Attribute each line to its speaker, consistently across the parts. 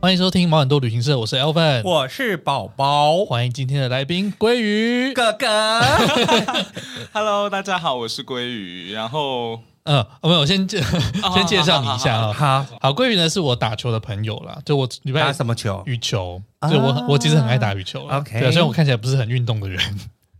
Speaker 1: 欢迎收听毛很多旅行社，我是 Elvin，
Speaker 2: 我是宝宝
Speaker 1: 欢迎今天的来宾鲑鱼。
Speaker 2: 哥哥，
Speaker 3: Hello，大家好，我是鲑鱼。然后
Speaker 1: 嗯，哦没有，我先 介先介绍你一下啊。
Speaker 2: 好，
Speaker 1: 好，鲑鱼呢是我打球的朋友啦，就我礼拜
Speaker 2: 打什么球？
Speaker 1: 羽球，
Speaker 2: 啊
Speaker 1: 对我我其实很爱打羽球啦
Speaker 2: OK 嗯
Speaker 1: 对啊，虽然我看起来不是很运动的人，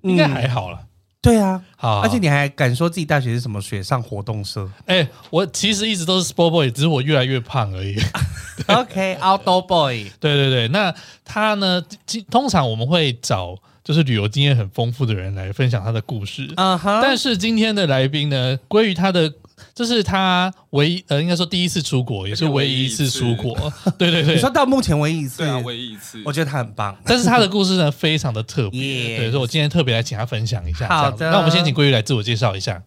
Speaker 1: 应该还好啦。
Speaker 2: 对啊，
Speaker 1: 好，
Speaker 2: 而且你还敢说自己大学是什么水上活动社
Speaker 1: 哎、我其实一直都是 sport boy，只是我越来越胖而已。
Speaker 2: ？OK，outdoor boy，
Speaker 1: 对对对，那他呢，其通常我们会找就是旅游经验很丰富的人来分享他的故事。
Speaker 2: 嗯哼，
Speaker 1: 但是今天的来宾呢，关于他的，这是他唯一呃，应该说第一次出国，也是唯一一次出国。 对对
Speaker 2: 你说
Speaker 1: 对，
Speaker 2: 到目前为止一次
Speaker 3: 对啊，唯一一次，
Speaker 2: 我觉得他很棒。
Speaker 1: 但是他的故事呢，非常的特别。
Speaker 2: Yes
Speaker 1: 对，所以我今天特别来请他分享一下。
Speaker 2: 好
Speaker 1: 这样子
Speaker 2: 的
Speaker 1: 那我们先请鲑鱼来自我介绍一下。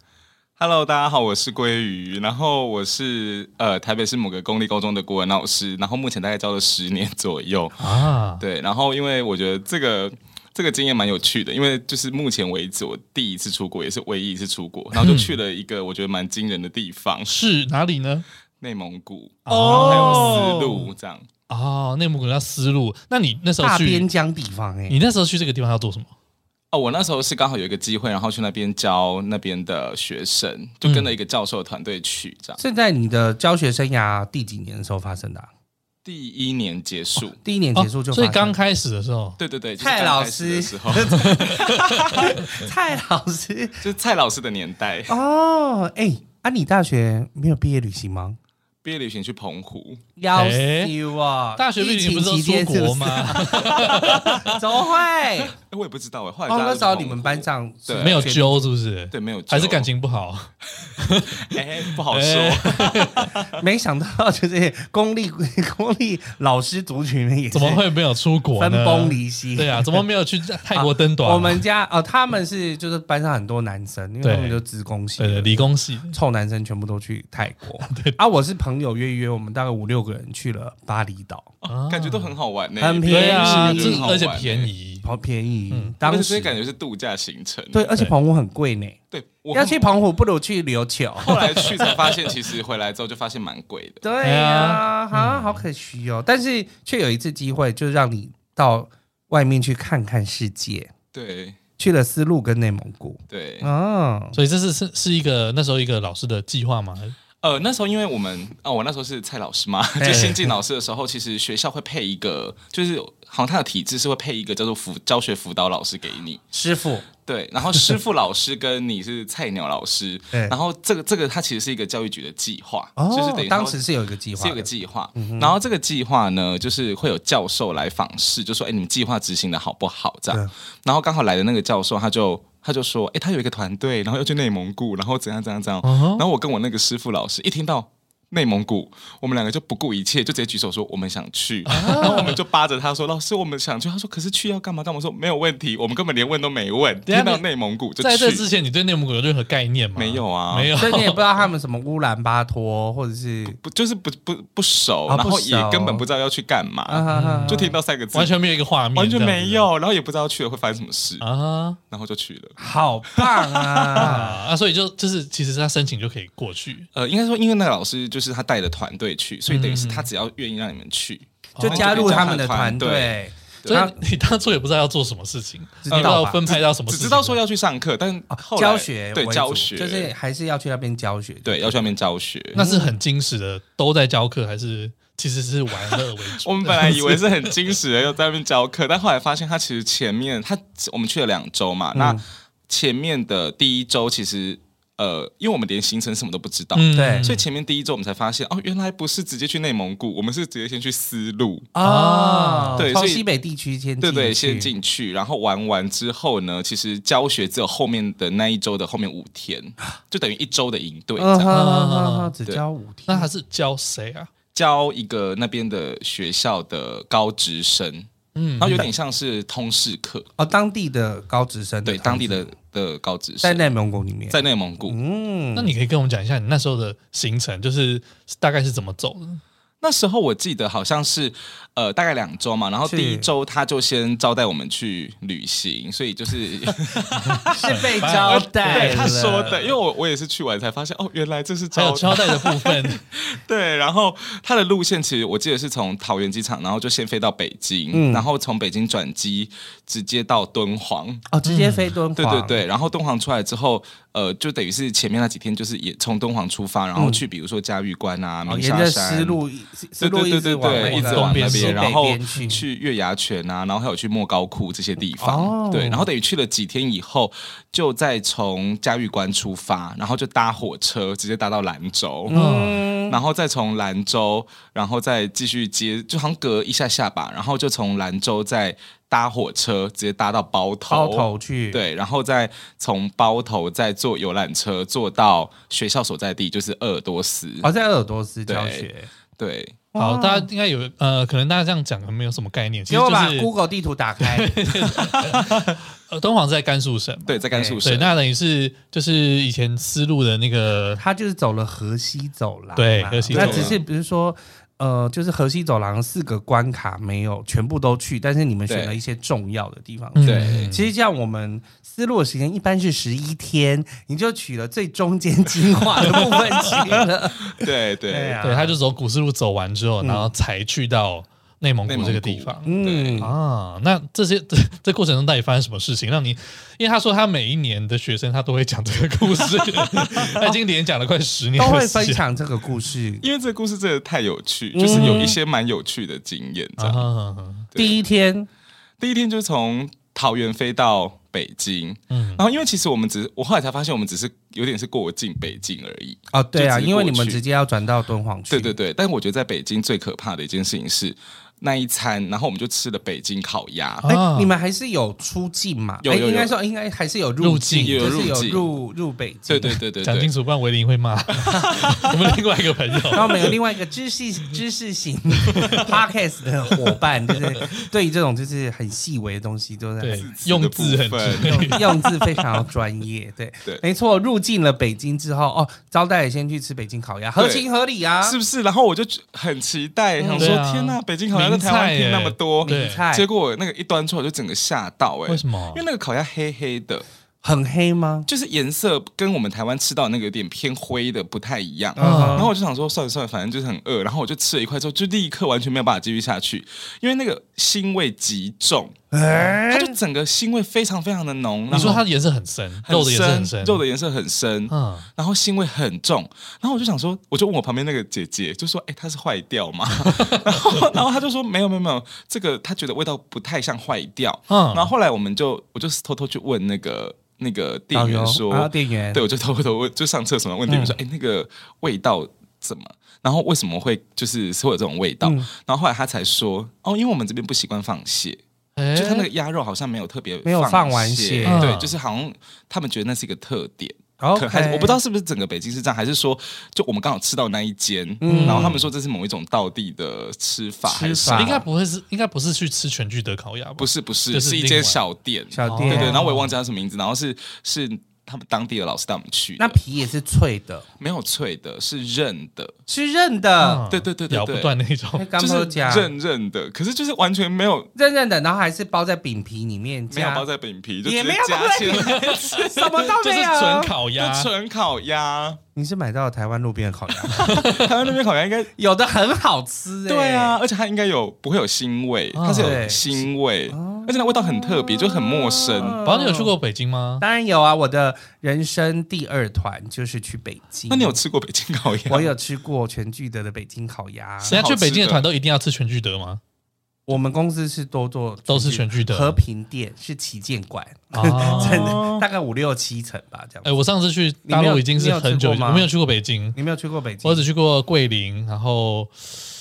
Speaker 3: Hello，大家好，我是鲑鱼。然后我是呃台北市某个公立高中的国文老师，然后目前大概教了十年左 右。
Speaker 1: 啊，
Speaker 3: 对，然后因为我觉得这个这个经验蛮有趣的，因为就是目前为止我第一次出国，也是唯一一次出
Speaker 2: 嗯
Speaker 3: 国，然后就去了一个我觉得蛮惊人的地方
Speaker 1: 是哪里呢？
Speaker 3: ——内蒙古，还有
Speaker 2: 哦
Speaker 3: 丝路这样。
Speaker 1: 哦，内蒙古叫丝路。那你那时候
Speaker 2: 大边
Speaker 1: 去，
Speaker 2: 疆地方哎、
Speaker 1: 你那时候去这个地方要做什么？
Speaker 3: 哦，我那时候是刚好有一个机会，然后去那边教那边的学生，就跟了一个教授的团队去这样。
Speaker 2: 是在你的教学生涯第几年的时候发生的啊、
Speaker 3: 第一年结束，
Speaker 2: 第一年结束就
Speaker 1: 哦所
Speaker 2: 发生、
Speaker 1: 以刚开始的时候，
Speaker 3: 对对对，就是
Speaker 2: 蔡
Speaker 3: 刚
Speaker 2: 老
Speaker 3: 开始
Speaker 2: 师
Speaker 3: 的时候，
Speaker 2: 蔡老师
Speaker 3: 就是蔡老师的年代，
Speaker 2: 哦，哎、啊，你大学没有毕业旅行吗？
Speaker 3: 毕业旅行去澎湖，
Speaker 2: 要死啊！
Speaker 1: 哎大学旅行不是都出国吗？
Speaker 2: 疫情期间是不是？怎么会？
Speaker 3: 哎我也不知道哎，后来
Speaker 2: 哦，
Speaker 3: 大家
Speaker 2: 那
Speaker 3: 都
Speaker 2: 时
Speaker 3: 去
Speaker 2: 候
Speaker 3: 澎湖
Speaker 2: 你们班上是
Speaker 3: 对
Speaker 1: 没有揪是不是？
Speaker 3: 对没有揪
Speaker 1: 还是感情不好？
Speaker 3: 哎不好
Speaker 1: 哎
Speaker 3: 说，
Speaker 2: 没想到就是公立公立老师族群也是
Speaker 1: 怎么会没有出国呢？
Speaker 2: 分崩离析？
Speaker 1: 对啊，怎么没有去泰国登短、啊
Speaker 2: 我们家哦，他们是就是班上很多男生，因为
Speaker 1: 对
Speaker 2: 他们就职工系
Speaker 1: 对
Speaker 2: 的，
Speaker 1: 对理工系，
Speaker 2: 臭男生全部都去泰 国。啊，我是朋友约一约，我们大概五六个人去了巴厘岛，
Speaker 1: 啊
Speaker 3: 感觉都很好玩欸呢，
Speaker 2: 很
Speaker 1: 对啊，
Speaker 2: 便宜
Speaker 1: 这而且
Speaker 3: 宜，
Speaker 1: 便宜。
Speaker 2: 好便宜。
Speaker 3: 当
Speaker 2: 当
Speaker 3: 时
Speaker 2: 时
Speaker 3: 感觉欸是度假行程，
Speaker 2: 对，而且
Speaker 1: 嗯对
Speaker 2: 澎湖很贵呢，
Speaker 3: 对，我
Speaker 2: 要去澎湖不如去琉球。
Speaker 3: 后来去才 发现，其实回来之后就发现蛮贵的，
Speaker 2: 对呀、啊，
Speaker 3: 嗯
Speaker 2: 啊，好可惜哦。但是却有一次机会，就让你到外面去看看世界，
Speaker 3: 对
Speaker 2: 去了丝路跟内蒙古。
Speaker 3: 对，
Speaker 2: 哦，
Speaker 1: 所以这是是是一个那时候一个老师的计划吗？
Speaker 3: 呃，那时候因为我们啊，我那时候是蔡老师嘛，
Speaker 2: 对
Speaker 3: 就新进老师的时候，其实学校会配一个，就是好像他的体制是会配一个叫做辅教学辅导老师给你，
Speaker 2: 师傅，
Speaker 3: 对，然后师傅老师跟你是菜鸟老师，
Speaker 2: 对
Speaker 3: 然后这个这个它其实是一个教育局的计划，
Speaker 2: 哦，
Speaker 3: 就是等于
Speaker 2: 当
Speaker 3: 说
Speaker 2: 时是嗯有一个计划
Speaker 3: 是
Speaker 2: 的，
Speaker 3: 有个计划，然后这个计划呢，就是会有教授来访视，就说：“哎，你们计划执行的好不好？”这
Speaker 2: 对
Speaker 3: 样。然后刚好来的那个教授，他就他就说：“哎，他有一个团队，然后要去内蒙古，然后怎样怎样
Speaker 2: 哦
Speaker 3: 怎样。”
Speaker 1: 哦
Speaker 3: 然后我跟我那个师傅老师一听到。内蒙古，我们两个就不顾一切，就直接举手说我们想去，
Speaker 1: 啊
Speaker 3: 然后我们就扒着他说：“老师，我们想去。”他说：“可是去要干嘛干嘛？”我说：“没有问题，我们根本连问都没问。”
Speaker 1: 等一下
Speaker 3: 听到
Speaker 1: 你
Speaker 3: 内蒙古就
Speaker 1: 在这之
Speaker 3: 去，
Speaker 1: 前，你对内蒙古有任何概念吗？
Speaker 3: 没有啊
Speaker 1: 没有。
Speaker 2: 所以你也不知道他们什么乌兰巴托，或者是
Speaker 3: 不就是不不不熟，
Speaker 2: 啊
Speaker 3: 然后
Speaker 2: 不
Speaker 3: 也
Speaker 2: 熟
Speaker 3: 根本不知道要去干
Speaker 2: 啊
Speaker 3: 嘛，
Speaker 2: 哈哈，
Speaker 3: 就听到三个字
Speaker 1: 完全没有一个画面，
Speaker 3: 完全
Speaker 1: 这样子
Speaker 3: 没有，然后也不知道去了会发生什么事，
Speaker 1: 啊
Speaker 3: 然后就去了。
Speaker 2: 好棒
Speaker 1: 啊
Speaker 2: 啊！
Speaker 1: 啊！所以就就是，其实他申请就可以过去，
Speaker 3: 呃，应该说，因为那个老师就是他带的团队去，所以等于是他只要愿意让你们去，
Speaker 1: 哦
Speaker 2: 就加入他们的团
Speaker 3: 哦
Speaker 2: 队，
Speaker 1: 所
Speaker 2: 然后
Speaker 1: 以你 当初也不知道要做什么事情，
Speaker 2: 知
Speaker 1: 也不
Speaker 2: 道
Speaker 1: 知道
Speaker 2: 吧
Speaker 1: 分派到什么事
Speaker 3: 只
Speaker 1: 情，
Speaker 3: 知道说要去上课，但后来
Speaker 2: 哦教学
Speaker 3: 对
Speaker 2: 为
Speaker 3: 教
Speaker 2: 主
Speaker 3: 学
Speaker 2: 就是还是要去那边教学，
Speaker 3: 对要去那边教学。
Speaker 1: 那是很惊喜的，都在教课，还是其实是玩乐为主？
Speaker 3: 我们本来以为是很矜持的，要在那边教课，但后来发现他其实前面他我们去了两周
Speaker 2: 嗯
Speaker 3: 嘛，那前面的第一周其实呃，因为我们连行程什么都不知道，
Speaker 1: 嗯
Speaker 2: 对
Speaker 3: 所以前面第一周我们才发现哦，原来不是直接去内蒙古，我们是直接先去丝路。
Speaker 2: 哦，
Speaker 3: 啊对
Speaker 2: 从
Speaker 3: 所以
Speaker 2: 西北地区先
Speaker 3: 对对，
Speaker 2: 去
Speaker 3: 先进去，然后玩完之后呢，其实教学只有后面的那一周的后面五天，就等于一周的营队这
Speaker 2: 啊嗯哼
Speaker 3: 样，
Speaker 2: 哼哼哼，只
Speaker 3: 对
Speaker 2: 教五天
Speaker 1: 那他是教谁啊？
Speaker 3: 教一个那边的学校的高职生，
Speaker 1: 嗯
Speaker 3: 然后有点像是通识课，
Speaker 2: 哦，当地的高职生的
Speaker 3: 对
Speaker 2: 团
Speaker 3: 当地的
Speaker 2: 体
Speaker 3: 的高职
Speaker 2: 在
Speaker 3: 生，
Speaker 2: 内蒙古里面，
Speaker 3: 在内蒙古。
Speaker 2: 嗯，
Speaker 1: 那你可以跟我们讲一下你那时候的行程，就是大概是怎么走的？
Speaker 3: 那时候我记得好像是呃大概两周嘛，然后第一
Speaker 2: 是
Speaker 3: 周他就先招待我们去旅行，所以就是
Speaker 2: 是被招待
Speaker 3: 对
Speaker 2: 了
Speaker 3: 他说的，因为我我也是去完才发现哦，原来这是
Speaker 1: 还
Speaker 3: 招
Speaker 1: 有交代的部分，
Speaker 3: 对，然后它的路线其实我记得是从桃园机场，然后就先飞到北京，
Speaker 2: 嗯
Speaker 3: 然后从北京转机直接到敦煌。
Speaker 2: 哦，直
Speaker 1: 嗯
Speaker 2: 接飞敦煌，
Speaker 3: 对对对，然后敦煌出来之后，呃，就等于是前面那几天就是也从敦煌出发，然后去比如说嘉峪关啊、
Speaker 2: 嗯哦，
Speaker 3: 鸣
Speaker 2: 沿
Speaker 3: 沙
Speaker 2: 着
Speaker 3: 山，
Speaker 2: 丝路丝路一直
Speaker 3: 对对对
Speaker 2: 往
Speaker 3: 对
Speaker 2: 那
Speaker 3: 对，
Speaker 2: 个
Speaker 3: 一直往那
Speaker 1: 西
Speaker 3: 边，
Speaker 1: 北
Speaker 3: 然后
Speaker 2: 边去
Speaker 3: 去月牙泉啊，然后还有去莫高窟这些地方，
Speaker 2: 哦
Speaker 3: 对，然后等于去了几天以后，就再从嘉峪关出发，然后就搭火车直接搭到兰州，
Speaker 2: 嗯，
Speaker 3: 然后再从兰州，然后再继续接，就好像隔一下下吧，然后就从兰州再搭火车直接搭到包头，
Speaker 2: 抛头去，，
Speaker 3: 对，然后再从包头再坐游览车坐到学校所在地，就是鄂尔多斯。
Speaker 1: 啊
Speaker 2: 哦，在鄂尔多斯
Speaker 3: 对
Speaker 2: 教学，
Speaker 3: 对，
Speaker 1: 好，大家应该有呃，可能大家这样讲可能没有什么概念，其
Speaker 2: 给
Speaker 1: 实
Speaker 2: 我
Speaker 1: 就
Speaker 2: 把
Speaker 1: 是
Speaker 2: Google 地图打 开，
Speaker 1: 呃敦煌是在甘肃省嘛，
Speaker 3: 对，在甘肃
Speaker 1: 哎对，
Speaker 3: 省。
Speaker 1: 那等于是就是以前丝路的那个
Speaker 2: 他就是走了河西走廊嘛，
Speaker 1: 对河西
Speaker 3: 走廊
Speaker 2: 那只是比如说。呃，就是河西走廊四个关卡没有全部都去，但是你们选了
Speaker 3: 对
Speaker 2: 一些重要的地方
Speaker 1: 嗯
Speaker 2: 去。
Speaker 3: 对
Speaker 2: 其实像我们思路的时间一般是十一天，你就取了最中间精华的部分去 了。
Speaker 3: 对对
Speaker 2: 啊
Speaker 1: 对，他就走古丝路走完之后，
Speaker 2: 嗯
Speaker 1: 然后才去到内蒙古这个地方。
Speaker 2: 嗯，
Speaker 1: 啊，那这些这这过程中到底发生什么事情，让你？因为他说他每一年的学生他都会讲这个故事，他已经连讲了快十年
Speaker 2: 都
Speaker 1: 的
Speaker 2: 会
Speaker 1: 时间，
Speaker 2: 分享这个故事。
Speaker 3: 因为这个故事真的太有趣，就是有一些蛮有趣的经验。这样，
Speaker 1: 啊。
Speaker 3: 对
Speaker 2: 第一天，
Speaker 3: 第一天就从桃园飞到北京，
Speaker 1: 嗯
Speaker 3: 然后因为其实我们只是我后来才发现，我们只是有点是过境北京而已。
Speaker 2: 哦，对啊，
Speaker 3: 就只是过去
Speaker 2: 因为你们直接要转到敦煌去。
Speaker 3: 对对对，但我觉得在北京最可怕的一件事情是那一餐，然后我们就吃了北京烤鸭，
Speaker 1: 啊
Speaker 2: 哎，你们还是有出境嘛？
Speaker 3: 有
Speaker 2: 哎
Speaker 3: 有
Speaker 2: 应该
Speaker 3: 有
Speaker 2: 说应该还是有
Speaker 1: 入
Speaker 2: 入
Speaker 1: 境
Speaker 2: 境，
Speaker 3: 有
Speaker 2: 就
Speaker 3: 入
Speaker 2: 是有
Speaker 3: 境
Speaker 2: 入入北京。
Speaker 3: 对对对对
Speaker 1: 讲
Speaker 3: 对
Speaker 1: 清。楚，不然维林会 骂我们另外一个朋友。
Speaker 2: 然后我们有另外一个知识 知识型 podcast 的伙伴，就是对于这种就是很细微的东西，都是
Speaker 1: 对
Speaker 2: 很，
Speaker 1: 用字很直，
Speaker 2: 用 用字非常专业。对
Speaker 3: 对
Speaker 2: 没错。入境了北京之后，哦，招待也先去吃北京烤鸭，
Speaker 3: 对
Speaker 2: 合情合理啊。
Speaker 3: 是不是？然后我就很期待，想说
Speaker 1: 对啊
Speaker 3: 天呐，北京烤鸭在
Speaker 1: 名
Speaker 3: 台湾
Speaker 1: 菜耶
Speaker 3: 听那么多，
Speaker 1: 对
Speaker 2: 名菜
Speaker 3: 结果我那个一端出来就整个吓到哎、
Speaker 1: 为什么
Speaker 3: 因为？那个烤鸭黑黑的，
Speaker 2: 很黑吗？
Speaker 3: 就是颜色跟我们台湾吃到的那个有点偏灰的不太一样。
Speaker 2: 嗯
Speaker 3: 然后我就想说，算了算了，反正就是很饿。然后我就吃了一块之后，就立刻完全没有办法继续下去，因为那个腥味极重，
Speaker 2: 哎
Speaker 3: 它就整个腥味非常非常的浓。
Speaker 1: 你说它
Speaker 3: 然后
Speaker 1: 的颜色很深，
Speaker 3: 很
Speaker 1: 肉的颜色很深，
Speaker 3: 肉的颜色很深，
Speaker 1: 嗯，
Speaker 3: 然后腥味很重，然后我就想说，我就问我旁边那个姐姐，就说：“哎、它是坏掉吗？” 然后，然后她就说：“没有，没有，没有，这个她觉得味道不太像坏掉。”
Speaker 1: 嗯
Speaker 3: 然后后来我们就，我就是偷偷去问那个那个店
Speaker 2: 导游
Speaker 3: 员说：“
Speaker 2: 啊，嗯店员，
Speaker 3: 对，我就偷偷问，就上厕所问店员说：‘哎、那个味道怎么？’然后为什么会就是会有这种味道？
Speaker 2: 嗯
Speaker 3: 然后后来她才说：‘哦，因为我们这边不习惯放血。’
Speaker 1: 哎
Speaker 3: 就他那个鸭肉好像没有特别
Speaker 2: 没有放完
Speaker 3: 血，
Speaker 2: 血
Speaker 3: 对，
Speaker 1: 嗯
Speaker 3: 就是好像他们觉得那是一个特点。可
Speaker 2: OK，
Speaker 3: 能还是我不知道是不是整个北京是这样，还是说就我们刚好吃到那一间，
Speaker 2: 嗯
Speaker 3: 然后他们说这是某一种道地的吃法，
Speaker 2: 吃
Speaker 3: 还是
Speaker 2: 法
Speaker 1: 应该不会是，应该不是去吃全聚德烤鸭吧？
Speaker 3: 不
Speaker 1: 是，
Speaker 3: 是不
Speaker 1: 就是是
Speaker 3: 是一
Speaker 1: 另
Speaker 3: 间
Speaker 1: 外
Speaker 3: 小店，
Speaker 2: 小
Speaker 1: 对
Speaker 2: 店。哦
Speaker 3: 对对，然后我也忘记叫什么名字，然后是是他们当地的老师带我们去的，
Speaker 2: 那皮也是脆的，
Speaker 3: 没有脆的，是韧的，
Speaker 2: 是韧的，
Speaker 3: 对对对对
Speaker 1: 咬不断那种
Speaker 2: 那。干
Speaker 3: 嗯就是
Speaker 2: 包夹，
Speaker 3: 韧韧的，可是就是完全没有
Speaker 2: 韧韧的，然后还是包在饼皮里面
Speaker 3: 没有
Speaker 2: 加，
Speaker 3: 包在饼皮， 就直
Speaker 2: 也
Speaker 3: 接
Speaker 2: 没有
Speaker 3: 夹
Speaker 2: 包在
Speaker 3: 起来，
Speaker 2: 什么 都
Speaker 1: 就
Speaker 2: 没
Speaker 1: 是
Speaker 2: 有，
Speaker 1: 纯烤鸭，
Speaker 3: 就纯烤鸭，
Speaker 2: 你是买到了台湾路边的烤鸭，
Speaker 3: 台湾那边烤鸭应该
Speaker 2: 有的很好吃、欸，
Speaker 3: 对啊，，而且它应该有不会有腥味，
Speaker 1: 啊
Speaker 3: 它是有
Speaker 2: 哦对哦
Speaker 3: 腥味，而且那味道很特别，就很陌
Speaker 2: 嗯
Speaker 3: 生。
Speaker 1: 宝，你有去过北京吗？
Speaker 2: 当然有啊，我的人生第二团就是去北京。
Speaker 3: 那你有？吃过北京烤鸭？
Speaker 2: 我有吃过全聚德的北京烤鸭。
Speaker 1: 人家去北京
Speaker 3: 好吃
Speaker 1: 的
Speaker 3: 的
Speaker 1: 团都一定要吃全聚德 吗？
Speaker 2: 我们公司是多做
Speaker 1: 都是全聚德
Speaker 2: 和平店是旗舰馆，
Speaker 1: 啊！
Speaker 2: 真的大概五六七层吧，这样。
Speaker 1: 哎，我上次去大陆已经是很久，
Speaker 2: 你没有你有去过吗
Speaker 1: 我没有去过北京，
Speaker 2: 你没有去过北京？
Speaker 1: 我只去过桂林，然后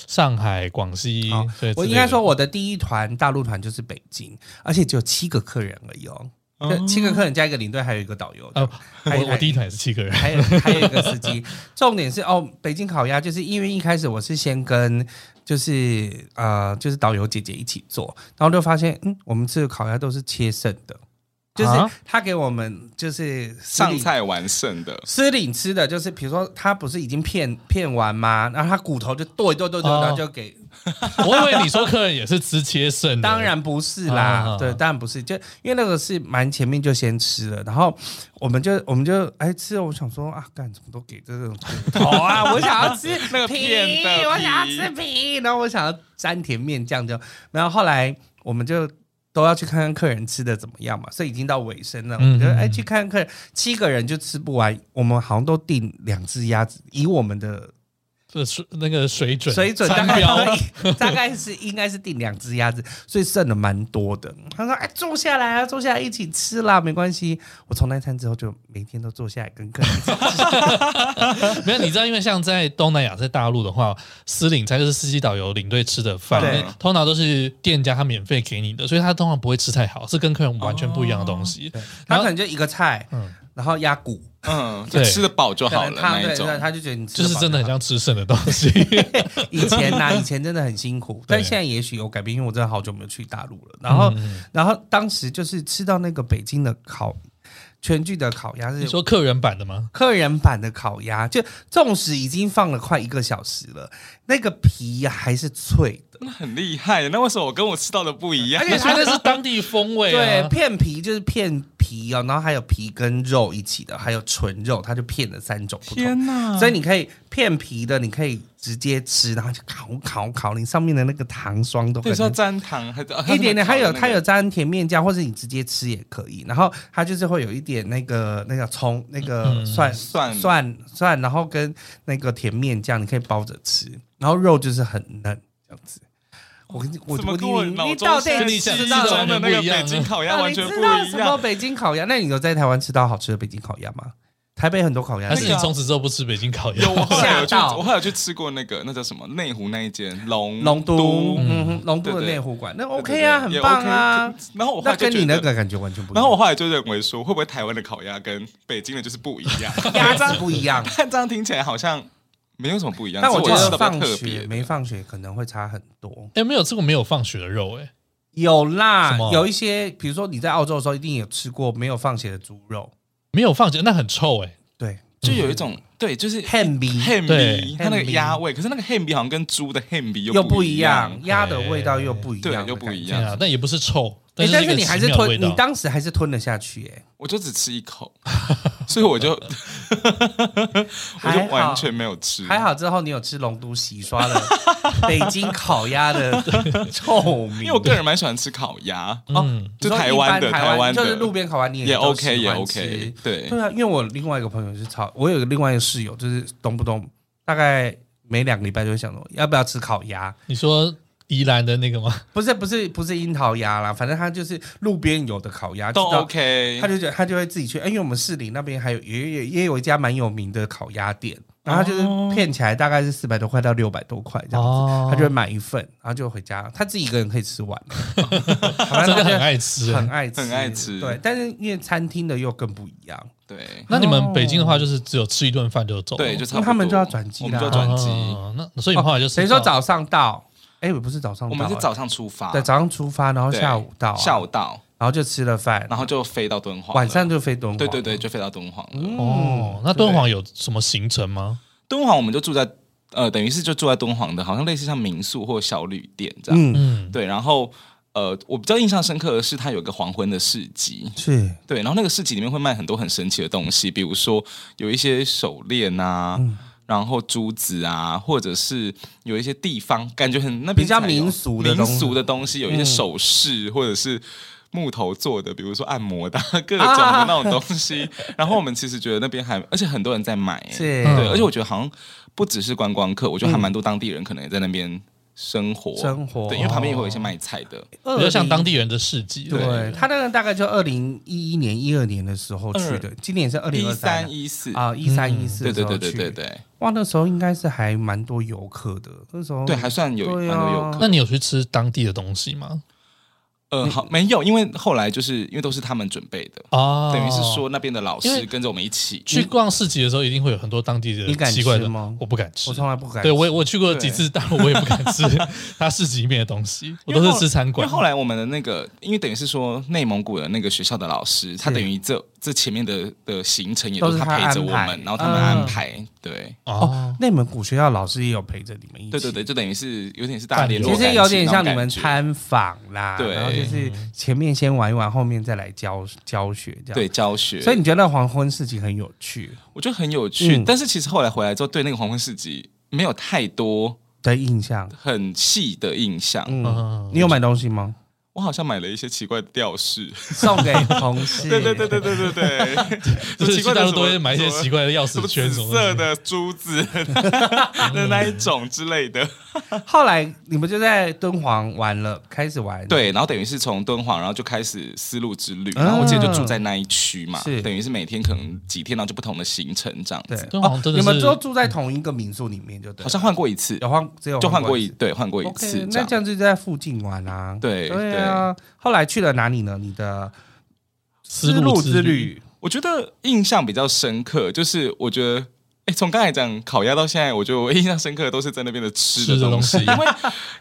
Speaker 1: 上海、广西
Speaker 2: 好。
Speaker 1: 对，
Speaker 2: 哦我
Speaker 1: 之类的
Speaker 2: 应该说，我的第一团大陆团就是北京，而且只有七个客人而已哦。那七个客人加一个领队，还有一个导游。
Speaker 1: 啊，
Speaker 2: 还
Speaker 1: 我我第一团也是七个人，
Speaker 2: 还有还有一个司机。重点是哦，北京烤鸭就是因为一开始我是先跟就是呃就是导游姐姐一起做，然后就发现嗯，我们吃的烤鸭都是切剩的，就是
Speaker 1: 啊
Speaker 2: 他给我们就是司
Speaker 3: 上
Speaker 2: 令
Speaker 3: 菜完剩的，
Speaker 2: 司领吃的，就是比如说他不是已经片片完吗？然后他骨头就剁一剁剁一剁，
Speaker 1: 哦
Speaker 2: 然后就给。
Speaker 1: 我以为你说客人也是吃切剩的，
Speaker 2: 当然不是
Speaker 1: 啊
Speaker 2: 啦，对，当然不是，就因为那个是蛮前面就先吃了，然后我们就我们就哎吃了，我想说啊，干怎么都给这种骨头 啊，我想要吃
Speaker 3: 那个
Speaker 2: 皮
Speaker 3: 片的皮，
Speaker 2: 我想要吃皮，然后我想要沾甜面酱就，然后后来我们就。都要去看看客人吃的怎么样嘛，所以已经到尾声了。我们就
Speaker 1: 嗯
Speaker 2: 哎去看看客人，七个人就吃不完，我们好像都订两只鸭子，以我们的
Speaker 1: 这水那个水准
Speaker 2: 水准大
Speaker 1: 参
Speaker 2: 概
Speaker 1: 标，
Speaker 2: 大概是应该是订两只鸭子，所以剩了蛮多的。他说：“哎，坐下来啊，坐下来一起吃啦，没关系。”我从那餐之后就每天都坐下来跟客人一 起吃。
Speaker 1: 没有，你知道，因为像在东南亚，在大陆的话，私领菜就是司机、导游、领队吃的饭，
Speaker 2: 对
Speaker 1: 那通常都是店家他免费给你的，所以他通常不会吃太好，是跟客人完全不一样的东
Speaker 2: 哦
Speaker 1: 西。
Speaker 2: 他可能就一个菜，然后鸭骨，
Speaker 3: 嗯，
Speaker 1: 对
Speaker 3: 就吃得饱就
Speaker 2: 可
Speaker 3: 好
Speaker 2: 能
Speaker 3: 了
Speaker 2: 他
Speaker 3: 那
Speaker 2: 对
Speaker 3: 一种。
Speaker 2: 对，他就觉得你吃
Speaker 1: 就
Speaker 2: 得
Speaker 1: 是
Speaker 2: 饱
Speaker 1: 真的很
Speaker 2: 好。
Speaker 1: 像吃剩的东 西，
Speaker 2: 以前呐、以前真的很辛 苦，但现在也许有改变，因为我真的好久没有去大陆了。然
Speaker 1: 嗯
Speaker 2: 后，然后当时就是吃到那个北京的烤全聚德烤鸭是
Speaker 1: 你说客人版的吗？
Speaker 2: 客人版的烤鸭，就纵使已经放了快一个小时了，那个皮还是脆的，
Speaker 3: 那很厉害，那为什么我跟我吃到的不一样
Speaker 2: 而？且
Speaker 1: 那
Speaker 2: 它
Speaker 1: 那
Speaker 2: 的
Speaker 1: 是当地风味
Speaker 2: 对
Speaker 1: 啊。
Speaker 2: 片皮就是片皮哦，然后还有皮跟肉一起的，还有纯肉，它就片了三种不同。
Speaker 3: 哪
Speaker 2: 所以你可以片皮的，你可以直接吃，然后就烤烤烤，你上面的那个糖霜都
Speaker 3: 你
Speaker 2: 很
Speaker 3: 说沾糖还是啊
Speaker 2: 一点点，它有
Speaker 3: 他
Speaker 2: 它有沾甜面酱，或者你直接吃也可以。然后它就是会有一点那个那个葱、那个蒜、
Speaker 3: 蒜
Speaker 2: 蒜蒜，然后跟那个甜面酱，你可以包着吃。然后肉就是很嫩这样子。我跟你我
Speaker 3: 怎么
Speaker 2: 我
Speaker 3: 跟我
Speaker 2: 你
Speaker 3: 脑
Speaker 2: 你
Speaker 3: 中
Speaker 2: 到
Speaker 3: 想
Speaker 1: 跟
Speaker 2: 底
Speaker 1: 你想
Speaker 3: 记
Speaker 2: 知
Speaker 3: 忆
Speaker 1: 象
Speaker 2: 道
Speaker 1: 中
Speaker 2: 什
Speaker 3: 中
Speaker 2: 么
Speaker 3: 的那个
Speaker 1: 完全不一样啊
Speaker 3: 北京烤鸭
Speaker 2: 到
Speaker 3: 完
Speaker 2: 底
Speaker 3: 全不
Speaker 2: 知道
Speaker 3: 一
Speaker 2: 什么
Speaker 3: 样？
Speaker 2: 北京烤鸭？那你有在台湾吃到好吃的北京烤鸭吗？台北很多烤鸭
Speaker 1: 还是
Speaker 2: 店
Speaker 1: 你从此之后不吃北京烤鸭
Speaker 3: 有，？我后来有去，
Speaker 2: 吓到
Speaker 3: 我后来有去吃过那个那叫什么内湖那一间龙
Speaker 2: 龙都，
Speaker 3: 对
Speaker 2: 嗯哼，龙都的
Speaker 3: 对对
Speaker 2: 内湖馆，那
Speaker 3: 对
Speaker 2: OK 啊，
Speaker 3: 对
Speaker 2: 很
Speaker 3: 也
Speaker 2: 棒啊
Speaker 3: OK，。然后我后
Speaker 2: 那
Speaker 3: 来就
Speaker 2: 跟你
Speaker 3: 觉
Speaker 2: 那
Speaker 3: 得。
Speaker 2: 个感觉完全不一样。
Speaker 3: 然后我后来就认为说，会不会台湾的烤鸭跟北京的就是不一 样？
Speaker 2: 鸭子不一样，
Speaker 3: 但这样听起来好像没有什么不一样。
Speaker 2: 但我
Speaker 3: 只
Speaker 2: 觉
Speaker 3: 是我吃
Speaker 2: 得
Speaker 3: 到比
Speaker 2: 放
Speaker 3: 较特
Speaker 2: 学
Speaker 3: 别
Speaker 2: 没放学可能会差很多。
Speaker 1: 哎，没有吃过没有放血的肉，哎，
Speaker 2: 有
Speaker 1: 什
Speaker 2: 啦
Speaker 1: 么，
Speaker 2: 有一些，比如说你在澳洲的时候，一定有吃过没有放血的猪肉，
Speaker 1: 没有放血那很臭，哎，
Speaker 2: 对
Speaker 3: 就有一
Speaker 2: 嗯
Speaker 3: 种对，就是
Speaker 2: ，ham
Speaker 3: 汉
Speaker 1: 对
Speaker 3: 米，它那个鸭味，可是那个汉米好像跟猪的汉米
Speaker 2: 又
Speaker 3: 不
Speaker 2: 不
Speaker 3: 一
Speaker 2: 一
Speaker 3: 样
Speaker 2: 样，，鸭的味道又不一
Speaker 3: 对
Speaker 2: 样，，
Speaker 3: 又不一
Speaker 2: 样。
Speaker 1: 天啊
Speaker 3: 样。，
Speaker 1: 但也不是臭，
Speaker 2: 哎，
Speaker 1: 是
Speaker 2: 但
Speaker 1: 一个
Speaker 2: 是你还
Speaker 1: 奇
Speaker 2: 是
Speaker 1: 妙的味
Speaker 2: 吞，
Speaker 1: 道
Speaker 2: 你当时还是吞了下去，哎，
Speaker 3: 我就只吃一口， 所以 我就我就
Speaker 2: 还好
Speaker 3: 完全没有吃。
Speaker 2: 还好之后你有吃龙都洗刷了 北京烤鸭的 臭名，
Speaker 3: 因为我个人蛮喜欢吃烤鸭，
Speaker 1: 嗯，
Speaker 3: 就台湾的
Speaker 2: 你说一般台
Speaker 3: 湾的
Speaker 2: 就是路边烤鸭，你
Speaker 3: 也
Speaker 2: 都
Speaker 3: OK
Speaker 2: 喜
Speaker 3: 也
Speaker 2: 欢
Speaker 3: OK
Speaker 2: 吃。
Speaker 3: 对，
Speaker 2: 对啊，因为我另外一个朋友是炒，我有个另外一个室友，就是动不动大概每两个礼拜就会想说要不要吃烤鸭，
Speaker 1: 你说宜兰的那个吗？
Speaker 2: 不是不是不是樱桃鸭啦，反正他就是路边有的烤鸭
Speaker 3: 都
Speaker 2: 知道
Speaker 3: OK
Speaker 2: 他。就觉得他就会自己去，哎因为我们市里那边还有也也也有一家蛮有名的烤鸭店，然后他就是骗起来大概是四百多块到六百多块这样子，
Speaker 1: 哦
Speaker 2: 他就会买一份，然后就回家，他自己一个人可以吃 完，反
Speaker 1: 真
Speaker 2: 正
Speaker 1: 的
Speaker 2: 他
Speaker 1: 很
Speaker 2: 就
Speaker 1: 爱吃，哎
Speaker 2: 很爱吃
Speaker 3: 很爱吃
Speaker 2: 对，但是因为餐厅的又更不一样，
Speaker 3: 对
Speaker 1: 那你们北京的
Speaker 2: 哦
Speaker 1: 话，就是只有吃一顿饭就走了，
Speaker 3: 对，就差不多。
Speaker 2: 那他们就要转机
Speaker 3: 我
Speaker 2: 啦嗯
Speaker 3: 们就要转机。
Speaker 1: 哦那所以你们后来就
Speaker 2: 谁说早上到？哎，我不是早上到，
Speaker 3: 我们是
Speaker 2: 哎
Speaker 3: 早上出发，
Speaker 2: 对，早上出发，然后
Speaker 3: 对
Speaker 2: 下午到啊，
Speaker 3: 下午到，
Speaker 2: 然后就吃了饭，
Speaker 3: 然后就飞到敦煌了，
Speaker 2: 晚上就飞敦煌。嗯
Speaker 3: 对对对，就飞到敦煌了。
Speaker 1: 哦？那敦煌有什么行程吗？
Speaker 3: 敦煌我们就住在呃，等于是就住在敦煌的，好像类似像民宿或小旅店这样。
Speaker 2: 嗯，
Speaker 1: 嗯，
Speaker 3: 对，然后呃，我比较印象深刻的是，它有一个黄昏的市集，
Speaker 2: 是
Speaker 3: 对，然后那个市集里面会卖很多很神奇的东西，比如说有一些手链啊。
Speaker 2: 嗯
Speaker 3: 然后珠子啊，或者是有一些地方感觉很那
Speaker 2: 比
Speaker 3: 边
Speaker 2: 较
Speaker 3: 才有
Speaker 2: 民俗的
Speaker 3: 民
Speaker 2: 东西嗯
Speaker 3: 俗的东西，有一些首饰、或者是木头做的，比如说按摩的 各种的
Speaker 2: 啊
Speaker 3: 那种东西。然后我们其实觉得那边还，而且很多人在买、欸，
Speaker 2: 是嗯
Speaker 1: 嗯
Speaker 3: 对，而且我觉得好像不只是观光客，我觉得还蛮多当地人可能也在那边生活，
Speaker 2: 生哦活
Speaker 3: 对，因为旁边也会有一些卖菜的，
Speaker 1: 比较像当
Speaker 2: 地。
Speaker 1: 地人的市集，
Speaker 2: 对他那个大概就二零一一年、一二年的时候去的，今年是二零
Speaker 3: 嗯一
Speaker 2: 二
Speaker 3: 三一四，
Speaker 2: 啊，一三一四
Speaker 1: 嗯
Speaker 3: 对
Speaker 2: 的时
Speaker 3: 对
Speaker 2: 候
Speaker 3: 对
Speaker 2: 去。
Speaker 3: 对对对
Speaker 2: 哇，那时候应该是还蛮多游客的，那时候
Speaker 3: 对，还算有
Speaker 2: 哦对
Speaker 3: 蛮
Speaker 2: 啊
Speaker 3: 多游客。
Speaker 1: 那你有去吃当地的东西吗？
Speaker 3: 呃，好，没有，因为后来就是因为都是他们准备的，
Speaker 1: 哦，
Speaker 3: 等于是说那边的老
Speaker 1: 因
Speaker 3: 师
Speaker 1: 为
Speaker 3: 跟着我们一起
Speaker 1: 去逛市集的时候，一定会有很多当地
Speaker 2: 你
Speaker 1: 的
Speaker 2: 敢
Speaker 1: 奇怪
Speaker 2: 吃
Speaker 1: 的
Speaker 2: 吗
Speaker 1: 我不敢吃
Speaker 2: 我，从来不敢吃。
Speaker 1: 对我也我去过几次，但我也不敢吃 它市集里面的东西，我
Speaker 3: 因为
Speaker 1: 都
Speaker 3: 后
Speaker 1: 是吃餐馆
Speaker 3: 因为。后来我们的那个，因为等于是说内蒙古的那个学校的老师，他等于这这前面的的行程也
Speaker 2: 都
Speaker 3: 都
Speaker 2: 是
Speaker 3: 是
Speaker 2: 他
Speaker 3: 陪着我
Speaker 2: 安排
Speaker 3: 们，然后他们
Speaker 2: 嗯
Speaker 3: 安排，对
Speaker 1: 哦
Speaker 2: 哦，，内蒙古学校老师也有陪着你们一起，
Speaker 3: 对对对，就等于是有点是大联络
Speaker 2: 其
Speaker 3: 感情，
Speaker 2: 实有点像你
Speaker 3: 那
Speaker 2: 们
Speaker 3: 种感觉。
Speaker 2: 参访啦，
Speaker 3: 对
Speaker 2: 然后就是前面先玩一玩，后面再来教教学这样。
Speaker 3: 对，教学，
Speaker 2: 所以你觉得黄昏市集很有趣
Speaker 3: 我觉得很有趣。
Speaker 2: 嗯
Speaker 3: 但是其实后来回来之后，对那个黄昏市集没有太多
Speaker 2: 的印象？
Speaker 3: 很细的印象。
Speaker 2: 嗯，
Speaker 1: 嗯，
Speaker 2: 你有买东 西吗？
Speaker 3: 我好像买了一些奇怪的吊饰，
Speaker 2: 送给同事。
Speaker 3: 对对对对对对 对，
Speaker 1: 就是去大陆都会买一些
Speaker 3: 什么
Speaker 1: 奇怪的钥
Speaker 3: 什
Speaker 1: 匙
Speaker 3: 么
Speaker 1: 圈
Speaker 3: 紫
Speaker 1: 什么
Speaker 3: 色
Speaker 1: 东西，
Speaker 3: 的珠子 的那一种之类的。
Speaker 2: 后来你们就在敦煌玩了，开始玩。，
Speaker 3: 对，然后等于是从敦煌，然后就开始丝路之旅，
Speaker 2: 嗯
Speaker 3: 然后我记得就住在那一区嘛，
Speaker 2: 是
Speaker 3: 等于是每天可能几天，然后就不同的行程这样
Speaker 2: 对哦
Speaker 3: 子，，
Speaker 1: 敦煌真的
Speaker 2: 你们
Speaker 1: 是
Speaker 2: 都住在同一个民宿里面，就对了。
Speaker 3: 好像换过一次，
Speaker 2: 有换，只有
Speaker 3: 就换过
Speaker 2: 一
Speaker 3: 一
Speaker 2: 次
Speaker 3: 对换过一
Speaker 2: OK，
Speaker 3: 次这
Speaker 2: 那
Speaker 3: 样
Speaker 2: 这。样就在附近玩啊。
Speaker 3: 对
Speaker 2: 对啊。后来去了哪里呢？你的
Speaker 1: 丝
Speaker 2: 路
Speaker 1: 路之旅，
Speaker 2: 旅，
Speaker 3: 我觉得印象比较深刻，就是我觉得。哎，从刚才讲烤鸭到现在，我觉得我印象深刻的都是在那边的吃
Speaker 1: 吃
Speaker 3: 的
Speaker 1: 的
Speaker 3: 东
Speaker 1: 东
Speaker 3: 西，
Speaker 1: 西
Speaker 3: 因为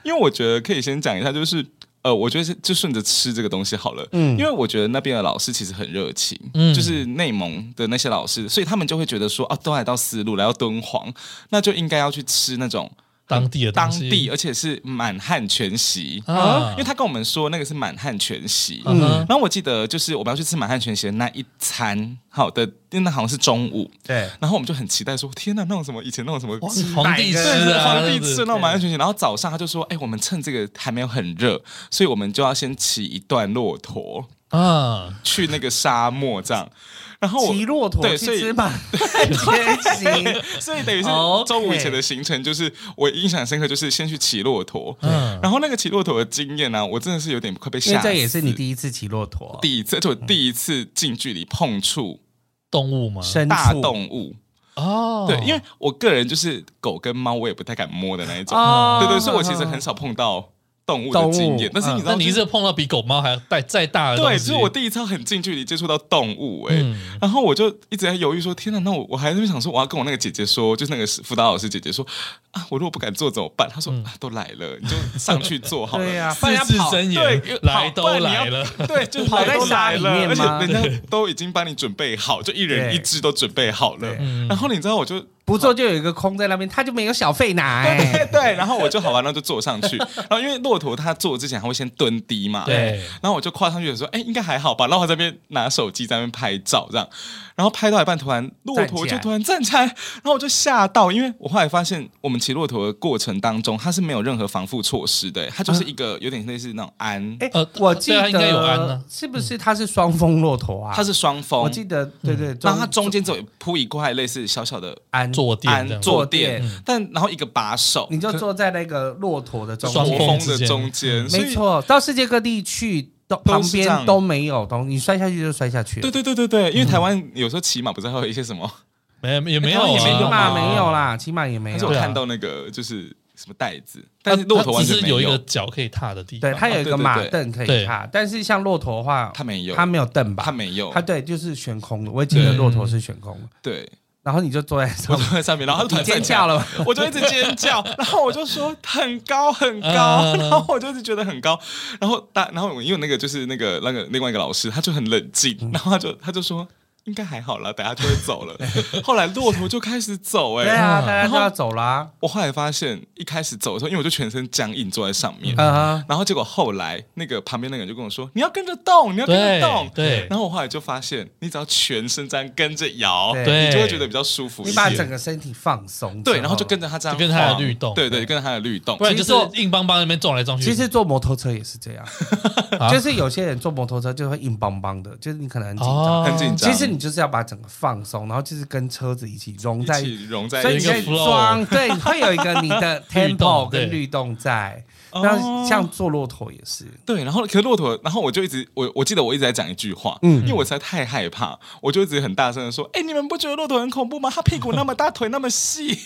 Speaker 3: 因为我觉得可以先讲一下，就是呃，我觉得是就顺着吃这个东西好了，
Speaker 2: 嗯
Speaker 3: 因为我觉得那边的老师其实很热情，
Speaker 1: 嗯
Speaker 3: 就是内蒙的那些老师，所以他们就会觉得说啊，都来到丝路，来到敦煌，那就应该要去吃那种呃
Speaker 1: 当地的
Speaker 3: 当
Speaker 1: 东西
Speaker 3: 地，而且是满汉全席
Speaker 1: 啊
Speaker 3: 因为他跟我们说那个是满汉全席。
Speaker 1: 嗯哼
Speaker 3: 然后我记得就是我们要去吃满汉全席的那一餐，好的，因为那好像是中午，
Speaker 2: 对，
Speaker 3: 然后我们就很期待说，天呐，那种什么以前那种什么
Speaker 1: 皇
Speaker 3: 鸡
Speaker 1: 皇帝吃
Speaker 3: 对，
Speaker 1: 啊，
Speaker 3: 皇
Speaker 1: 这
Speaker 3: 帝
Speaker 1: 样子
Speaker 3: 吃那种满汉全席，然后早上他就说，哎、我们趁这个还没有很热，所以我们就要先骑一段骆驼，
Speaker 1: 啊，
Speaker 3: 去那个沙漠这样，然后我
Speaker 2: 骑骆驼
Speaker 3: 对
Speaker 2: 去
Speaker 3: 所以
Speaker 2: 吃 满天行。
Speaker 3: 所以等于是
Speaker 2: OK
Speaker 3: 周五以前的行程，就是我印象深刻，就是先去骑骆驼，
Speaker 1: 嗯
Speaker 3: 然后那个骑骆驼的经验呢、啊我真的是有点快被
Speaker 2: 因
Speaker 3: 吓
Speaker 2: 为
Speaker 3: 死。
Speaker 2: 这也是你第一嗯次骑骆驼，
Speaker 3: 第一次，而且我第一次近距离碰触
Speaker 1: 动物嘛，
Speaker 2: 深
Speaker 3: 大
Speaker 2: 处
Speaker 3: 动物，
Speaker 1: 哦，
Speaker 3: 对，因为我个人就是狗跟猫，我也不太敢摸的那一种，
Speaker 2: 哦
Speaker 3: 对对，所以我其实很少碰到动物的
Speaker 2: 动物嗯
Speaker 3: 经验，但是你知
Speaker 1: 嗯那
Speaker 3: 道就
Speaker 1: 你
Speaker 3: 是，
Speaker 1: 一直碰到比狗猫还要再再大的东
Speaker 3: 对，
Speaker 1: 西，
Speaker 3: 就是我第一次很近距离接触到动物、哎、
Speaker 1: 嗯
Speaker 3: 然后我就一直在犹豫说，天哪，那我我还在那边想说，我要跟我那个姐姐说，就是那个辅导老师姐姐说，啊，我如果不敢做怎么办？她
Speaker 1: 嗯
Speaker 3: 说、啊，都来了，你就上去做好 了。
Speaker 2: 对呀，不然
Speaker 1: 四
Speaker 2: 要
Speaker 1: 字
Speaker 2: 跑
Speaker 1: 真
Speaker 3: 对
Speaker 1: 言，，
Speaker 3: 因为
Speaker 1: 来
Speaker 3: 跑
Speaker 1: 都
Speaker 3: 不然你
Speaker 1: 来
Speaker 3: 要
Speaker 1: 了，
Speaker 3: 对，就
Speaker 2: 跑
Speaker 3: 来
Speaker 2: 在
Speaker 3: 都
Speaker 2: 沙
Speaker 3: 来
Speaker 2: 里
Speaker 3: 了
Speaker 2: 面
Speaker 3: 而 且
Speaker 2: 吗
Speaker 3: 人家都已经帮你准备好，就一人
Speaker 2: 对
Speaker 3: 一只都准备好了
Speaker 2: 对。
Speaker 1: 嗯
Speaker 3: 然后你知道，我就
Speaker 2: 不做就有一个空在那边，他就没有小费拿。
Speaker 3: 对
Speaker 2: 哎
Speaker 3: 对对，然后我就好玩，然后就坐上去。然后因为骆驼它坐之前还会先蹲低嘛，
Speaker 1: 对，
Speaker 3: 然后我就跨上去的时候，哎，应该还好吧。然后我在那边拿手机在那边拍照，这样，然后拍到一半，突然骆
Speaker 2: 站
Speaker 3: 驼
Speaker 2: 起
Speaker 3: 就
Speaker 2: 来
Speaker 3: 突然站起来，然后我就吓到，因为我后来发现，我们骑骆驼的过程当中，它是没有任何防护措施的，它就是一个有点类似那种鞍，
Speaker 2: 哎
Speaker 1: 呃，
Speaker 2: 我记
Speaker 1: 对啊应该有安
Speaker 2: 得
Speaker 1: 啊
Speaker 2: 是不是他是双峰骆驼啊？
Speaker 3: 它是双
Speaker 2: 我
Speaker 3: 峰，
Speaker 2: 记得，对对，
Speaker 3: 然后它中间只有铺一块类似小小的
Speaker 2: 安
Speaker 1: 嗯坐垫这
Speaker 3: 鞍
Speaker 1: 样
Speaker 3: 坐
Speaker 2: 坐
Speaker 3: 垫
Speaker 2: 垫，
Speaker 3: 但然后一个把手，
Speaker 2: 你就坐在那个骆驼的中
Speaker 1: 双
Speaker 3: 驼
Speaker 1: 峰
Speaker 2: 间，
Speaker 3: 峰
Speaker 1: 之
Speaker 3: 的
Speaker 1: 间
Speaker 3: 中间，所
Speaker 2: 没
Speaker 3: 以。
Speaker 2: 错，到世界各地去，都
Speaker 3: 都
Speaker 2: 旁
Speaker 3: 是这样
Speaker 2: 边都没有东西，你摔下去就摔下去了
Speaker 3: 对。对对对对，因为台湾有时候骑马不是还有一些什么，
Speaker 1: 没也没有
Speaker 3: 他们
Speaker 1: 啊
Speaker 3: 也没有
Speaker 2: 起码
Speaker 3: 嘛
Speaker 2: 没有啦，起码也没
Speaker 3: 但是我
Speaker 2: 有
Speaker 1: 对。啊
Speaker 3: 看到那个就是什么袋子，
Speaker 1: 它
Speaker 3: 但是骆驼
Speaker 1: 它
Speaker 3: 完
Speaker 1: 只
Speaker 3: 全
Speaker 1: 是
Speaker 3: 没
Speaker 1: 有一个脚可以踏的地方，
Speaker 2: 对，它有一个马凳可
Speaker 1: 对对啊
Speaker 2: 以
Speaker 1: 对
Speaker 2: 踏，但是像骆驼的话，
Speaker 3: 它没有，
Speaker 2: 它没有凳吧
Speaker 3: 他？没有，
Speaker 2: 它对，就是悬空的。我也记得
Speaker 1: 对
Speaker 2: 骆驼是悬空的，
Speaker 3: 对，
Speaker 2: 然后你就坐在上
Speaker 3: 我
Speaker 2: 面，
Speaker 3: 坐在上面，然后他就突
Speaker 2: 你
Speaker 3: 然
Speaker 2: 尖
Speaker 3: 站起
Speaker 2: 叫
Speaker 3: 来，
Speaker 2: 了吗？
Speaker 3: 我就一直尖叫，然后我就说很高很高，
Speaker 1: 嗯
Speaker 3: 然后我就一直觉得很高，然后大，然后我因为那个就是那个那个另外一个老师，他就很冷静，
Speaker 2: 嗯
Speaker 3: 然后他就他就说应该还好啦，等下就会走 了。后来骆驼就开始走、
Speaker 2: 对
Speaker 3: 哎、
Speaker 2: 啊，大家
Speaker 3: 然
Speaker 2: 就
Speaker 3: 后
Speaker 2: 要走啦。
Speaker 3: 我后来发现一开始走的时候，因为我就全身僵硬坐在上面，
Speaker 2: 啊，
Speaker 3: 然后结果后来那个旁边那个人就跟我说：“你要跟着动，你要跟着
Speaker 1: 对
Speaker 3: 动。”
Speaker 1: 对
Speaker 3: 然后我后来就发现，你只要全身这样跟着摇，
Speaker 2: 对
Speaker 3: 你就会觉得比较舒服一
Speaker 2: 你把
Speaker 3: 些。
Speaker 2: 整个身体放松，
Speaker 3: 对，然后就跟。着他这样
Speaker 1: 就
Speaker 3: 晃，
Speaker 1: 跟他的律动
Speaker 3: 对对，
Speaker 1: 对
Speaker 3: 跟着他的律动
Speaker 1: 不。然就
Speaker 2: 其实坐
Speaker 1: 是硬邦邦那边撞来撞去。
Speaker 2: 其实坐摩托车也是 这样，
Speaker 1: 啊
Speaker 2: 就是有些人坐摩托车就会硬邦邦的，就是你可能很紧张。
Speaker 1: 哦，
Speaker 3: 很紧张
Speaker 2: 其实你你就是要把整个放松，然后就是跟车子一起融在
Speaker 3: 一起融在
Speaker 2: 所以
Speaker 3: 一
Speaker 2: 你
Speaker 3: 起
Speaker 1: 有
Speaker 2: 可
Speaker 1: 一
Speaker 2: 以
Speaker 1: 个 flow
Speaker 2: 装，对，会有一个你 的
Speaker 1: 律动
Speaker 2: tempo
Speaker 1: 对
Speaker 2: 跟律动在。
Speaker 3: 哦
Speaker 2: 那像坐骆驼也是，
Speaker 3: 对，然后可是骆驼，然后我就一直我我记得我一直在讲一句话，
Speaker 2: 嗯
Speaker 3: 因为我实在太害怕，我就一直很大声的说：“哎、你们不觉得骆驼很恐怖吗？它屁股 那么大，腿那么细。”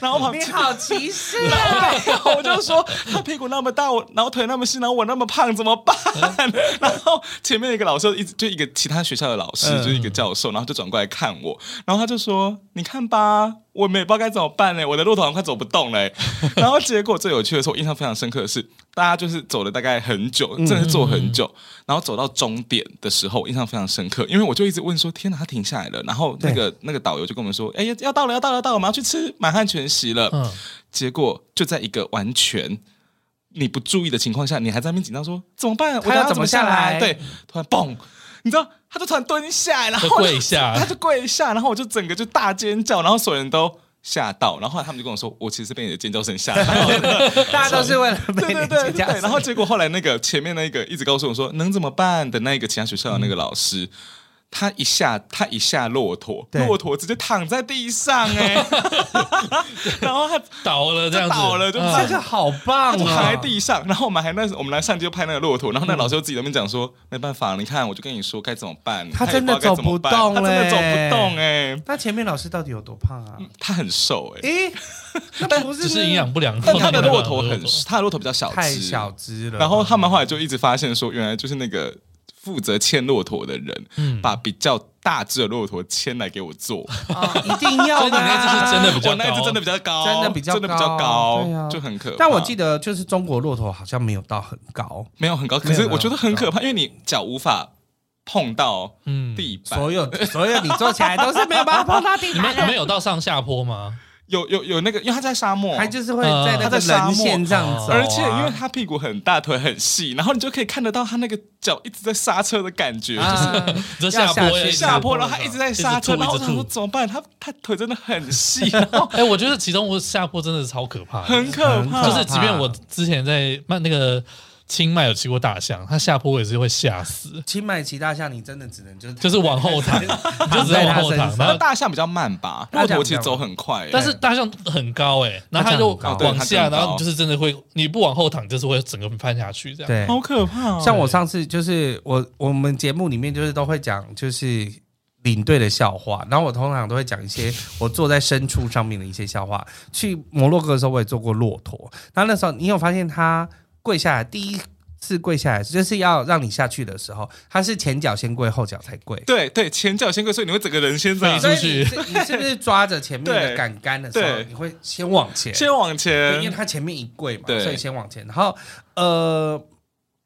Speaker 3: 然后旁
Speaker 2: 你
Speaker 3: 边
Speaker 2: 好歧视啊！
Speaker 3: 我就说他屁股那么大，我然后腿那么细，然后我那么胖，怎么办？ 然后前面一个老师一直就一个其他学校的老师，
Speaker 2: 嗯
Speaker 3: 就是一个教授，然后就转过来看我，然后他就说：“你看吧，我们也不知道该怎么办呢、我的骆驼好像快走不动嘞、 然后结果最有趣的是，我印象非常深刻的是，大家就是走了大概很久，真的是坐很久，然后走到终点的时候，我印象非常深刻，因为我就一直问说：“天哪，他停下来了。”然后那个那个导游就跟我们说：“哎、要要到了，要到了，要到了，我们要去吃满汉全席了。
Speaker 1: 嗯，
Speaker 3: 结果就在一个完全你不注意的情况下，你还在那边紧张说怎么办？我
Speaker 2: 他要
Speaker 3: 等下
Speaker 2: 怎么
Speaker 3: 么下
Speaker 2: 下来
Speaker 3: 对，突然嘣，你知道他就突然蹲下来，然后
Speaker 1: 就跪
Speaker 3: 我就
Speaker 1: 下
Speaker 3: 他就跪下，然后我就整个就大尖叫，然后所有人都吓到，然后后来他们就跟我说，我其实是被你的尖叫声吓到 的。
Speaker 2: 大家都是为了被
Speaker 3: 对对
Speaker 2: 你
Speaker 3: 对
Speaker 2: 这
Speaker 3: 对，
Speaker 2: 样
Speaker 3: 对，然后结果后来那个前面那个一直告诉我说能怎么办的那个其他学校的那个老师，他一下他一下骆驼，
Speaker 2: 对
Speaker 3: 骆驼直接躺在地上 哎、然后他
Speaker 1: 倒了这样子，
Speaker 3: 倒了就
Speaker 2: 这
Speaker 1: 嗯
Speaker 2: 个好棒
Speaker 3: 他就躺在
Speaker 2: 啊！
Speaker 3: 地上，然后我们还那我们来上街就拍那个骆驼，然后那老师就自己在那边讲说，没办法，你看我就跟你说该怎么办，
Speaker 2: 他
Speaker 3: 也
Speaker 2: 真的
Speaker 3: 不知道该怎么办
Speaker 2: 走不动欸
Speaker 3: 他真的
Speaker 2: 嘞
Speaker 3: 走不动哎、
Speaker 2: 那前面老师到底有多胖啊？
Speaker 3: 他很瘦哎、
Speaker 2: 诶，那不是
Speaker 1: 只是营养不良，
Speaker 3: 但他的骆驼很，他的骆驼比较小
Speaker 2: 太
Speaker 3: 只，
Speaker 2: 小只了。
Speaker 3: 然后他们后来就一直发现说，原来就是那个负责牵骆驼的人，
Speaker 1: 嗯
Speaker 3: 把比较大只的骆驼牵来给我坐，
Speaker 2: 啊一定要
Speaker 1: 所以你
Speaker 2: 的
Speaker 1: 那只
Speaker 2: 啊，
Speaker 1: 是真的比较
Speaker 3: 我那一只
Speaker 1: 高
Speaker 3: 真的比较高，
Speaker 2: 真的比较
Speaker 3: 真的比较高，
Speaker 2: 对啊
Speaker 3: 就很可怕。
Speaker 2: 但我记得就是中国骆驼好像没有到很高，
Speaker 3: 没有很高，可
Speaker 2: 没
Speaker 3: 是
Speaker 2: 有
Speaker 3: 我觉得很
Speaker 2: 很高
Speaker 3: 可怕，因为你脚无法碰到
Speaker 1: 嗯，
Speaker 3: 地板，
Speaker 2: 所有所有你坐起来都是没有办法碰到地
Speaker 1: 你们
Speaker 2: 板
Speaker 1: 你们
Speaker 2: 的，
Speaker 1: 有到上下坡吗？
Speaker 3: 有有有那个，因为他在沙漠，
Speaker 2: 还就是会在那
Speaker 3: 它
Speaker 2: 个
Speaker 3: 在沙
Speaker 2: 人
Speaker 3: 漠
Speaker 2: 线上走啊，
Speaker 3: 而且因为他屁股很大，腿很细，然后你就可以看得到他那个脚一直在刹车的感觉，
Speaker 2: 啊
Speaker 1: 这
Speaker 2: 要
Speaker 1: 下坡
Speaker 2: 下去
Speaker 1: 也
Speaker 3: 就是
Speaker 1: 是
Speaker 3: 嗯
Speaker 1: 哦
Speaker 3: 下坡，然后他一直在刹车，
Speaker 1: 一直吐
Speaker 3: 然后我
Speaker 1: 一直
Speaker 3: 想说
Speaker 1: 吐
Speaker 3: 怎么办？他他腿真的很细，然后
Speaker 1: 哎，我觉得其中我下坡真的是超可怕的，
Speaker 3: 很可怕，
Speaker 1: 就是即便我之前在曼那个清迈有骑过大象，它下坡也是会吓死，
Speaker 2: 清迈骑大象，你真的只能就是
Speaker 1: 就是往后 躺，你就只能往后躺，然
Speaker 3: 那
Speaker 1: 后。
Speaker 3: 大象比较慢吧，
Speaker 2: 大
Speaker 3: 骆
Speaker 2: 象
Speaker 3: 驼其实走很快、欸
Speaker 1: 但是大象很高哎、然后它就
Speaker 2: 大象很
Speaker 3: 高
Speaker 1: 往下，
Speaker 3: 对它更高
Speaker 1: 然后你就是真的会，你不往后躺，就是会整个翻下去这样。
Speaker 2: 对。
Speaker 3: 好可怕、哦。
Speaker 2: 像我上次就是我我们节目里面就是都会讲就是领队的笑话，然后我通常都会讲一些我坐在深处上面的一些笑话。去摩洛哥的时候我也坐过骆驼，然后那时候你有发现他跪下来第一次跪下来就是要让你下去的时候，他是前脚先跪后脚才跪。
Speaker 3: 对对，前脚先跪，所以你会整个人先这样
Speaker 1: 飞，出去
Speaker 2: 所以你是你是不是抓着前面的
Speaker 3: 对
Speaker 2: 杆杆的时候，
Speaker 3: 对
Speaker 2: 你会先往前？
Speaker 3: 先往
Speaker 2: 对因为
Speaker 3: 前。
Speaker 2: 它前面一跪嘛，
Speaker 3: 对
Speaker 2: 所以先往前。然后呃，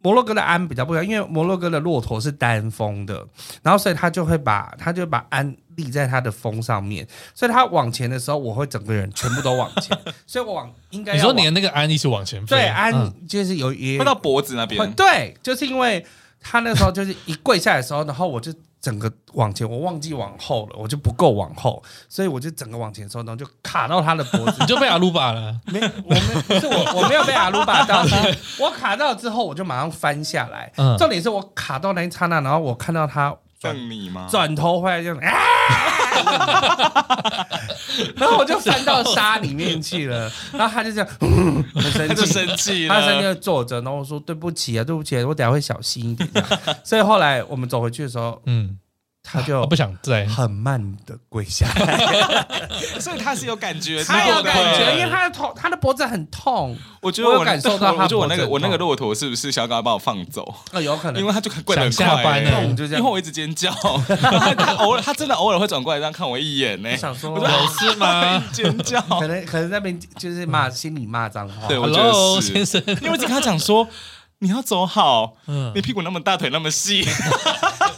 Speaker 2: 摩洛哥的鞍比较不一样，因为摩洛哥的骆驼是单峰的，然后所以它就会把它就把鞍立在它的峰上面，所以它往前的时候，我会整个人全部都往前，所以我往应该
Speaker 1: 你
Speaker 2: 要
Speaker 1: 说
Speaker 2: 往
Speaker 1: 你的那个鞍一起往前飞，
Speaker 2: 对鞍、
Speaker 1: 嗯
Speaker 2: 就是有也
Speaker 3: 会到脖子那
Speaker 2: 会
Speaker 3: 边，
Speaker 2: 对，就是因为他那时候就是一跪下来的时候，然后我就整个往前，我忘记往后了，我就不够往后，所以我就整个往前的时候，然后就卡到他的脖子
Speaker 1: 你，就被阿鲁巴了。
Speaker 2: 没，我没是我我没有被阿鲁巴到，我卡到之后我就马上翻下来。
Speaker 1: 嗯
Speaker 2: 重点是我卡到那一刹那，然后我看到他转
Speaker 3: 瞪你吗？
Speaker 2: 转头回来就啊， 然后我就翻到沙里面去了，然后他就这样，嗯很
Speaker 3: 他
Speaker 2: 生
Speaker 3: 就
Speaker 2: 气。
Speaker 3: 生气
Speaker 2: 他生气
Speaker 3: 了，
Speaker 2: 就坐着，然后我说对不起啊，对不起、啊，我等下会小心一点这样。所以后来我们走回去的时候，
Speaker 1: 嗯，
Speaker 2: 他
Speaker 1: 我
Speaker 2: 就
Speaker 1: 不想 再
Speaker 2: 很慢的跪下来，
Speaker 3: 所以 他是有感觉，
Speaker 2: 他有感觉，
Speaker 1: 对
Speaker 2: 因为他的头，他的脖子很痛，
Speaker 3: 我觉得
Speaker 2: 我有
Speaker 3: 我
Speaker 2: 感受到他
Speaker 3: 我觉得我
Speaker 2: 脖子
Speaker 3: 那个
Speaker 2: 很
Speaker 3: 我那个
Speaker 2: 痛
Speaker 3: 骆驼是不是想要赶快把我放走？
Speaker 2: 那哦有可能
Speaker 3: 因为他就跪得
Speaker 1: 想
Speaker 3: 很快、
Speaker 1: 下班
Speaker 3: 欸
Speaker 1: 了
Speaker 2: 痛就这
Speaker 3: 因为
Speaker 2: 样。
Speaker 3: 我一直尖叫，他偶尔他真的偶尔会转过来这样看我一眼呢、
Speaker 2: 我想说
Speaker 3: 我说
Speaker 1: 有事 吗
Speaker 3: 尖叫，
Speaker 2: 可能可能那边就是骂心里骂脏话，
Speaker 3: 对我觉得
Speaker 1: ，Hello
Speaker 3: 是
Speaker 1: 先生，
Speaker 3: 因为我只跟他讲说你要走好，
Speaker 1: 嗯
Speaker 3: 你，屁股那么大，腿那么细，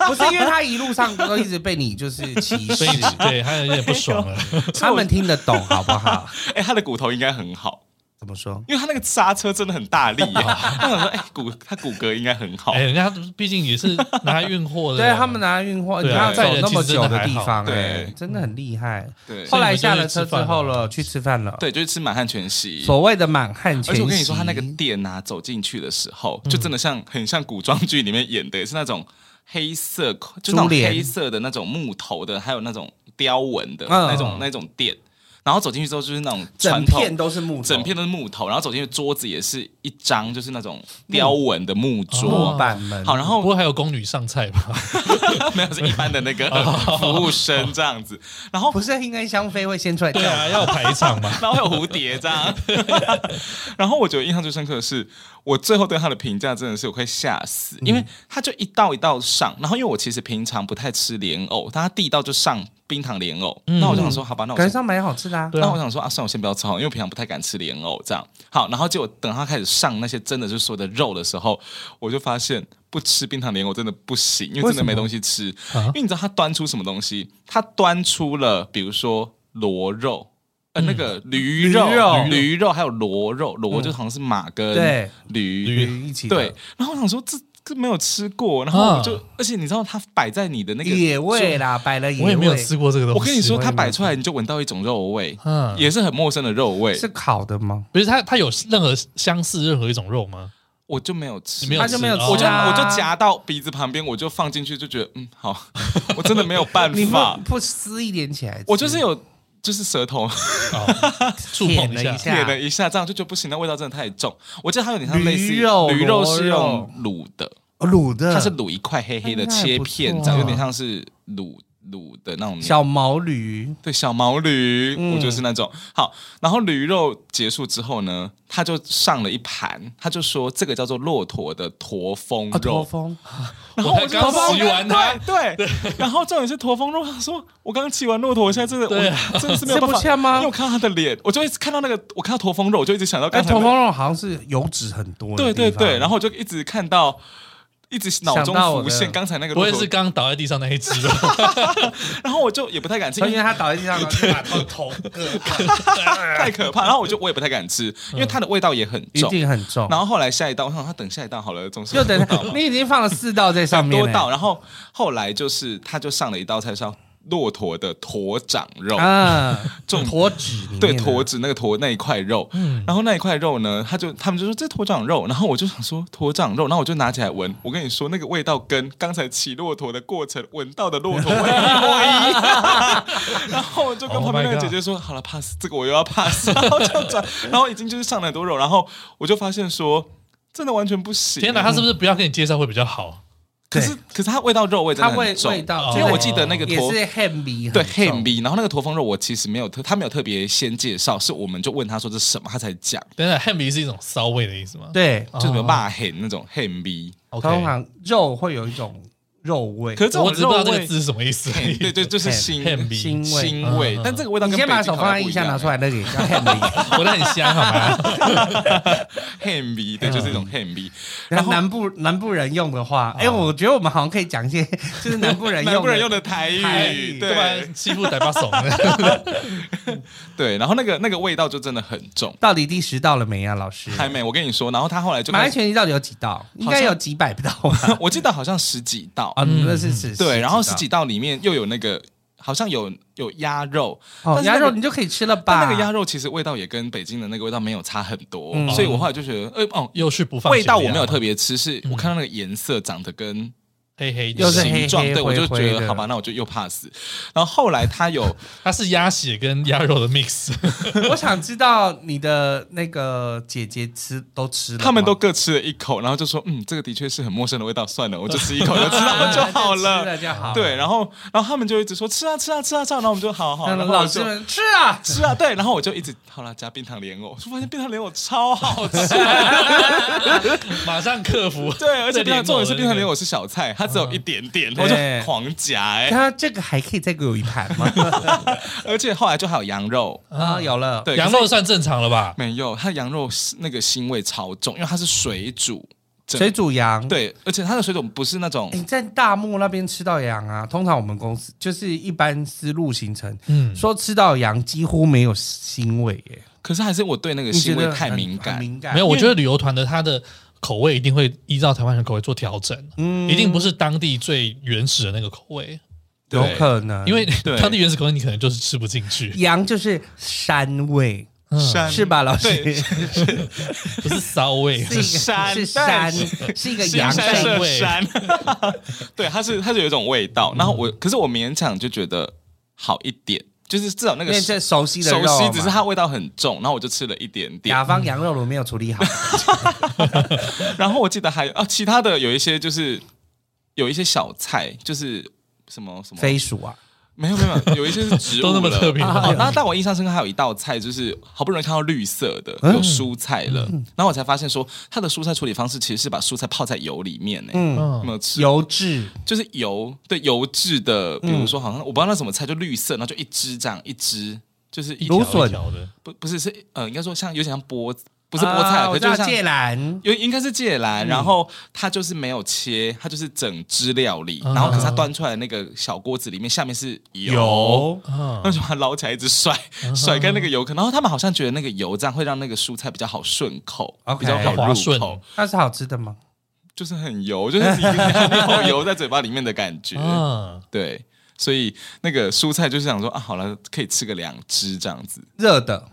Speaker 2: 不是因为他一路上都一直被你就是歧
Speaker 1: 所
Speaker 2: 视
Speaker 1: 以， 对他有点不爽了。
Speaker 2: 他们听得懂好不好？
Speaker 3: 哎、他的骨头应该很好，
Speaker 2: 怎么说？
Speaker 3: 因为他那个刹车真的很大 力、耶。他想说，哎、骨他骨骼应该很 好。
Speaker 1: 哎，人家毕竟也是拿来运货的，
Speaker 2: 对他们拿运货，你
Speaker 1: 对
Speaker 2: 看
Speaker 1: 啊
Speaker 2: 他走那么久的地方，
Speaker 3: 载人
Speaker 2: 哎
Speaker 3: 其实真的还好对
Speaker 2: 真的很厉害。
Speaker 3: 对
Speaker 2: 后来下了车之后了，去吃饭了。
Speaker 3: 对，就是吃满汉全席。
Speaker 2: 所谓的满汉全
Speaker 3: 而
Speaker 2: 席，
Speaker 3: 且我跟你
Speaker 2: 嗯
Speaker 3: 说，他那个店啊，走进去的时候，就真的像很像古装剧里面演的，也是那种黑色，就那
Speaker 2: 珠
Speaker 3: 种
Speaker 2: 帘
Speaker 3: 黑色的那种木头的，还有那种雕纹的、
Speaker 2: 嗯
Speaker 3: 那种那种店。然后走进去之后就是那种
Speaker 2: 整
Speaker 3: 传统
Speaker 2: 片都是木头，
Speaker 3: 整片都是木头，然后走进去桌子也是一张就是那种雕纹的木
Speaker 2: 木
Speaker 3: 桌。
Speaker 2: 板门。
Speaker 3: 好，然
Speaker 1: 不
Speaker 3: 后
Speaker 1: 会还有宫女上菜吧？
Speaker 3: 没有是一般的 那个服务生这样子，然后
Speaker 2: 不是应该香妃会先出来跳
Speaker 1: 对
Speaker 2: 舞？
Speaker 1: 啊，要排场 嘛。
Speaker 3: 然后还有蝴蝶这样。 然后我觉得印象最深刻的是，我最后对他的评价真的是我快吓死，因为他就一道一道上，然后因为我其实平常不太吃莲藕，但他第一道就上冰糖莲藕，那我就想说好吧，那我
Speaker 2: 感
Speaker 3: 先
Speaker 2: 觉上蛮好吃的啊。
Speaker 1: 对啊
Speaker 3: 那我想说啊，算了，我先不要吃好了，因为我平常不太敢吃莲藕这样。好，然后结果等他开始上那些真的就是说的肉的时候，我就发现不吃冰糖莲藕真的不行，因为真的没东西吃。
Speaker 1: 啊
Speaker 3: 因为你知道他端出什么东西？他端出了比如说螺肉。呃，那个驴肉、
Speaker 2: 嗯驴肉嗯
Speaker 3: 驴肉还有螺肉，螺就好像是马跟
Speaker 2: 对
Speaker 1: 啊
Speaker 3: 驴，
Speaker 2: 鱼一 起的嗯
Speaker 3: 对，然后我想说这这没有吃过，然后我就，而且你知道它摆在你的那个
Speaker 2: 野味啦，摆了野味，
Speaker 1: 我也没有吃过这个东西。
Speaker 3: 我跟你说，
Speaker 2: 我也
Speaker 3: 它
Speaker 2: 没
Speaker 3: 摆出来你就闻到一种肉味，
Speaker 1: 嗯
Speaker 3: 也是很陌生的肉味，
Speaker 2: 是烤的吗？
Speaker 1: 不是它，它有任何相似任何一种肉 吗？
Speaker 3: 我就没有吃，
Speaker 1: 你没有
Speaker 2: 他就没有吃啊
Speaker 3: 我就我就夹到鼻子旁边，我就放进去，就觉得嗯好，我真的没有 办
Speaker 2: 你
Speaker 3: 法
Speaker 2: 不，不撕一点起来吃？
Speaker 3: 我就是有就是舌头
Speaker 1: 哦触碰
Speaker 2: 舔了一下
Speaker 3: 舔了一下，这样就觉得不行，那味道真的太重。我记得它有点像
Speaker 2: 驴
Speaker 3: 类似于
Speaker 2: 肉
Speaker 3: 驴肉是
Speaker 2: 螺
Speaker 3: 用
Speaker 2: 肉
Speaker 3: 卤的，
Speaker 2: 哦卤的，
Speaker 3: 它是卤一块黑黑的
Speaker 2: 那还
Speaker 3: 切
Speaker 2: 不
Speaker 3: 片，
Speaker 2: 错
Speaker 3: 这样
Speaker 2: 啊
Speaker 3: 有点像是卤卤的那种
Speaker 2: 小嗯毛驴，
Speaker 3: 对，小毛驴，我就是那种好。然后驴肉结束之后呢，他就上了一盘，他就说这个叫做骆驼的驼峰
Speaker 2: 啊，
Speaker 3: 肉
Speaker 2: 驼，峰，
Speaker 3: 然后
Speaker 1: 我才
Speaker 3: 我就
Speaker 1: 刚
Speaker 3: 驼峰
Speaker 1: 骑完它
Speaker 3: 对，对然后重点是驼峰肉，他说我刚骑完骆驼，我现在真的
Speaker 1: 对啊
Speaker 3: 我真的是没有
Speaker 2: 这不
Speaker 3: 办法，
Speaker 2: 像吗
Speaker 3: 因为我看到他的脸，我就一直看到那个，我看到驼峰肉，我就一直想到
Speaker 2: 哎，
Speaker 3: 刚才那
Speaker 2: 驼
Speaker 3: 个、
Speaker 2: 峰肉好像是油脂很多的
Speaker 3: 对
Speaker 2: 地方，
Speaker 3: 对对，然后我就一直看到。一直脑中
Speaker 2: 想到我
Speaker 3: 浮
Speaker 2: 的
Speaker 3: 现刚才那个
Speaker 1: 不
Speaker 3: 骆
Speaker 1: 会
Speaker 3: 驼
Speaker 1: 是，刚倒在地上那一只吧？
Speaker 3: 然后我就也不太敢吃，因
Speaker 2: 哦所
Speaker 3: 为
Speaker 2: 以因为它倒在地 上，然后就把头头割开，
Speaker 3: 太可怕。然后我就我也不太敢吃，因为它的味道也很
Speaker 2: 一
Speaker 3: 重。
Speaker 2: 定很重。
Speaker 3: 然后后来下一道，我想他等下一道好了，总是
Speaker 2: 就 等
Speaker 3: 到
Speaker 2: 它，你已经放了四道在上面欸
Speaker 3: 多
Speaker 2: 了，
Speaker 3: 道。然后后来就是他就上了一道菜叫骆驼的驼掌肉，
Speaker 2: 啊，
Speaker 3: 重
Speaker 2: 驼脂里面的
Speaker 3: 对驼脂那个驼那一块肉。然后那一块肉呢，他就他们就说这驼掌肉，然后我就想说驼掌肉，然后我就拿起来闻，我跟你说那个味道跟刚才骑骆驼的过程闻到的骆驼 味一模一样。然后我就跟
Speaker 1: Oh my
Speaker 3: 旁边那个姐姐说，好了 pass 这个我又要 pass，然后就转，然后已经就是上了很多肉，然后我就发现说。真的完全不行！
Speaker 1: 天哪，他是不是不要跟你介绍会比较好？
Speaker 3: 可是可是它味道肉味真
Speaker 2: 它
Speaker 3: 的
Speaker 2: 味
Speaker 3: 很重
Speaker 2: 味道，
Speaker 1: 因
Speaker 3: 因为
Speaker 1: 为
Speaker 3: 我记得那个
Speaker 2: 也
Speaker 3: 驼
Speaker 2: 是 ham 鼻，
Speaker 3: 对 ham，B，然后那个驼峰肉我其实没有特他没有特别先介绍，是我们就问他说这是什么，他才讲，
Speaker 1: 等等，ham 是一种骚味的意思吗？
Speaker 2: 对，
Speaker 1: 哦，
Speaker 3: 就什么辣 ham 那种 ham B，
Speaker 1: OK，
Speaker 2: 通常肉会有一种肉味
Speaker 3: 可。是这种
Speaker 1: 我只知
Speaker 3: 肉
Speaker 1: 道这个
Speaker 3: 味，
Speaker 1: 字是什么意思而已。
Speaker 3: 嘿对对，就是腥
Speaker 1: ham
Speaker 2: 腥味
Speaker 3: 腥
Speaker 1: 嗯
Speaker 3: 味
Speaker 1: 嗯嗯，
Speaker 3: 但这个味道
Speaker 2: 你
Speaker 3: 跟
Speaker 2: 先把手放在
Speaker 3: 腋
Speaker 2: 腋下拿出来，那个也叫 ham 鼻。
Speaker 1: 我的很香，好吗？
Speaker 3: ham B，对，
Speaker 2: 嗯
Speaker 3: 就是一种 ham B，
Speaker 2: 然
Speaker 3: 然后
Speaker 2: 后南部南部人用的话，哎，我觉得我们好像可以讲一些， 就是南部人用
Speaker 3: 南部人用
Speaker 2: 的
Speaker 3: 的台
Speaker 2: 台
Speaker 3: 语，
Speaker 2: 语
Speaker 1: 对
Speaker 3: 对
Speaker 1: 吧？欺负逮把怂的，
Speaker 3: 对，然后那个那个味道就真的很重，
Speaker 2: 到底第十道了没啊，老师？
Speaker 3: 还没，我跟你说，然后他后来就
Speaker 2: 马
Speaker 3: 开
Speaker 2: 来
Speaker 3: 始，
Speaker 2: 拳击到底有几道？应该有几百道 吧？
Speaker 3: 我记得好像十几道
Speaker 2: 啊，
Speaker 1: 嗯
Speaker 2: 那是是。
Speaker 3: 对，然后十
Speaker 2: 是
Speaker 3: 几道里面又有那个好像有有鸭肉，
Speaker 2: 哦，
Speaker 3: 但是
Speaker 2: 鸭
Speaker 3: 那个
Speaker 2: 肉你就可以吃了吧？
Speaker 3: 但那个鸭肉其实味道也跟北京的那个味道没有差很多，
Speaker 2: 嗯
Speaker 3: 所以我后来就觉得，呃，哦，
Speaker 1: 又是不放啊
Speaker 3: 味道
Speaker 1: 血
Speaker 3: 我没有
Speaker 1: 压
Speaker 3: 特别吃，是
Speaker 1: 嗯
Speaker 3: 我看到那个颜色长得跟
Speaker 1: 黑黑的，
Speaker 2: 又是黑
Speaker 3: 形状，对我就
Speaker 2: 灰
Speaker 3: 觉
Speaker 2: 灰
Speaker 3: 得
Speaker 2: 的啊
Speaker 3: 好吧，那我就又 pass。然后后来 他有，
Speaker 1: 它是鸭血跟鸭肉的 mix，
Speaker 2: 我想知道你的那个姐姐吃都 吃了吗，
Speaker 3: 他们都各吃了一口，然后就说，嗯，这个的确是很陌生的味道，算了，我就吃一口就知道就好
Speaker 2: 啊吃
Speaker 3: 了。
Speaker 2: 了 就好。
Speaker 3: 对，，然后然后他们就一直说吃啊吃啊吃啊吃啊，然后我们就好好，
Speaker 2: 那
Speaker 3: 然后
Speaker 2: 老
Speaker 3: 我就
Speaker 2: 师们吃啊，
Speaker 3: 吃啊，对，然后我就一直好了加冰糖莲藕，我就发现冰糖莲藕超好吃。
Speaker 1: 马上克服。
Speaker 3: 对，而且
Speaker 1: 这
Speaker 3: 冰糖
Speaker 1: 联
Speaker 3: 重
Speaker 1: 盟
Speaker 3: 点
Speaker 1: 的
Speaker 3: 是冰
Speaker 1: 那
Speaker 3: 糖
Speaker 1: 个
Speaker 3: 莲藕是小菜，它只有一点点，
Speaker 2: 嗯
Speaker 3: 我就
Speaker 2: 对
Speaker 3: 狂夹哎、
Speaker 2: 他这个还可以再给我一盘 吗？
Speaker 3: 而且后来就还有羊肉，
Speaker 2: 啊，有了，
Speaker 3: 对，
Speaker 1: 羊
Speaker 3: 可
Speaker 1: 肉
Speaker 3: 是
Speaker 1: 算正常了吧？
Speaker 3: 没有，它羊肉是那个腥味超重，因为它是水煮，整
Speaker 2: 水煮羊。，
Speaker 3: 对，而且它的水煮不是那种
Speaker 2: 你在大木那边吃到羊啊？通常我们公司就是一般思路行程，
Speaker 1: 嗯，
Speaker 2: 说吃到羊几乎没有腥味耶，
Speaker 3: 可是还是我对那个
Speaker 2: 你觉
Speaker 3: 腥味
Speaker 2: 得
Speaker 3: 太
Speaker 2: 很
Speaker 3: 敏
Speaker 2: 很
Speaker 3: 感。
Speaker 2: 敏感
Speaker 1: 没有，我觉得旅游团的它的口味一定会依照台湾人口味做调整，
Speaker 2: 嗯
Speaker 1: 一定不是当地最原始的那个口味，
Speaker 3: 对
Speaker 2: 有可能，
Speaker 1: 因为
Speaker 3: 对
Speaker 1: 当地原始口味你可能就是吃不进去。
Speaker 2: 羊就是膻味，
Speaker 3: 山
Speaker 2: 嗯是吧，老
Speaker 3: 对
Speaker 2: 师？
Speaker 1: 不是骚味，啊
Speaker 2: 是一个
Speaker 3: 是山
Speaker 2: 是山
Speaker 3: 但是，
Speaker 2: 是一个
Speaker 3: 新
Speaker 2: 阳
Speaker 3: 山
Speaker 1: 山
Speaker 2: 的
Speaker 3: 社
Speaker 1: 味
Speaker 3: 山，对，它是它是有一种味道。然后
Speaker 2: 嗯
Speaker 3: 我，可是我勉强就觉得好一点，就是至少那
Speaker 2: 因
Speaker 3: 个
Speaker 2: 为这熟悉的肉
Speaker 3: 熟悉，只是
Speaker 2: 嘛
Speaker 3: 它味道很重。然后我就吃了一点点。
Speaker 2: 雅芳羊肉炉没有处理
Speaker 3: 嗯
Speaker 2: 好，
Speaker 3: 然后我记得还有啊，其他的有一些就是有一些小菜，就是什么什么
Speaker 2: 飞鼠啊，
Speaker 3: 没有没有，没有有一些是植 物
Speaker 1: 都那么
Speaker 3: 了
Speaker 1: 特别
Speaker 3: 啊那但我印象深刻，还有一道菜，就是好不容易看到绿色的
Speaker 2: 嗯
Speaker 3: 有蔬菜了，然后我才发现说，它的蔬菜处理方式其实是把蔬菜泡在油里面呢、欸。
Speaker 2: 嗯，
Speaker 3: 有
Speaker 1: 嗯，
Speaker 3: 没有吃？
Speaker 2: 油脂
Speaker 3: 就是油对油质的，
Speaker 2: 嗯
Speaker 3: 比如说好像我不知道那什么菜，就绿色，然后就一只这样一只，就是一
Speaker 2: 芦
Speaker 3: 条
Speaker 1: 芦
Speaker 2: 笋
Speaker 1: 的，
Speaker 3: 不不是是呃，应该说像有点像菠， 不是菠菜，
Speaker 2: 啊
Speaker 3: 可
Speaker 2: 我
Speaker 3: 是
Speaker 2: 知
Speaker 3: 就
Speaker 2: 道
Speaker 3: 是像
Speaker 2: 芥蓝，
Speaker 3: 有应该是芥
Speaker 1: 嗯
Speaker 3: 蓝，然后它就是没有切，它就是整只料理，
Speaker 1: 嗯
Speaker 3: 然后可是它端出来的那个小锅子里面下面是油，
Speaker 2: 有
Speaker 1: 嗯
Speaker 3: 那就把它捞起来一直甩，甩干那个油，可然后他们好像觉得那个油这样会让那个蔬菜比较好顺口
Speaker 2: OK
Speaker 3: 比较好
Speaker 1: 滑
Speaker 3: 入
Speaker 1: 顺
Speaker 3: 口，
Speaker 2: 那是好吃的吗？
Speaker 3: 就是很油，就是你有油在嘴巴里面的感觉，
Speaker 1: 嗯，
Speaker 3: 对。所以那个蔬菜就是想说啊，好了，可以吃个两只这样子，
Speaker 2: 热的、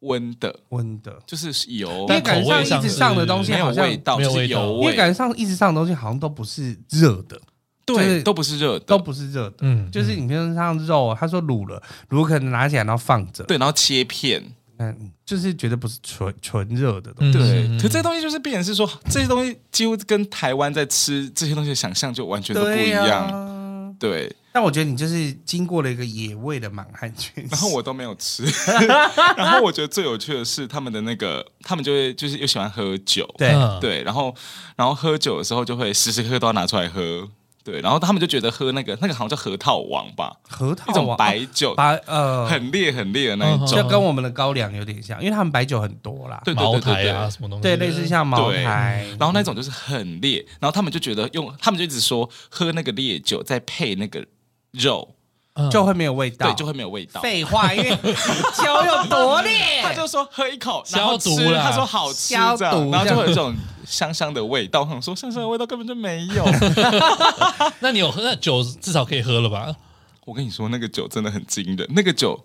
Speaker 3: 温的，
Speaker 2: 温的，
Speaker 3: 就是油，
Speaker 2: 因
Speaker 1: 但
Speaker 2: 为感
Speaker 1: 口
Speaker 2: 觉
Speaker 1: 味
Speaker 2: 上
Speaker 1: 上
Speaker 2: 一直
Speaker 1: 是
Speaker 2: 上的东西
Speaker 3: 哦没有
Speaker 2: 好像，
Speaker 3: 味
Speaker 2: 因
Speaker 3: 道，
Speaker 1: 没有
Speaker 3: 就是
Speaker 1: 味道
Speaker 3: 油
Speaker 2: 为
Speaker 3: 味，
Speaker 2: 感觉上一直上的东西好像都不是热的，就是
Speaker 3: 对，都不是热的，
Speaker 2: 都不是热的，
Speaker 1: 嗯
Speaker 2: 就是你平常像肉，啊他说卤了，卤可能拿起来然后放着，
Speaker 3: 对，然后切片，
Speaker 2: 嗯，就是觉得不是纯纯热的东
Speaker 1: 嗯
Speaker 2: 西。
Speaker 3: 对。
Speaker 1: 嗯
Speaker 3: 可这些东西就是变成是说，这些东西几乎跟台湾在吃这些东西的想象就完全都不一样。
Speaker 2: 啊。
Speaker 3: 对，
Speaker 2: 但我觉得你就是经过了一个野味的满汉全
Speaker 3: 然后我都没有 吃。然后我觉得最有趣的是他们的那个，他们就会就是又喜欢喝酒，
Speaker 2: 对
Speaker 1: 嗯
Speaker 3: 对，然后然后喝酒的时候就会时时刻刻都要拿出来喝。对，然后他们就觉得喝那个那个好像叫核桃王吧，
Speaker 2: 核
Speaker 3: 一
Speaker 2: 桃
Speaker 3: 种
Speaker 2: 王
Speaker 3: 白酒，
Speaker 2: 白呃，
Speaker 3: 很烈很烈的那一
Speaker 1: 嗯
Speaker 3: 种。
Speaker 2: 就跟我们的高粱有点像，因为他们白酒很多啦，
Speaker 3: 对对
Speaker 1: 茅
Speaker 3: 对
Speaker 1: 台
Speaker 3: 对
Speaker 1: 啊，
Speaker 3: 对，嗯
Speaker 1: 什么东西
Speaker 2: 对，
Speaker 1: 的，
Speaker 2: 类似像茅台，
Speaker 3: 然后那种就是很烈，然后他们就觉得用，他们就一直说喝那个烈酒再配那个肉，
Speaker 1: 嗯
Speaker 2: 就会没有味道，
Speaker 3: 对，就会没有味道。
Speaker 2: 废话，因为 酒有多烈
Speaker 3: 他，就说喝一口，然后
Speaker 1: 消毒
Speaker 3: 吃
Speaker 1: 啦
Speaker 3: 他说好吃，
Speaker 2: 消毒
Speaker 3: 这样然后
Speaker 2: 这
Speaker 3: 就
Speaker 2: 样
Speaker 3: 会有一种香香的味道。我想说香香的味道根本就没 有。
Speaker 1: 那你有喝那酒至少可以喝了吧？
Speaker 3: 我跟你说，那个酒真的很惊人，那个酒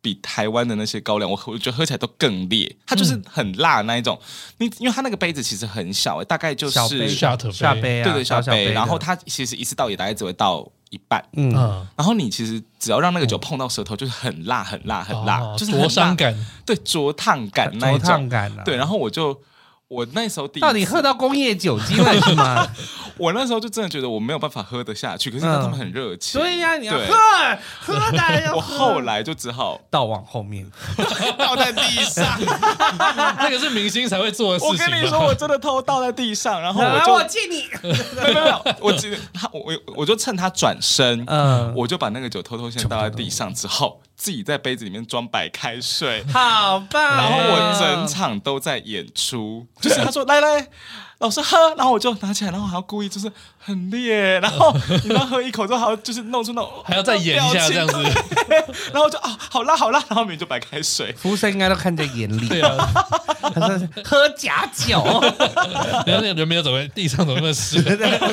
Speaker 3: 比台湾的那些高粱，我我觉得喝起来都更烈，它就是
Speaker 1: 嗯
Speaker 3: 很辣那一种。你因为它那个杯子其实很小、欸大概就是
Speaker 2: 小杯
Speaker 1: 下特
Speaker 2: 下杯啊，
Speaker 3: 对对
Speaker 2: 小
Speaker 3: 小
Speaker 2: 小杯的，
Speaker 3: 然后它其实一次倒也大概只会倒一半。
Speaker 2: 嗯，
Speaker 1: 嗯，
Speaker 3: 然后你其实只要让那个酒碰到舌头，就是很辣、很辣、很辣，
Speaker 1: 哦
Speaker 3: 就是很辣
Speaker 1: 灼伤，感，
Speaker 3: 对灼烫感那
Speaker 2: 灼
Speaker 3: 一
Speaker 2: 烫
Speaker 3: 种。
Speaker 2: 感啊，
Speaker 3: 对，然后我就我那时候第一
Speaker 2: 到底喝到工业酒精了是吗？
Speaker 3: 我那时候就真的觉得我没有办法喝得下去，可是他们很热情，
Speaker 2: 所以呀，你要
Speaker 3: 嗯对
Speaker 2: 喝喝当然要喝。
Speaker 3: 我后来就只好
Speaker 2: 倒往后面，
Speaker 3: 倒在地 上。
Speaker 1: 那个是明星才会做的事
Speaker 3: 我
Speaker 1: 情吧。
Speaker 3: 跟你说，我真的偷倒在地上，然后我
Speaker 2: 来
Speaker 3: 就
Speaker 2: 我借你，
Speaker 3: 没有没有没有，我记得他，我我我就趁他转身，
Speaker 2: 嗯，
Speaker 3: 我就把那个酒偷偷先倒在地上，之后自己在杯子里面装白开水。
Speaker 2: 好棒。
Speaker 3: 然后我整场都在演出， 就是他说来来，老师喝，然后我就拿起来，然后还要故意就是很烈，然后你要喝一口之后还要就是弄出那种
Speaker 1: 还要再演一下这样子，
Speaker 3: 然后我就啊、好辣好辣，然后你就白开水，
Speaker 2: 服务生应该都看在眼里，
Speaker 1: 对啊，
Speaker 2: 他说喝假酒，
Speaker 1: 然后那个人没有走在地上，怎么那么湿？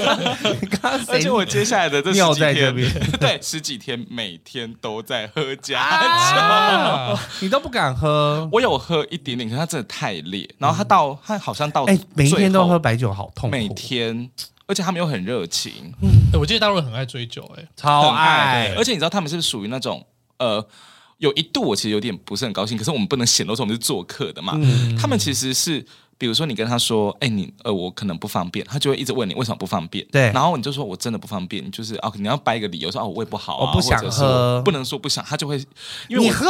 Speaker 2: 刚刚
Speaker 3: 而
Speaker 2: 谁
Speaker 3: 且我接下来的这十
Speaker 2: 尿
Speaker 3: 几
Speaker 2: 在这
Speaker 3: 天
Speaker 2: 边，
Speaker 3: 对，十几天每天都在喝假酒。
Speaker 2: 啊，你都不敢喝？
Speaker 3: 我有喝一点点，可是它真的太烈，然后它到它好像到
Speaker 2: 哎、每一
Speaker 3: 最
Speaker 2: 天都
Speaker 3: 后
Speaker 2: 喝，白酒，好痛苦，
Speaker 3: 每天，而且他们又很热情，
Speaker 1: 哎我记得大陆人很爱追酒，哎，
Speaker 2: 超
Speaker 3: 很爱
Speaker 2: 爱，，
Speaker 3: 哦而且你知道他们是属于那种呃。有一度我其实有点不是很高兴，可是我们不能显露出我们是做客的嘛。
Speaker 2: 嗯
Speaker 3: 他们其实是，比如说你跟他说，哎、你呃我可能不方便，他就会一直问你为什么不方便。
Speaker 2: 对
Speaker 3: 然后你就说我真的不方便，你就是哦你要掰一个理由说哦我胃不好啊，
Speaker 2: 我不想
Speaker 3: 或者是我
Speaker 2: 喝
Speaker 3: 不能说不想，他就会因为
Speaker 2: 你
Speaker 3: 我
Speaker 2: 喝，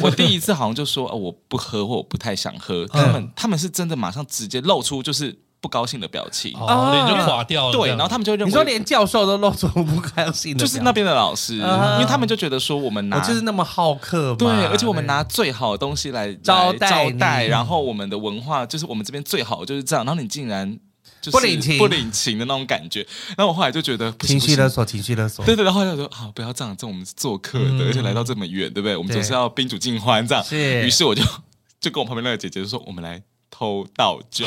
Speaker 3: 我第一次好像就说、哦、我不喝或我不太想喝，
Speaker 2: 嗯
Speaker 3: 他们、他们是真的马上直接露出就是不高兴的表情，
Speaker 1: 哦脸就垮掉了这样。
Speaker 3: 对，然后他们就认
Speaker 2: 你说
Speaker 3: 为
Speaker 2: 连教授都露出不高兴的表情，
Speaker 3: 就是那边的老师，
Speaker 2: 嗯
Speaker 3: 因为他们就觉得说我们拿
Speaker 2: 我就是那么好客嘛，
Speaker 3: 对，而且我们拿最好的东西来
Speaker 2: 招
Speaker 3: 来
Speaker 2: 待
Speaker 3: 招待，
Speaker 2: 你
Speaker 3: 然后我们的文化就是我们这边最好就是这样，然后你竟然就是
Speaker 2: 不领情
Speaker 3: 不领情的那种感觉，然后我后来就觉得不行
Speaker 2: 情
Speaker 3: 不
Speaker 2: 绪
Speaker 3: 行
Speaker 2: 勒索，情绪勒索，
Speaker 3: 对对，然后就说啊，不要这样，这我们是做客的，
Speaker 2: 嗯
Speaker 3: 而且来到这么远，对不对？我们
Speaker 2: 对
Speaker 3: 总是要宾主尽欢这样。
Speaker 2: 是
Speaker 3: 于是我就就跟我旁边那个姐姐就说，我们来偷倒酒，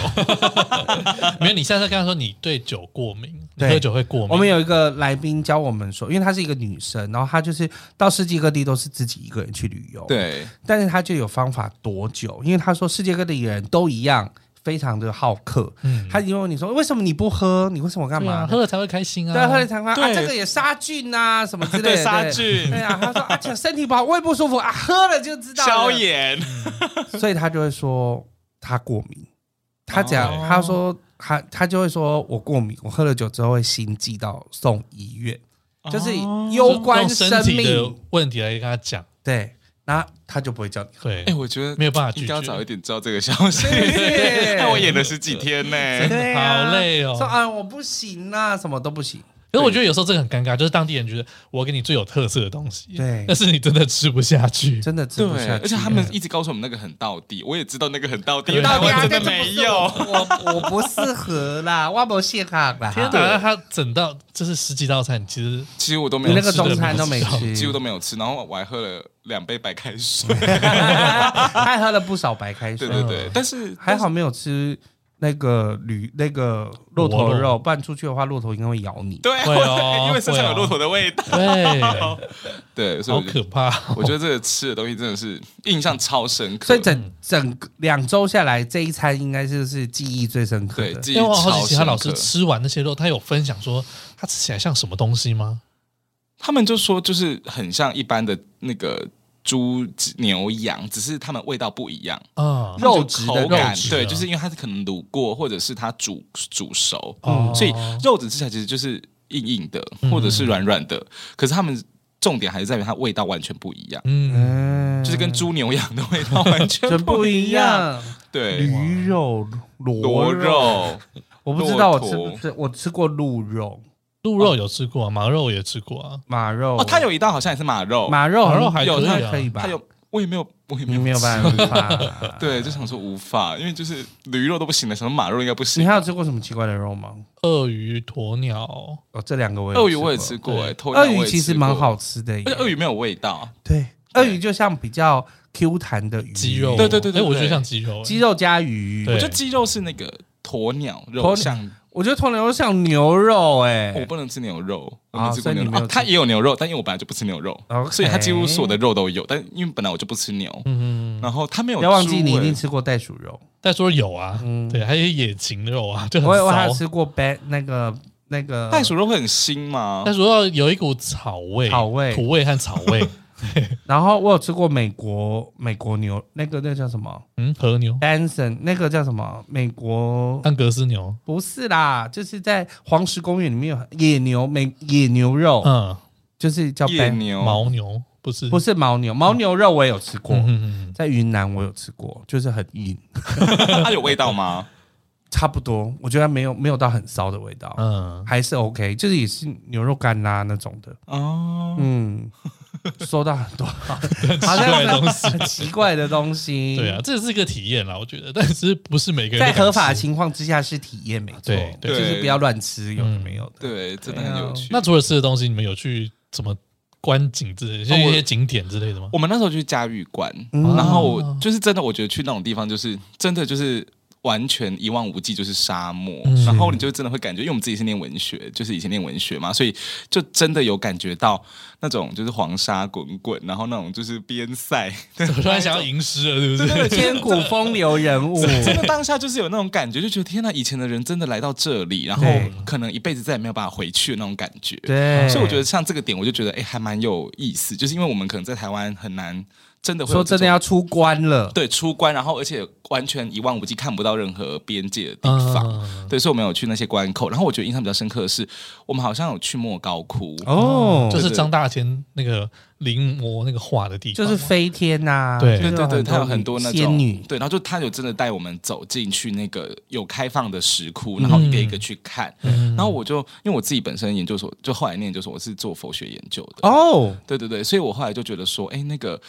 Speaker 1: 没有，你下次跟他说你对酒过敏，你
Speaker 2: 对
Speaker 1: 喝酒会过敏。
Speaker 2: 我们有一个来宾教我们说，因为她是一个女生，然后她就是到世界各地都是自己一个人去旅游，，
Speaker 3: 对，
Speaker 2: 但是她就有方法躲酒，因为她说世界各地的人都一样，非常的好客，
Speaker 1: 嗯
Speaker 2: 她就问你说为什么你不喝，你为什么干
Speaker 1: 对
Speaker 2: 嘛
Speaker 1: 啊，？喝了才会开心啊。
Speaker 2: 对，喝了才发现啊，
Speaker 3: 对
Speaker 2: 这个也杀菌啊，什么之类的，
Speaker 3: 对杀菌
Speaker 2: 对啊，她说啊，这身体不好，胃不舒服啊，喝了就知道了
Speaker 3: 消炎，
Speaker 2: 所以他就会说他过敏，他讲、
Speaker 1: 哦
Speaker 2: 他说他他就会说我过敏，我喝了酒之后会心悸到送医院，
Speaker 3: 哦
Speaker 2: 就是攸关
Speaker 1: 用身体
Speaker 2: 命。
Speaker 1: 的问题来跟他讲，
Speaker 2: 对，那他就不会 叫你。
Speaker 1: 对
Speaker 3: 哎、，我觉得
Speaker 1: 没有办法拒
Speaker 3: 应
Speaker 1: 绝
Speaker 3: 该要。早一点知道这个消息。
Speaker 2: 对
Speaker 3: 那我演了十几天呢、
Speaker 2: 对啊
Speaker 1: 好累哦
Speaker 2: 说啊我不行啊，什么都不行。
Speaker 1: 可是我觉得有时候这个很尴尬，就是当地人觉得我给你最有特色的东西，
Speaker 2: 对
Speaker 1: 但是你真的吃不下去。
Speaker 2: 真的吃
Speaker 3: 对
Speaker 2: 不下，去。啊
Speaker 3: 而且他们一直告诉我们那个很到地，我也知道那个很到地，
Speaker 1: 对
Speaker 3: 因为
Speaker 2: 到
Speaker 3: 台
Speaker 2: 底啊
Speaker 3: 湾真
Speaker 2: 这就
Speaker 3: 的
Speaker 2: 不
Speaker 3: 没
Speaker 2: 是我
Speaker 3: 有。
Speaker 2: 我我不适合啦，我不适合啦。
Speaker 1: 天哪，那他整道就是十几道菜，你其实
Speaker 3: 其实我都没
Speaker 2: 你
Speaker 3: 有
Speaker 2: 那
Speaker 3: 吃
Speaker 2: 个
Speaker 3: 的，
Speaker 2: 中餐都没吃，
Speaker 3: 几乎都没有吃，然后我还喝了两杯白开 水。
Speaker 2: 他还喝了不少白开水
Speaker 3: 对。对对，但是
Speaker 2: 嗯还好没有吃那个驴那个
Speaker 1: 螺
Speaker 2: 骆驼
Speaker 1: 肉
Speaker 2: 肉，不然出去的话，骆驼应该会咬你。
Speaker 3: 对，啊
Speaker 1: 会哦
Speaker 3: 因为身上有
Speaker 1: 会哦
Speaker 3: 骆驼的味道。
Speaker 1: 对，好
Speaker 3: 对，所以我觉
Speaker 1: 可
Speaker 3: 得
Speaker 1: 怕
Speaker 3: 我
Speaker 1: 哦。
Speaker 3: 觉得这个吃的东西真的是印象超深刻，
Speaker 2: 所以整整两周下来，这一餐应该就是记忆最深刻
Speaker 3: 对
Speaker 2: 的。
Speaker 3: 记忆
Speaker 1: 因为我好
Speaker 3: 超
Speaker 1: 奇其他
Speaker 3: 深
Speaker 1: 老师
Speaker 3: 刻
Speaker 1: 吃完那些肉，他有分享说他吃起来像什么东西吗？
Speaker 3: 他们就说就是很像一般的那个猪、牛、羊，只是它们味道不一样，
Speaker 1: 啊，
Speaker 2: 肉质的
Speaker 3: 口感
Speaker 1: 肉质的
Speaker 3: 对，就是因为它是可能卤过，或者是它煮煮熟，
Speaker 1: 哦
Speaker 3: 所以肉质吃起来其实就是硬硬的，
Speaker 2: 嗯
Speaker 3: 或者是软软的。可是他们重点还是在于它味道完全不一样，
Speaker 1: 嗯，
Speaker 2: 嗯，
Speaker 3: 就是跟猪牛羊的味道完全
Speaker 2: 全不
Speaker 3: 不
Speaker 2: 一
Speaker 3: 一样。
Speaker 2: 样。
Speaker 3: 对，
Speaker 2: 驴肉、
Speaker 3: 螺
Speaker 2: 螺，
Speaker 3: 肉，
Speaker 2: 我不知道我
Speaker 3: 骆
Speaker 2: 吃
Speaker 3: 驼
Speaker 2: 不吃，我吃过鹿肉、
Speaker 1: 鹿肉有吃过啊，马肉也吃过啊，
Speaker 2: 马肉。
Speaker 3: 哦，它有一道好像也是马肉，
Speaker 2: 马肉很，
Speaker 1: 马肉还
Speaker 3: 有
Speaker 1: 可以啊
Speaker 2: 它可以吧
Speaker 3: 它？有，我也没有，我也
Speaker 2: 你
Speaker 3: 没有，
Speaker 2: 没有办。法。，
Speaker 3: 对，就想说无法，因为就是驴肉都不行了，什么马肉应该不行
Speaker 2: 你。还有吃过什么奇怪的肉吗？
Speaker 1: 鳄鱼、鸵鸟，
Speaker 2: 哦，这两个我也
Speaker 3: 鳄鱼我也吃过、
Speaker 1: 对
Speaker 3: 哎，鸵
Speaker 2: 鳄
Speaker 3: 鸟我
Speaker 2: 鱼
Speaker 3: 也
Speaker 2: 其实
Speaker 3: 吃
Speaker 2: 蛮
Speaker 3: 过，
Speaker 2: 好吃的耶，
Speaker 3: 而且鳄鱼没有味道，
Speaker 2: 对，鳄鱼就像比较 Q 弹的鱼，
Speaker 1: 鸡肉，
Speaker 3: 对对对对
Speaker 1: 哎我觉得
Speaker 3: 对
Speaker 1: 像鸡肉，哎
Speaker 2: 鸡肉加鱼。
Speaker 1: 对
Speaker 3: 我觉得鸡肉是那个鸵鸟
Speaker 2: 鸵
Speaker 3: 肉，像
Speaker 2: 我觉得鸵鸟肉像牛肉哎、
Speaker 3: 我不能吃牛肉，我
Speaker 2: 啊
Speaker 3: 没吃
Speaker 2: 所
Speaker 3: 过
Speaker 2: 以
Speaker 3: 牛
Speaker 2: 你
Speaker 3: 肉，
Speaker 2: 没有
Speaker 3: 啊它
Speaker 2: 吃哦哎
Speaker 3: 也有牛肉，但因为我本来就不吃牛肉，
Speaker 2: OK
Speaker 3: 所以它几乎所有的肉都有，但因为本来我就不吃牛，
Speaker 1: 嗯，
Speaker 3: 然后它没有
Speaker 2: 不
Speaker 3: 猪。
Speaker 2: 要忘记你一定
Speaker 3: 哎
Speaker 2: 吃过袋鼠肉，
Speaker 1: 再说有啊，
Speaker 2: 嗯
Speaker 1: 对，还有野禽肉啊，就很
Speaker 2: 我也我还有
Speaker 1: 骚。
Speaker 2: 吃过白那个那个
Speaker 3: 袋鼠，肉会很腥吗
Speaker 1: 但？是要有一股草味、
Speaker 2: 草味
Speaker 1: 土味和草味。
Speaker 2: 然后我有吃过美国美国牛，那个那个叫什么
Speaker 1: 嗯，和牛、
Speaker 2: Benson，那个叫什么美国。
Speaker 1: 安格斯牛，
Speaker 2: 不是啦，就是在黄石公园里面有野牛，美野牛肉，
Speaker 1: 嗯，
Speaker 2: 就是叫
Speaker 3: 夜
Speaker 2: ban，
Speaker 3: 牛
Speaker 1: 牦牛不是
Speaker 2: 哦不是牦牛，牦牛肉我也有吃过，
Speaker 1: 嗯嗯嗯
Speaker 2: 在云南我有吃过，就是很硬，
Speaker 3: 它有味道吗？
Speaker 2: 差不多，我觉得没有没有到很骚的味道，
Speaker 1: 嗯，
Speaker 2: 还是 OK，就是也是牛肉干啦、那种的。
Speaker 3: 哦，
Speaker 2: 嗯，收到很多好
Speaker 1: 奇怪的
Speaker 2: 像
Speaker 1: 东
Speaker 2: 是很奇怪的东西。
Speaker 1: 对啊，，这是个体验啦，我觉得，但是不是每个人
Speaker 2: 在
Speaker 1: 都敢
Speaker 2: 合法
Speaker 1: 吃
Speaker 2: 情况之下是体验没错
Speaker 1: 对，
Speaker 3: 对
Speaker 2: 就是不要乱吃，有的没有的。
Speaker 3: 对，真
Speaker 2: 哎
Speaker 3: 的很有趣。
Speaker 1: 那除了吃的东西，你们有去怎么观景之类的，像一些景点之类的吗？
Speaker 3: 我们那时候去嘉峪关，
Speaker 2: 嗯
Speaker 3: 然后我就是真的，我觉得去那种地方就是真的就是完全一望无际，就是沙漠。
Speaker 1: 嗯
Speaker 3: 然后你就真的会感觉，因为我们自己是念文学，就是以前念文学嘛，所以就真的有感觉到那种就是黄沙滚滚，然后那种就是边塞，
Speaker 1: 我突然想要吟诗了，对 不对？
Speaker 2: 千古风流人物，
Speaker 3: 真的当下就是有那种感觉，就觉得天呐，以前的人真的来到这里，然后
Speaker 2: 对
Speaker 3: 可能一辈子再也没有办法回去的那种感觉。
Speaker 2: 对，
Speaker 3: 所以我觉得像这个点，我就觉得哎、还蛮有意思，就是因为我们可能在台湾很难真的会有
Speaker 2: 说真
Speaker 3: 这
Speaker 2: 的
Speaker 3: 种
Speaker 2: 要出关了，
Speaker 3: 对，出关，然后而且完全一望无际，看不到任何边界的地方。
Speaker 1: 嗯，
Speaker 2: 哦
Speaker 3: 对，所以我们有去那些关口。然后我觉得印象比较深刻的是，我们好像有去莫高窟。
Speaker 2: 哦，
Speaker 1: 就是张大千那个临摹那个画的地方
Speaker 2: 就
Speaker 1: 嘛，
Speaker 2: 是飞天呐，
Speaker 1: 对
Speaker 2: 就
Speaker 3: 对
Speaker 2: 是
Speaker 3: 对对，他有很多那
Speaker 2: 仙
Speaker 3: 种
Speaker 2: 女，
Speaker 3: 对，然后就他有真的带我们走进去那个有开放的石窟，然后一个一个去看。
Speaker 1: 嗯
Speaker 3: 然后我就因为我自己本身研究所，就后来念研究所，我是做佛学研究的。
Speaker 2: 哦，
Speaker 3: 对对对，所以我后来就觉得说，哎，那个。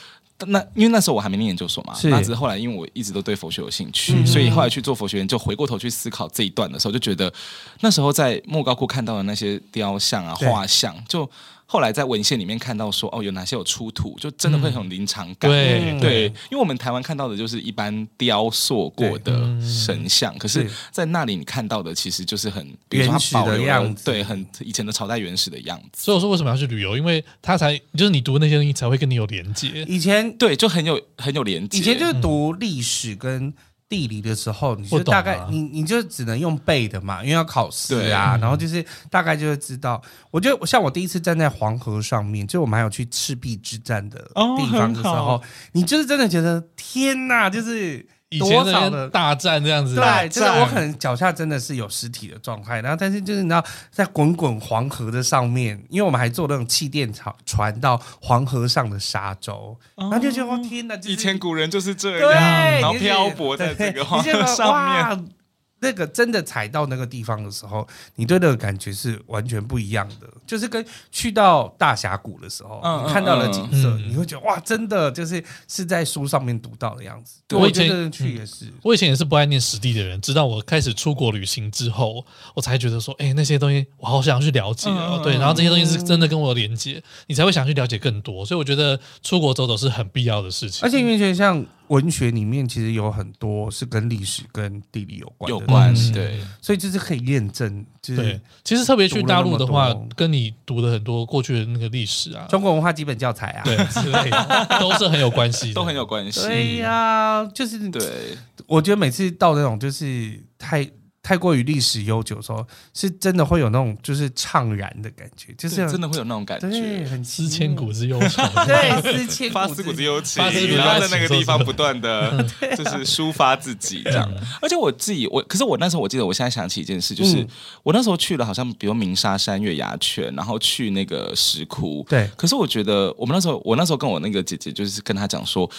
Speaker 3: 那因为那时候我还没念研究所嘛，
Speaker 2: 是
Speaker 3: 那只是后来因为我一直都对佛学有兴趣，
Speaker 1: 嗯
Speaker 3: 所以后来去做佛学研究，回过头去思考这一段的时候，就觉得那时候在莫高窟看到的那些雕像啊、
Speaker 2: 对
Speaker 3: 画像，就后来在文献里面看到说，哦，有哪些有出土，就真的会很临场感。
Speaker 1: 对
Speaker 2: 嗯
Speaker 3: 对，因为我们台湾看到的就是一般雕塑过的神像，可是
Speaker 2: 嗯是，
Speaker 3: 在那里你看到的其实就是很比如说它
Speaker 2: 原始的
Speaker 3: 保留了
Speaker 2: 样子
Speaker 3: 对，很以前的朝代原始的样子，
Speaker 1: 所以我说为什么要去旅游？因为他才就是你读那些东西才会跟你有连接。
Speaker 2: 以前
Speaker 3: 对，就很有很有连接。
Speaker 2: 以前就是读历史跟地理的时候，你
Speaker 1: 嗯我
Speaker 2: 就
Speaker 1: 懂
Speaker 2: 大概、
Speaker 1: 啊
Speaker 2: 你你就只能用背的嘛，因为要考试啊，然后就是大概就会知道。我觉得像我第一次站在黄河上面，就我们还有去赤壁之战的
Speaker 3: 哦
Speaker 2: 地方的时
Speaker 3: 很
Speaker 2: 候，
Speaker 3: 好
Speaker 2: 你就是真的觉得天哪，就是
Speaker 1: 以前
Speaker 2: 多
Speaker 1: 那
Speaker 2: 少
Speaker 1: 边
Speaker 2: 的。
Speaker 1: 大战这样子，
Speaker 2: 对，就是我可
Speaker 1: 很
Speaker 2: 能脚下真的是有尸体的状态，然后但是就是你知道，在滚滚黄河的上面，因为我们还坐那种气垫船船到黄河上的沙洲，
Speaker 1: 哦
Speaker 2: 然后就觉得哇天哪，就是
Speaker 3: 以前古人就是 这
Speaker 2: 对，
Speaker 3: 样，然后
Speaker 2: 你是
Speaker 3: 漂泊在这个黄河
Speaker 2: 对
Speaker 3: 上面。。
Speaker 2: 你是觉得哇 那个真的踩到那个地方的时候，你对那个感觉是完全不一样的，就是跟去到大峡谷的时候，
Speaker 3: 嗯
Speaker 2: 你看到了景色，
Speaker 1: 嗯嗯
Speaker 2: 你会觉得哇，真的就是是在书上面读到的样子。
Speaker 1: 对
Speaker 2: 我
Speaker 1: 我以前嗯
Speaker 2: 觉得去也是，
Speaker 1: 我以前也是不爱念史地的人，直到我开始出国旅行之后，我才觉得说，哎、那些东西我好想去了解哦。
Speaker 3: 嗯嗯
Speaker 1: 对，然后这些东西是真的跟我有连接，你才会想去了解更多。所以我觉得出国走走是很必要的事情。
Speaker 2: 而且因为觉得像文学里面其实有很多是跟历史跟地理有关的
Speaker 3: 有关
Speaker 2: 东西
Speaker 1: 嗯
Speaker 3: 对，
Speaker 2: 所以就是可以验证，就是
Speaker 1: 对，其实特别去大陆的话
Speaker 2: 读了那么多，
Speaker 1: 跟你读的很多过去的那个历史啊，
Speaker 2: 中国文化基本教材啊。
Speaker 1: 对之类 的，都是很有关系的，
Speaker 3: 都很有关系。
Speaker 2: 对呀、就是
Speaker 3: 对，
Speaker 2: 我觉得每次到那种就是太太过于历史悠久的时候，是真的会有那种就是怅然的感觉，就是
Speaker 3: 对真的会有那种感
Speaker 2: 对，
Speaker 3: 觉，
Speaker 2: 很
Speaker 1: 思千古之忧愁。
Speaker 2: 对思千古
Speaker 3: 发思古之忧情
Speaker 1: 发思古之，忧情
Speaker 3: 然后在那个地方不断 的就是抒发自己这样。 而且我自己，我可是我那时候我记得，我现在想起一件事，就是
Speaker 2: 嗯
Speaker 3: 我那时候去了，好像比如鸣沙山、月牙泉，然后去那个石窟。
Speaker 2: 对
Speaker 3: 可是我觉得，我们那时候，我那时候跟我那个姐姐，就是跟她讲说，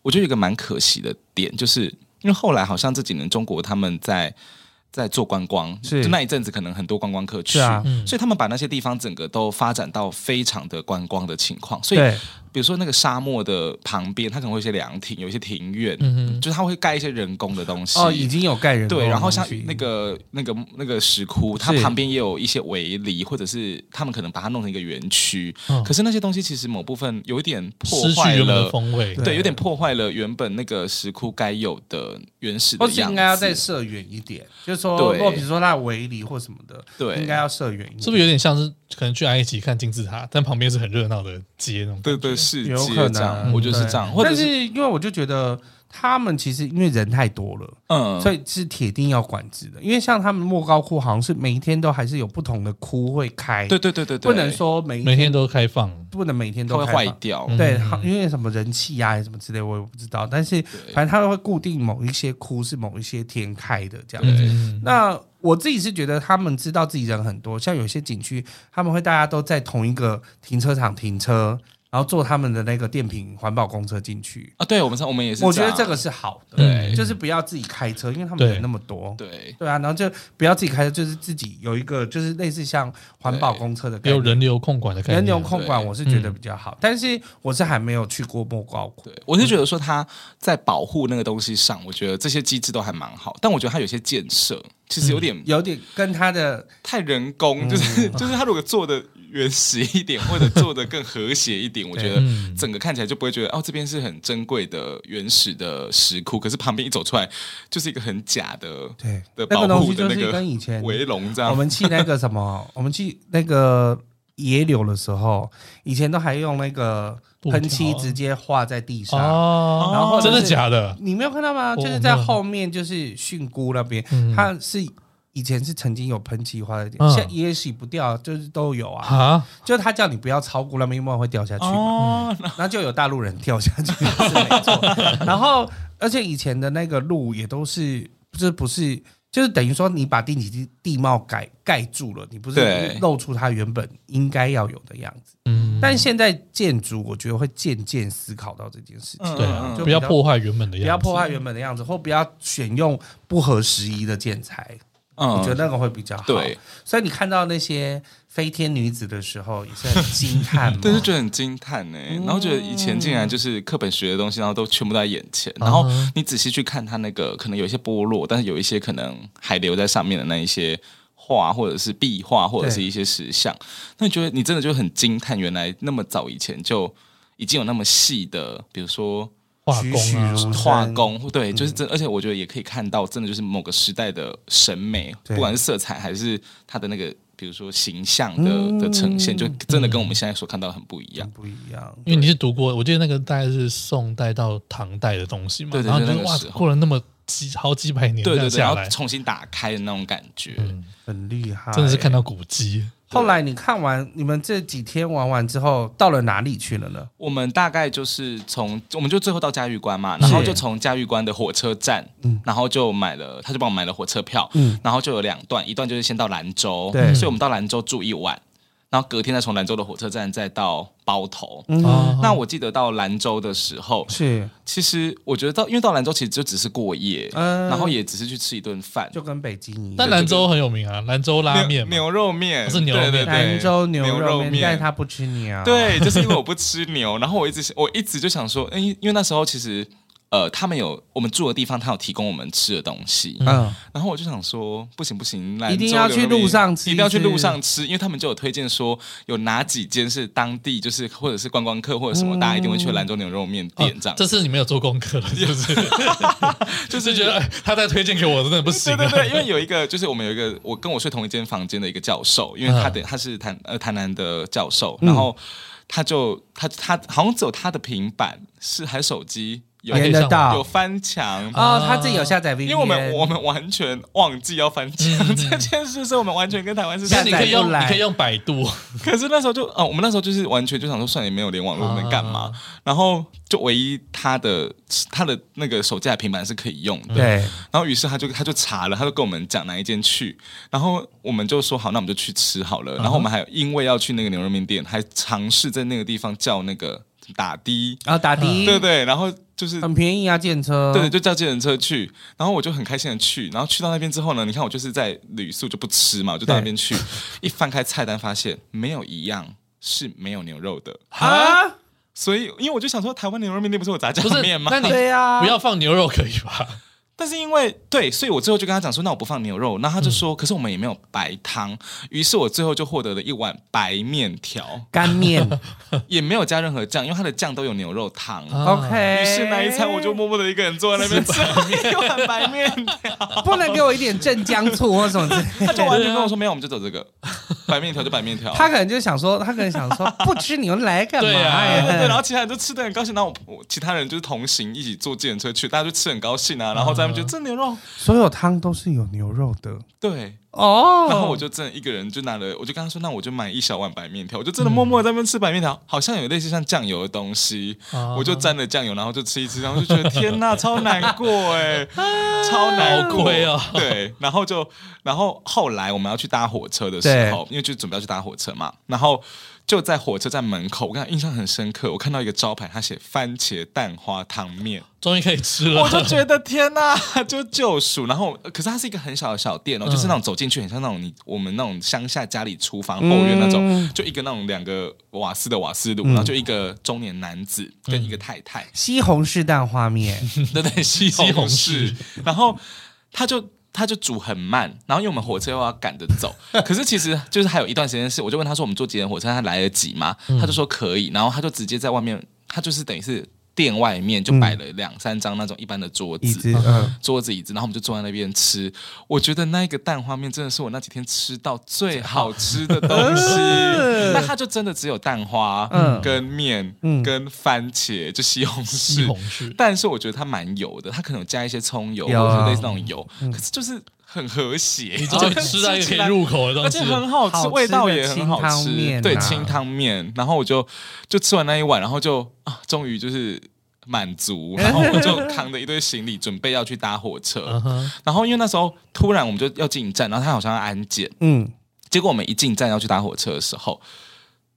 Speaker 3: 我觉得有一个蛮可惜的点，就是因为后来好像这几年中国他们在在做观光，
Speaker 2: 是
Speaker 3: 就那一阵子可能很多观光客去，
Speaker 2: 是啊
Speaker 3: 所以他们把那些地方整个都发展到非常的观光的情况，所以。
Speaker 2: 对
Speaker 3: 比如说那个沙漠的旁边，它可能会有一些凉亭，有一些庭院，
Speaker 1: 嗯
Speaker 3: 就是它会盖一些人工的东西。
Speaker 2: 哦，已经有盖人工
Speaker 3: 对，然后像
Speaker 2: 东西
Speaker 3: 那个、那个、那个石窟，它
Speaker 2: 是
Speaker 3: 旁边也有一些围篱，或者是他们可能把它弄成一个园区。
Speaker 1: 嗯
Speaker 3: 可是那些东西其实某部分有一点破
Speaker 1: 失去
Speaker 3: 坏
Speaker 1: 原本
Speaker 3: 了
Speaker 1: 的，风味。
Speaker 3: 对，有点破坏了原本那个石窟该有的原始的
Speaker 2: 或是
Speaker 3: 样
Speaker 2: 应该要再
Speaker 3: 子。
Speaker 2: 设远一点，就是说，
Speaker 3: 对
Speaker 2: 若比如说那围篱或什么的，
Speaker 3: 对
Speaker 2: 应该要设远一点，
Speaker 1: 是不是有点像是可能去埃及看金字塔，但旁边是很热闹的街那种？
Speaker 3: 对对，世界
Speaker 2: 有可
Speaker 3: 这样，
Speaker 2: 能？
Speaker 3: 我觉得是
Speaker 2: 对
Speaker 3: 这样，或者
Speaker 2: 但
Speaker 3: 是
Speaker 2: 是因为我就觉得他们其实因为人太多了。
Speaker 3: 嗯，
Speaker 2: 所以是铁定要管制的，因为像他们莫高窟好像是每一天都还是有不同的窟会开，
Speaker 3: 对对对对对，
Speaker 2: 不能说每一
Speaker 1: 每天都开放。
Speaker 2: 不能每天
Speaker 3: 它
Speaker 2: 都
Speaker 3: 会
Speaker 2: 开
Speaker 3: 坏
Speaker 2: 放
Speaker 3: 掉。
Speaker 1: 嗯
Speaker 2: 对，好因为什么人气呀、什么之类，我也不知道。但是反正它会固定某一些窟是某一些天开的这样子。
Speaker 1: 嗯，
Speaker 2: 那我自己是觉得他们知道自己人很多，像有些景区他们会大家都在同一个停车场停车，然后坐他们的那个电瓶环保公车进去。
Speaker 3: 啊，对我们上我们也是样，
Speaker 2: 我觉得这个是好的，
Speaker 1: 对
Speaker 2: 就是不要自己开车，因为他们人那么多。
Speaker 3: 对。
Speaker 2: 对啊，然后就不要自己开车，就是自己有一个就是类似像环保公车的概
Speaker 1: 有
Speaker 2: 念，
Speaker 1: 人流控管的概念。嗯
Speaker 2: 人流控管，
Speaker 3: 对
Speaker 2: 我是觉得比较好，但是我是还没有去过莫高窟
Speaker 3: 对，，我是觉得说他在保护那个东西上，我觉得这些机制都还蛮好，但我觉得他有些建设其实有点
Speaker 2: 有点跟他的
Speaker 3: 太人工，
Speaker 2: 嗯
Speaker 3: 就是 就是他如果做的原始一 点，或者做的更和谐一点，我觉得
Speaker 1: 嗯
Speaker 3: 整个看起来就不会觉得哦，这边是很珍贵的原始的石窟，可是旁边一走出来就是一个很假的
Speaker 2: 对
Speaker 3: 的
Speaker 2: 那
Speaker 3: 保
Speaker 2: 个东
Speaker 3: 护
Speaker 2: 西，
Speaker 3: 的
Speaker 2: 就
Speaker 3: 那
Speaker 2: 是跟
Speaker 3: 个
Speaker 2: 以前
Speaker 3: 围笼这
Speaker 2: 我
Speaker 3: 样。
Speaker 2: 们去那个什 么，我们去那个野柳的时候，以前都还用那个
Speaker 1: 布条
Speaker 2: 喷漆直接画在地上。
Speaker 1: 哦，
Speaker 2: 然后
Speaker 1: 真的
Speaker 2: 就是
Speaker 1: 假的？
Speaker 2: 你没有看到吗？
Speaker 1: 我
Speaker 2: 就是在后面，就是训姑那边，它是以前是曾经有喷漆花的点，
Speaker 1: 嗯
Speaker 2: 现在也洗不掉，就是都有啊。
Speaker 1: 啊，
Speaker 2: 就他叫你不要超过那边，因为会掉下去嘛。
Speaker 3: 哦，那
Speaker 2: 然后就有大陆人掉下 去，是没错。然后，而且以前的那个路也都是，就是不是，就是等于说你把地理地地貌改盖住了，你不
Speaker 3: 对
Speaker 2: 是露出它原本应该要有的样子。
Speaker 1: 嗯，
Speaker 2: 但现在建筑，我觉得会渐渐思考到这件事情，
Speaker 1: 对
Speaker 3: 嗯
Speaker 1: 啊，
Speaker 2: 就
Speaker 1: 不要
Speaker 2: 比较
Speaker 1: 破坏原本的
Speaker 2: 不要
Speaker 1: 样子。
Speaker 2: 破坏原本的样子，或不要选用不合时宜的建材，我
Speaker 3: 嗯
Speaker 2: 觉得那个会比较好。
Speaker 3: 对，
Speaker 2: 所以你看到那些飞天女子的时候，也是很惊叹嘛。
Speaker 3: 对，就觉得很惊叹呢、然后觉得以前竟然就是课本学的东西，然后都全部都在眼前，然后你仔细去看它那个，可能有一些剥落，但是有一些可能还留在上面的那一些画，或者是壁画，或者是一些石像。那你觉得你真的就很惊叹，原来那么早以前就已经有那么细的，比如说
Speaker 1: 画
Speaker 2: 栩
Speaker 1: 工啊
Speaker 2: 栩，如
Speaker 3: 画
Speaker 2: 生
Speaker 3: 工，对，就是真，而且我觉得也可以看到，真的就是某个时代的审美，
Speaker 2: 对
Speaker 3: 不管是色彩还是它的那个，比如说形象的、的呈现，就真的跟我们现在所看到的很不一样。
Speaker 2: 不一样。
Speaker 1: 因为你是读过，我记得那个大概是宋代到唐代的东西嘛，
Speaker 3: 对对
Speaker 1: 然后你
Speaker 3: 对
Speaker 1: 就
Speaker 3: 那个
Speaker 1: 哇
Speaker 3: 时，候
Speaker 1: 过了那么几好几百年
Speaker 3: 对
Speaker 1: 这样
Speaker 3: 对对，然
Speaker 1: 下
Speaker 3: 后嗯
Speaker 1: 来，嗯
Speaker 3: 重新打开的那种感觉，
Speaker 2: 很厉害，
Speaker 1: 真的是看。到古迹。
Speaker 2: 后来你看完你们这几天玩完之后，到了哪里去了呢？
Speaker 3: 我们大概就是从，我们就最后到嘉峪关嘛，然后就从嘉峪关的火车站，
Speaker 1: 嗯
Speaker 3: 然后就买了，他就帮我买了火车票，
Speaker 2: 嗯
Speaker 3: 然后就有两段，一段就是先到兰州，
Speaker 2: 对
Speaker 3: 所以我们到兰州住一晚，然后隔天再从兰州的火车站再到包头。
Speaker 2: 嗯
Speaker 1: 哦
Speaker 3: 那我记得到兰州的时候，
Speaker 2: 是，
Speaker 3: 其实我觉得到，因为到兰州其实就只是过夜，
Speaker 2: 嗯
Speaker 3: 然后也只是去吃一顿饭，
Speaker 2: 就跟北京一
Speaker 1: 但
Speaker 2: 样。
Speaker 1: 兰州很有名啊，兰州拉面
Speaker 3: 牛
Speaker 1: 嘛，
Speaker 3: 牛肉面
Speaker 1: 哦是牛肉面
Speaker 3: 对对对
Speaker 2: 兰州牛
Speaker 3: 牛
Speaker 2: 肉面，但
Speaker 3: 面
Speaker 2: 是，他不吃牛。，
Speaker 3: 对，就是因为我不吃牛，然后我一直我一直就想说，哎、因为那时候其实呃，他们有我们住的地方，他有提供我们吃的东西，
Speaker 2: 嗯，
Speaker 3: 然后我就想说，不行不行，兰
Speaker 2: 一定
Speaker 3: 州
Speaker 2: 要
Speaker 3: 牛
Speaker 2: 去
Speaker 3: 肉面
Speaker 2: 路上吃
Speaker 3: 一定要
Speaker 2: 一
Speaker 3: 去路
Speaker 2: 次
Speaker 3: 上吃，因为他们就有推荐说有哪几间是当地就是或者是观光客或者什么，
Speaker 2: 嗯
Speaker 3: 大家一定会去的兰州牛肉面
Speaker 1: 哦
Speaker 3: 店这样。
Speaker 1: 这次你没有做功课了，是不是？ 就是觉得哎他在推荐给我，真的不行
Speaker 3: 对
Speaker 1: 啊
Speaker 3: 对。对，因为有一个就是我们有一个我跟我睡同一间房间的一个教授，因为他的、他是台呃台南的教授，然后他就他他好像只有他的平板是还手机有
Speaker 2: 连得
Speaker 3: 有
Speaker 2: 到
Speaker 3: 翻墙。
Speaker 2: 哎哦，他自己有下载 V，
Speaker 3: 因为我们我们完全忘记要翻墙、这件事，所以我们完全跟台 湾是
Speaker 1: 那你可以用，
Speaker 2: 下载不来
Speaker 1: 你可以用百 度，
Speaker 3: 可是那时候就哦，我们那时候就是完全就想说，算了，也没有连网络能干嘛？然后就唯一他的他的那个手机的平板是可以用的，
Speaker 2: 对，
Speaker 3: 然后于是他就他就查了，他就跟我们讲哪一间去，然后我们就说好，那我们就去吃好
Speaker 1: 嗯
Speaker 3: 了。然后我们还因为要去那个牛肉面店，还尝试在那个地方叫那个打的，
Speaker 2: 然后打
Speaker 1: 嗯
Speaker 2: 的，
Speaker 3: 对对，然后就是。
Speaker 2: 很便宜啊，电车。
Speaker 3: 对对，就叫计程车去，然后我就很开心的去，然后去到那边之后呢，你看我就是在旅宿就不吃嘛，我就到那边去，一翻开菜单发现没有一样是没有牛肉的，
Speaker 2: 啊，
Speaker 3: 所以因为我就想说台湾牛肉面店不是有炸酱
Speaker 1: 不是
Speaker 3: 面吗？
Speaker 1: 那你
Speaker 2: 对啊，
Speaker 1: 不要放牛肉可以吧？
Speaker 3: 但是因为对，所以我最后就跟他讲说，那我不放牛肉，那他
Speaker 2: 嗯
Speaker 3: 就说，可是我们也没有白汤，于是我最后就获得了一碗白面条，
Speaker 2: 干 面。
Speaker 3: 也没有加任何酱，因为它的酱都有牛肉汤。
Speaker 1: 啊
Speaker 2: OK，
Speaker 3: 于是那一餐我就默默的一个人坐在那边吃
Speaker 2: 哎
Speaker 3: 了一碗白面 条，
Speaker 2: 不能给我一点镇江醋或什么 之类
Speaker 3: 他就
Speaker 2: 的。
Speaker 3: 完全跟我说没有，我们就走这个白面条就白面条。
Speaker 2: 他可能就想说，他可能想 说，不吃牛来干嘛
Speaker 1: 对啊
Speaker 3: 对对，然
Speaker 2: 呀？
Speaker 3: 后其他人就吃的很高兴，然后我我其他人就是同行一起坐计程车去，大家就吃得很高兴啊，然后在那
Speaker 2: 嗯
Speaker 3: 边觉得这牛肉
Speaker 2: 所有汤都是有牛肉的
Speaker 3: 对，
Speaker 2: 哦。
Speaker 3: 然后我就真的一个人就拿了，我就跟他说，那我就买一小碗白面条，我就真的默默地在那边吃白面条，好像有类似像酱油的东西，
Speaker 1: 啊
Speaker 3: 我就沾了酱油，然后就吃一吃，然后就觉得天呐，超难过哎、 超难过，
Speaker 1: 好亏哦
Speaker 3: 对，然后就，然后后来我们要去搭火车的时候，因为就准备要去搭火车嘛，然后。就在火车站门口，我跟他印象很深刻。我看到一个招牌，它写“番茄蛋花汤面”，
Speaker 1: 终于可以吃 了
Speaker 3: 我。就觉得天呐， 就救赎。然后，可是它是一个很小的小店哦，
Speaker 1: 嗯
Speaker 3: 就是那种走进去很像那种你我们那种乡下家里厨房后院那种，就一个那种两个瓦斯的瓦斯炉，然后就一个中年男子跟一个太太，
Speaker 2: 西红柿蛋花 面，
Speaker 3: 对对，西
Speaker 1: 西红
Speaker 3: 红
Speaker 1: 柿
Speaker 3: 柿，然后他就。他就煮很慢，然后因为我们火车又要赶着走，可是其实就是还有一段时间是，我就问他说我们坐几点火车，他来得及吗？他就说可以，然后他就直接在外面，他就是等于是店外面就摆了两三张那种一般的桌
Speaker 2: 椅
Speaker 3: 子，
Speaker 2: 子，嗯，
Speaker 3: 桌子椅子，然后我们就坐在那边吃。我觉得那一个蛋花面真的是我那几天吃到最好吃的东西。那它就真的只有蛋花，
Speaker 2: 嗯
Speaker 3: 跟面，
Speaker 2: 嗯
Speaker 3: 跟番茄，就西红
Speaker 1: 西
Speaker 3: 柿
Speaker 1: 红。柿，
Speaker 3: 但是我觉得它蛮油的，它可能有加一些葱油，
Speaker 2: 有啊嗯
Speaker 3: 或者是类似那种油，可是就是很和谐，
Speaker 1: 你
Speaker 3: 就
Speaker 1: 终于
Speaker 3: 是
Speaker 1: 吃到 一个可
Speaker 3: 起
Speaker 1: 以
Speaker 3: 来
Speaker 1: 入口的
Speaker 3: 而
Speaker 1: 东西
Speaker 3: 且
Speaker 1: 了。
Speaker 3: 很好
Speaker 2: 好吃
Speaker 3: 吃，
Speaker 2: 的
Speaker 3: 味道也很好
Speaker 2: 清汤面
Speaker 3: 吃
Speaker 2: 啊。
Speaker 3: 对，清汤面。然后我就就吃完那一碗，然后就啊，终于就是满足。然后我就扛着一堆行李，准备要去搭火车
Speaker 1: 嗯。哼，
Speaker 3: 然后因为那时候突然我们就要进站，然后他好像要安检，
Speaker 2: 嗯，
Speaker 3: 结果我们一进站要去搭火车的时候，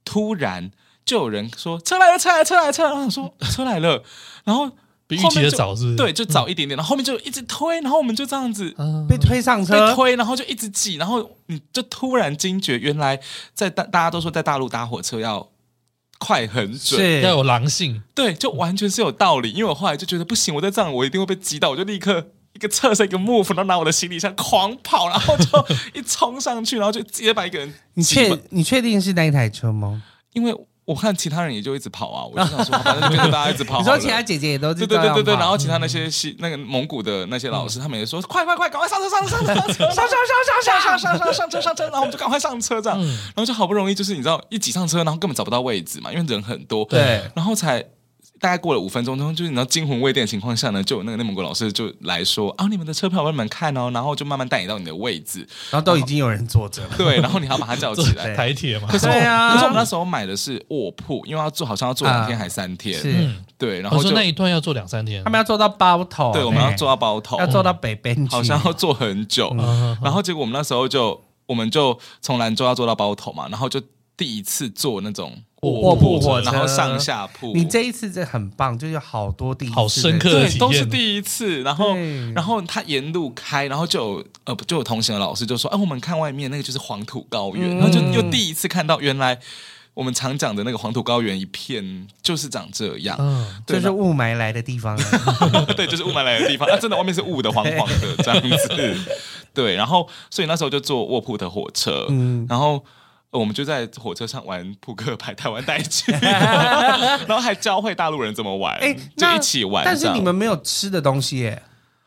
Speaker 3: 突然就有人说车来了，车来了，车来了，车来了。然后我想说车来了，然后
Speaker 1: 比预
Speaker 3: 后
Speaker 1: 期
Speaker 3: 面
Speaker 1: 的
Speaker 3: 就
Speaker 1: 早是不是？
Speaker 3: 对，就早一点点，然后后面就一直推，然后我们就这样子
Speaker 1: 嗯，
Speaker 2: 被推上
Speaker 3: 被
Speaker 2: 车，
Speaker 3: 推，然后就一直挤，然后你就突然惊觉，原来在大大家都说在大陆搭火车要快很准，
Speaker 2: 是
Speaker 1: 要有狼性。
Speaker 3: 对，就完全是有道理。因为我后来就觉得不行，我再这样我一定会被挤到，我就立刻。个侧身一个 move，然后拿我的行李箱狂跑，然后就一冲上去，然后就直接把一个人
Speaker 2: 你
Speaker 3: 挤
Speaker 2: 确
Speaker 3: 爆
Speaker 2: 你确定是那一台车吗？
Speaker 3: 因为我看其他人也就一直跑啊，我就想说，反正就跟着大家一直跑好
Speaker 2: 你
Speaker 3: 了。
Speaker 2: 说其他姐姐也都是
Speaker 3: 对对
Speaker 2: 这
Speaker 3: 对
Speaker 2: 样
Speaker 3: 对对，
Speaker 2: 吧
Speaker 3: 然后其他那些西那个蒙古的那些老师，他们也说快快快，赶快上车上车上车上车上车上车上车上车上车上车，然后我们就赶快上车这
Speaker 1: 嗯
Speaker 3: 样，然后就好不容易就是你知道一挤上车，然后根本找不到位置嘛，因为人很多，
Speaker 2: 对
Speaker 3: 然后才。大概过了五分钟，然后就是你知道惊魂未定的情况下呢，就有那个内蒙古老师就来说啊，你们的车票我帮你们看哦，然后就慢慢带你到你的位置，
Speaker 2: 然后都已经有人坐着了，
Speaker 3: 对，然后你还要把他叫起来，
Speaker 2: 对
Speaker 1: 台铁嘛，
Speaker 3: 可是我、
Speaker 2: 对啊
Speaker 3: 可是我们那时候买的是卧铺，因为要住，好像要住两天
Speaker 2: 啊
Speaker 3: 还三天，
Speaker 2: 是
Speaker 1: 嗯，
Speaker 3: 对，然
Speaker 1: 我
Speaker 3: 后
Speaker 1: 说
Speaker 3: 就
Speaker 1: 那一段要做两三天，
Speaker 2: 他们要坐到包头，
Speaker 3: 对，我们要
Speaker 2: 哎
Speaker 3: 坐到包头，
Speaker 2: 要坐到北边去，
Speaker 3: 好像要坐很久，
Speaker 2: 嗯
Speaker 1: 嗯
Speaker 3: 嗯然后结果我们那时候就我们就从兰州要坐到包头嘛，然后就第一次坐那种
Speaker 2: 卧铺火车
Speaker 3: 然后上下铺，
Speaker 2: 你这一次真的很棒，就有好多地
Speaker 1: 好深刻的
Speaker 3: 对
Speaker 1: 体验
Speaker 3: 都是第一次，然后
Speaker 2: 对
Speaker 3: 然后他沿路开，然后就有呃就有同行的老师就说，哎、我们看外面那个就是黄土高
Speaker 2: 嗯
Speaker 3: 原，然后就又第一次看到原来我们常讲的那个黄土高原一片就是长这样，
Speaker 1: 嗯，
Speaker 3: 对
Speaker 2: 就
Speaker 3: 然
Speaker 2: 是雾霾来的地 方。
Speaker 3: 对，就是雾霾来的地方，啊，真的外面是雾的、黄黄的这样子。 对，然后所以那时候就坐卧铺的火车，
Speaker 2: 嗯
Speaker 3: 然后。呃我们就在火车上玩扑克牌，台湾带 去，然后还教会大陆人怎么玩，
Speaker 2: 哎，
Speaker 3: 就
Speaker 2: 那
Speaker 3: 一起玩。
Speaker 2: 但是
Speaker 3: 这样
Speaker 2: 你，们没有吃的东西耶，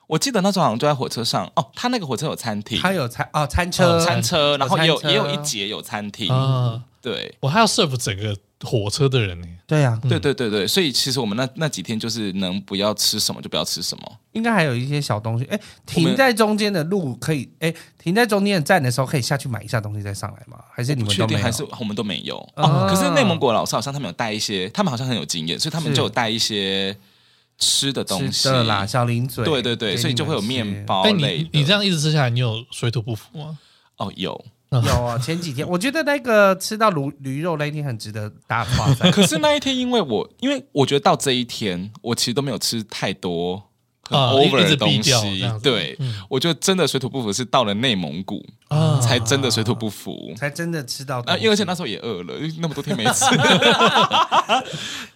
Speaker 3: 我记得那时候好像就在火车上哦，他那个火车有餐厅，
Speaker 2: 它有餐哦，餐车，
Speaker 3: 餐车，然后也
Speaker 2: 有
Speaker 3: 有
Speaker 2: 餐车嗯
Speaker 3: 也有一节有餐厅，
Speaker 1: 啊，
Speaker 3: 对。
Speaker 1: 我还要 serve 整个火车的人呢，
Speaker 2: 对啊呀，
Speaker 3: 对对对对，所以其实我们那那几天就是能不要吃什么就不要吃什么，
Speaker 2: 应该还有一些小东西。哎，停在中间的路可以，哎，停在中间的站的时候可以下去买一下东西再上来吗？还是你
Speaker 3: 不
Speaker 2: 们
Speaker 3: 确
Speaker 2: 都
Speaker 3: 定
Speaker 2: 没
Speaker 3: 还是
Speaker 2: 有？
Speaker 3: 我们都没有
Speaker 2: 啊
Speaker 3: 哦。可是内蒙古的老师好像他们有带一些，他们好像很有经验，所以他们
Speaker 2: 是
Speaker 3: 就有带一些吃的东西
Speaker 2: 吃的啦，小零嘴，
Speaker 3: 对对对，
Speaker 2: 给
Speaker 3: 所以
Speaker 2: 你
Speaker 3: 就会有
Speaker 2: 们吃
Speaker 3: 面。包
Speaker 1: 但
Speaker 3: 类
Speaker 1: 你你这
Speaker 3: 样
Speaker 1: 样一直吃下来，你有水土不服吗？
Speaker 3: 哦，有。
Speaker 2: 有啊，前几天我觉得那个吃到驴驴肉那一天很值得大家夸赞。
Speaker 3: 可是那一天，因为我因为我觉得到这一天，我其实都没有吃太多很
Speaker 1: 啊
Speaker 3: over
Speaker 1: 一直
Speaker 3: 的
Speaker 1: 逼
Speaker 3: 东
Speaker 1: 掉
Speaker 3: 西
Speaker 1: 这样。子嗯
Speaker 3: 对，我觉得真的水土不服是到了内蒙古
Speaker 1: 啊
Speaker 3: 才真的水土不 服。
Speaker 2: 才真的吃到东
Speaker 3: 啊，
Speaker 2: 西。
Speaker 3: 因为而且那时候也饿了，因为那么多天没 吃。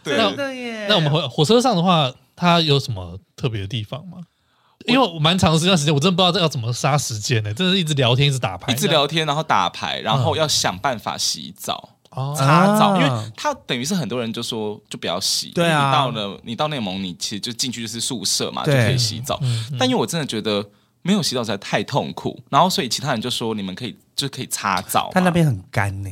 Speaker 3: 对，
Speaker 2: 真的耶。
Speaker 1: 那我们火火车上的话，它有什么特别的地方吗？因为我蛮长的时间时间，我真的不知道这要怎么杀时间呢、真的是一直聊天，一直打牌，
Speaker 3: 一直聊天，然后打牌，然后要想办法洗澡。
Speaker 1: 哦，
Speaker 3: 擦澡，
Speaker 2: 嗯啊
Speaker 3: 因为它等于是很多人就说就不要洗，
Speaker 2: 对啊
Speaker 3: 因为你到了你到内蒙，你其实就进去就是宿舍嘛，就
Speaker 2: 对嗯
Speaker 3: 可以洗澡。但因为我真的觉得没有洗澡实在太痛苦，然后所以其他人就说你们可以就可以擦澡嘛，
Speaker 2: 他那边很干呢、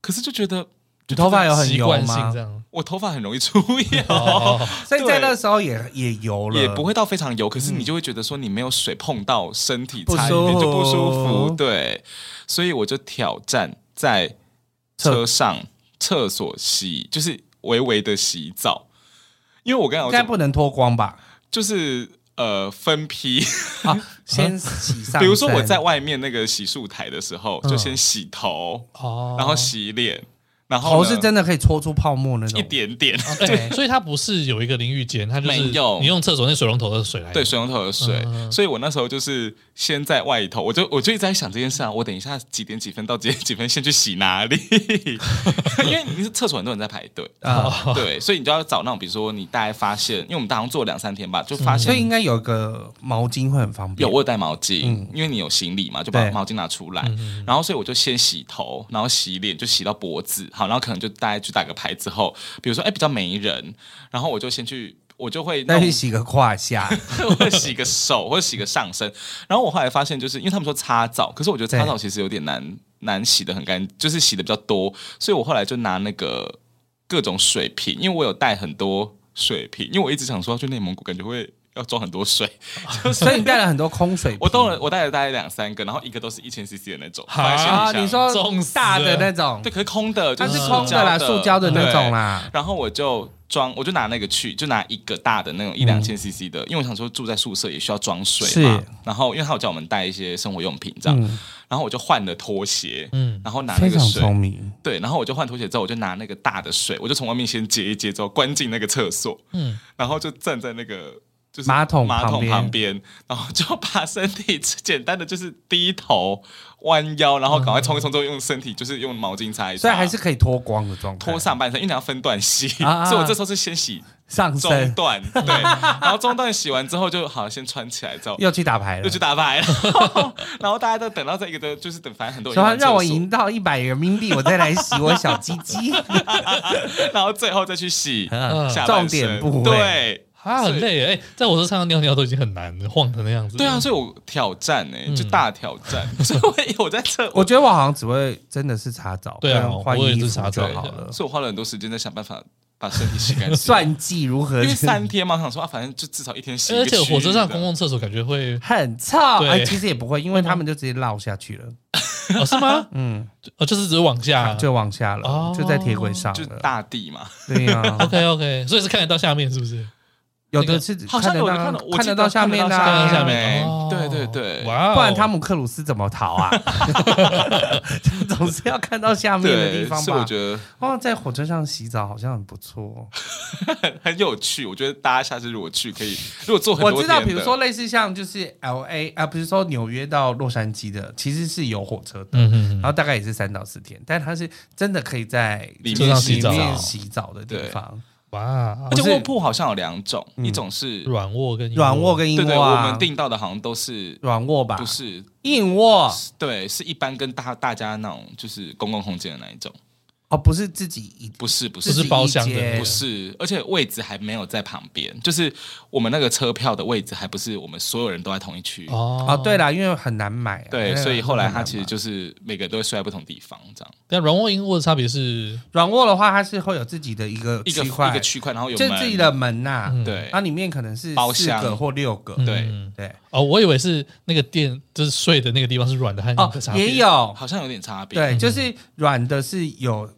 Speaker 3: 可是就觉得
Speaker 2: 你头发有很
Speaker 1: 啊习
Speaker 2: 油
Speaker 1: 惯性
Speaker 2: 吗
Speaker 1: 这？样。
Speaker 3: 我头发很容 易出油，
Speaker 1: 哦，
Speaker 2: 所以在那时候也也油了，嗯
Speaker 3: 也不会到非常油，可是你就会觉得说你没有水碰到身体
Speaker 2: 不
Speaker 3: 擦一遍
Speaker 2: 舒
Speaker 3: 就不舒服，
Speaker 2: 服
Speaker 3: 对，所以我就挑战在车上厕所洗，就是微微的洗澡。因为我刚才
Speaker 2: 应
Speaker 3: 我啊
Speaker 2: 该
Speaker 3: 讲
Speaker 2: 不能脱光吧？
Speaker 3: 就是呃分批，
Speaker 2: 啊，先洗上身。
Speaker 3: 比如说我在外面那个洗漱台的时候，
Speaker 2: 嗯
Speaker 3: 就先洗头，
Speaker 1: 哦
Speaker 3: 然后洗脸，然后
Speaker 2: 头
Speaker 3: 呢
Speaker 2: 是真的可以搓出泡沫那种，
Speaker 3: 一点点，
Speaker 2: 对，
Speaker 1: 哎所以它不是有一个淋浴间，它就是
Speaker 3: 没有
Speaker 1: 你用厕所那水龙头的水来。
Speaker 3: 对，水龙头的水。
Speaker 2: 嗯
Speaker 3: 所以我那时候就是先在外头，我就我就一直在想这件事啊，我等一下几点几分到几点几分先去洗哪里， 因为你是厕所很多人在排队。
Speaker 2: 啊，
Speaker 3: 对，所以你就要找那种，比如说你大概发现，因为我们大概做两三天吧，就发
Speaker 2: 嗯所
Speaker 3: 现
Speaker 2: 以应该有个毛巾会很方便。
Speaker 3: 有我有带毛巾，因为你有行李嘛，就把
Speaker 2: 嗯对嗯
Speaker 3: 毛巾拿出来。然后所以我就先洗头，然后洗脸，就洗到脖子，好，然后可能就大概去打个牌之后，比如说哎比较没人，然后我就先去，我就会
Speaker 2: 再
Speaker 3: 弄
Speaker 2: 去洗个胯下，
Speaker 3: 或者洗个手，或者洗个上身。然后我后来发现，就是因为他们说擦澡，可是我觉得擦澡其实有点难难洗的很干，就是洗的比较多，所以我后来就拿那个各种水瓶，因为我有带很多水瓶，因为我一直想说要去内蒙古，感觉会要装很多水，
Speaker 2: 所以你带了很多空水瓶。
Speaker 3: 我都了，我带了大概两三个，然后一个都是一千 CC 的那种，
Speaker 1: 哈
Speaker 3: 放在行李
Speaker 2: 啊，
Speaker 3: 箱
Speaker 2: 你说
Speaker 1: 重死了
Speaker 2: 大的那种
Speaker 3: 对，，可是空的，
Speaker 2: 它
Speaker 3: 就是塑
Speaker 2: 空的啦，
Speaker 3: 胶
Speaker 2: 塑胶的那种。
Speaker 3: 对
Speaker 2: 啦。
Speaker 3: 然后我就装，我就拿那个去，就拿一个大的那种一两千 CC 的，因为我想说住在宿舍也需要装水嘛
Speaker 2: 嗯是。
Speaker 3: 然后因为他有叫我们带一些生活用品这样，
Speaker 2: 嗯
Speaker 3: 然后我就换了拖鞋，
Speaker 1: 嗯
Speaker 3: 然后拿那
Speaker 2: 非
Speaker 3: 个
Speaker 2: 常
Speaker 3: 水，
Speaker 2: 聪明，
Speaker 3: 对，然后我就换拖鞋之后，我就拿那个大的水，我就从外面先接一接，之后关进那个厕所，
Speaker 1: 嗯
Speaker 3: 然后就站在那个就是
Speaker 2: 马桶
Speaker 3: 马
Speaker 2: 旁
Speaker 3: 桶
Speaker 2: 边
Speaker 3: 旁边，然后就把身体简单的就是低头、弯腰，然后赶快冲一冲之后用身体就是用毛巾擦一
Speaker 2: 嗯
Speaker 3: 擦，
Speaker 2: 所以还是可以脱光的状态，
Speaker 3: 脱上半身，因为你要分段洗，
Speaker 2: 啊啊啊
Speaker 3: 所以我这时候是先洗
Speaker 2: 上
Speaker 3: 中
Speaker 2: 身，
Speaker 3: 段，对，然后中段洗完之后就好先穿起来之后。
Speaker 2: 又去打牌了
Speaker 3: 又去。打牌，然后 然后大家都等到这一个的，就是等，反正很多人
Speaker 2: 说
Speaker 3: 上厕所
Speaker 2: 让我赢到一百人民币，我再来洗我小鸡鸡。
Speaker 3: 然后最后再去洗
Speaker 1: 嗯
Speaker 3: 下半身
Speaker 2: 啊重点部位
Speaker 3: 对
Speaker 1: 啊，很累耶哎、在我这上尿尿都已经很难了，晃成那样子。
Speaker 3: 对啊，，所以我挑战哎、
Speaker 1: 嗯
Speaker 3: 就大挑战， 所以我有在这，
Speaker 2: 我觉得我好像只会真的是擦澡，
Speaker 1: 对啊
Speaker 2: 不然换
Speaker 1: 我也
Speaker 2: 衣
Speaker 1: 是
Speaker 2: 服
Speaker 1: 擦
Speaker 2: 就
Speaker 1: 澡
Speaker 2: 好了。
Speaker 3: 所以我花了很多时间在想办法把身体洗干 净，
Speaker 2: 算计如何
Speaker 3: 因为三天嘛，我想说啊，反正就至少一天洗一
Speaker 1: 而
Speaker 3: 个
Speaker 1: 且
Speaker 3: 区域的。
Speaker 1: 火车上公共厕所感觉会
Speaker 2: 很臭，
Speaker 1: 对
Speaker 2: 哎，其实也不会，因为他们就直接落下去了，
Speaker 1: 哦是吗？
Speaker 2: 嗯，
Speaker 1: 哦，就是只是往下。
Speaker 2: 啊就往下
Speaker 1: 哦
Speaker 2: 了，就在铁轨上
Speaker 3: 啊就是
Speaker 2: 了。
Speaker 3: 大地嘛，
Speaker 2: 对 呀，
Speaker 1: OK OK，所以是看得到下面是不是？
Speaker 2: 有的是
Speaker 3: 好像
Speaker 2: 得
Speaker 3: 有
Speaker 2: 到
Speaker 3: 人看到，我
Speaker 2: 看
Speaker 3: 记得
Speaker 2: 得到下面
Speaker 3: 看
Speaker 2: 的
Speaker 3: 得到
Speaker 1: 看得到下
Speaker 2: 啊，
Speaker 1: 面。
Speaker 3: 哎
Speaker 1: 哦
Speaker 3: 对对对
Speaker 1: 哇哦！
Speaker 2: 不然汤姆克鲁斯怎么逃啊？ 总是要看到下面的地
Speaker 3: 对，
Speaker 2: 方
Speaker 3: 是我
Speaker 2: 吧？
Speaker 3: 觉得
Speaker 2: 哦，在火车上洗澡好像很不错。
Speaker 3: 很很有趣。我觉得大家下次如果去，可以如果做很
Speaker 2: 我
Speaker 3: 多
Speaker 2: 知道，
Speaker 3: 天
Speaker 2: 比如
Speaker 3: 的
Speaker 2: 说类似像就是 L A 啊，不是说纽约到洛杉矶的，其实是有火车的，
Speaker 1: 嗯嗯
Speaker 2: 然后大概也是三到四天，但它是真的可以在
Speaker 3: 里
Speaker 1: 车
Speaker 3: 面
Speaker 1: 上
Speaker 3: 洗
Speaker 1: 洗澡
Speaker 2: 里面洗澡的地方，
Speaker 1: 哇哦
Speaker 3: 而，且
Speaker 2: 我是嗯
Speaker 3: 卧铺好像有两种，一种是
Speaker 1: 软卧跟硬
Speaker 2: 软卧跟硬
Speaker 3: 对对，
Speaker 2: 卧
Speaker 3: 我
Speaker 2: 啊，
Speaker 3: 们订到的好像都是
Speaker 2: 软卧吧
Speaker 3: 不，是
Speaker 2: 硬卧
Speaker 3: 对，是一般跟大大家那种就是公共空间的那一种，
Speaker 2: 哦，不是自己一
Speaker 3: 不是不
Speaker 1: 不
Speaker 3: 是
Speaker 1: 是包厢
Speaker 2: 自己一
Speaker 1: 的，
Speaker 2: 间
Speaker 3: 不是，而且位置还没有在旁边，就是我们那个车票的位置还不是我们所有人都在同一区。
Speaker 1: 哦
Speaker 2: 哦，对啦，因为很难买啊，
Speaker 3: 对，
Speaker 2: 那个
Speaker 3: 所以后来
Speaker 2: 很难
Speaker 3: 他
Speaker 2: 买
Speaker 3: 其实就是每个人都会睡在不同地方，这样
Speaker 1: 但啊软卧硬卧的差别是，
Speaker 2: 软卧的话，它是会有自己的一个
Speaker 3: 一个
Speaker 2: 区块，
Speaker 3: 一个区块，然后有
Speaker 2: 就
Speaker 3: 门
Speaker 2: 自己的啊门呐，
Speaker 1: 嗯
Speaker 3: 对
Speaker 2: 它里面可能是
Speaker 3: 包
Speaker 2: 四
Speaker 3: 厢
Speaker 2: 个或六个，
Speaker 1: 嗯
Speaker 3: 对
Speaker 2: 对
Speaker 1: 哦，我以为是那个垫，就是睡的那个地方是软的和硬
Speaker 2: 哦
Speaker 1: 的差，别。嗯
Speaker 2: 也有
Speaker 3: 好像有点差别。
Speaker 2: 对，就是软的是有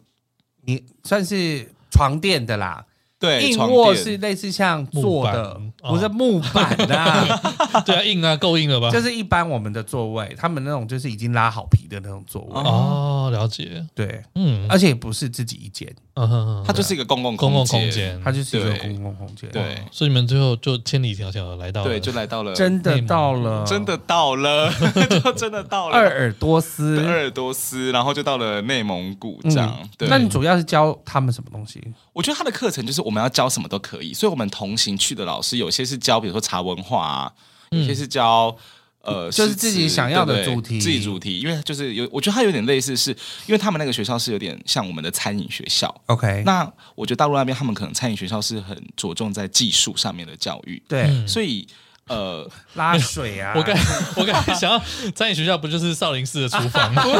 Speaker 2: 你算是床垫的啦，
Speaker 3: 对，
Speaker 2: 硬
Speaker 3: 床
Speaker 2: 卧
Speaker 3: 垫
Speaker 2: 是类似像坐的
Speaker 1: 木，板
Speaker 2: 不是木板的 啊，
Speaker 1: 对啊，硬啊，够硬了吧？
Speaker 2: 就是一般我们的座位，他们那种就是已经拉好皮的那种座位，
Speaker 3: 哦
Speaker 1: 哦，了解，
Speaker 2: 对，
Speaker 1: 嗯，
Speaker 2: 而且也不是自己一间，
Speaker 1: 嗯哼哼
Speaker 3: 它就是一个公共
Speaker 1: 公共空
Speaker 3: 空，
Speaker 1: 间，
Speaker 2: 它就是一个
Speaker 3: 对
Speaker 2: 公共空间，
Speaker 3: 对
Speaker 1: 所以你们最后就千里迢迢哦来到了，哦
Speaker 3: 对，就来到了，
Speaker 2: 真的到了，
Speaker 3: 真的到了， 就真的到了
Speaker 2: 鄂尔多斯嗯
Speaker 3: 对。鄂尔多斯，然后就到了内蒙古这样。对，
Speaker 2: 那你主要是教他们什么东西？
Speaker 3: 我觉得他的课程就是我们要教什么都可以，所以我们同行去的老师有些是教，比如说茶文化啊，
Speaker 1: 嗯
Speaker 3: 有些是教。呃，
Speaker 2: 就是
Speaker 3: 诗
Speaker 2: 自
Speaker 3: 词
Speaker 2: 己想要的
Speaker 3: 对不
Speaker 2: 主
Speaker 3: 对
Speaker 2: 题
Speaker 3: 自己主题，因为就是有，我觉得它有点类似是，因为他们那个学校是有点像我们的餐饮学校。
Speaker 2: OK，
Speaker 3: 那我觉得大陆那边他们可能餐饮学校是很着重在技术上面的教育，
Speaker 2: 对，
Speaker 3: 所以呃，
Speaker 2: 拉水 啊，
Speaker 1: 嗯我刚我刚才想要餐饮学校不就是少林寺的厨房吗？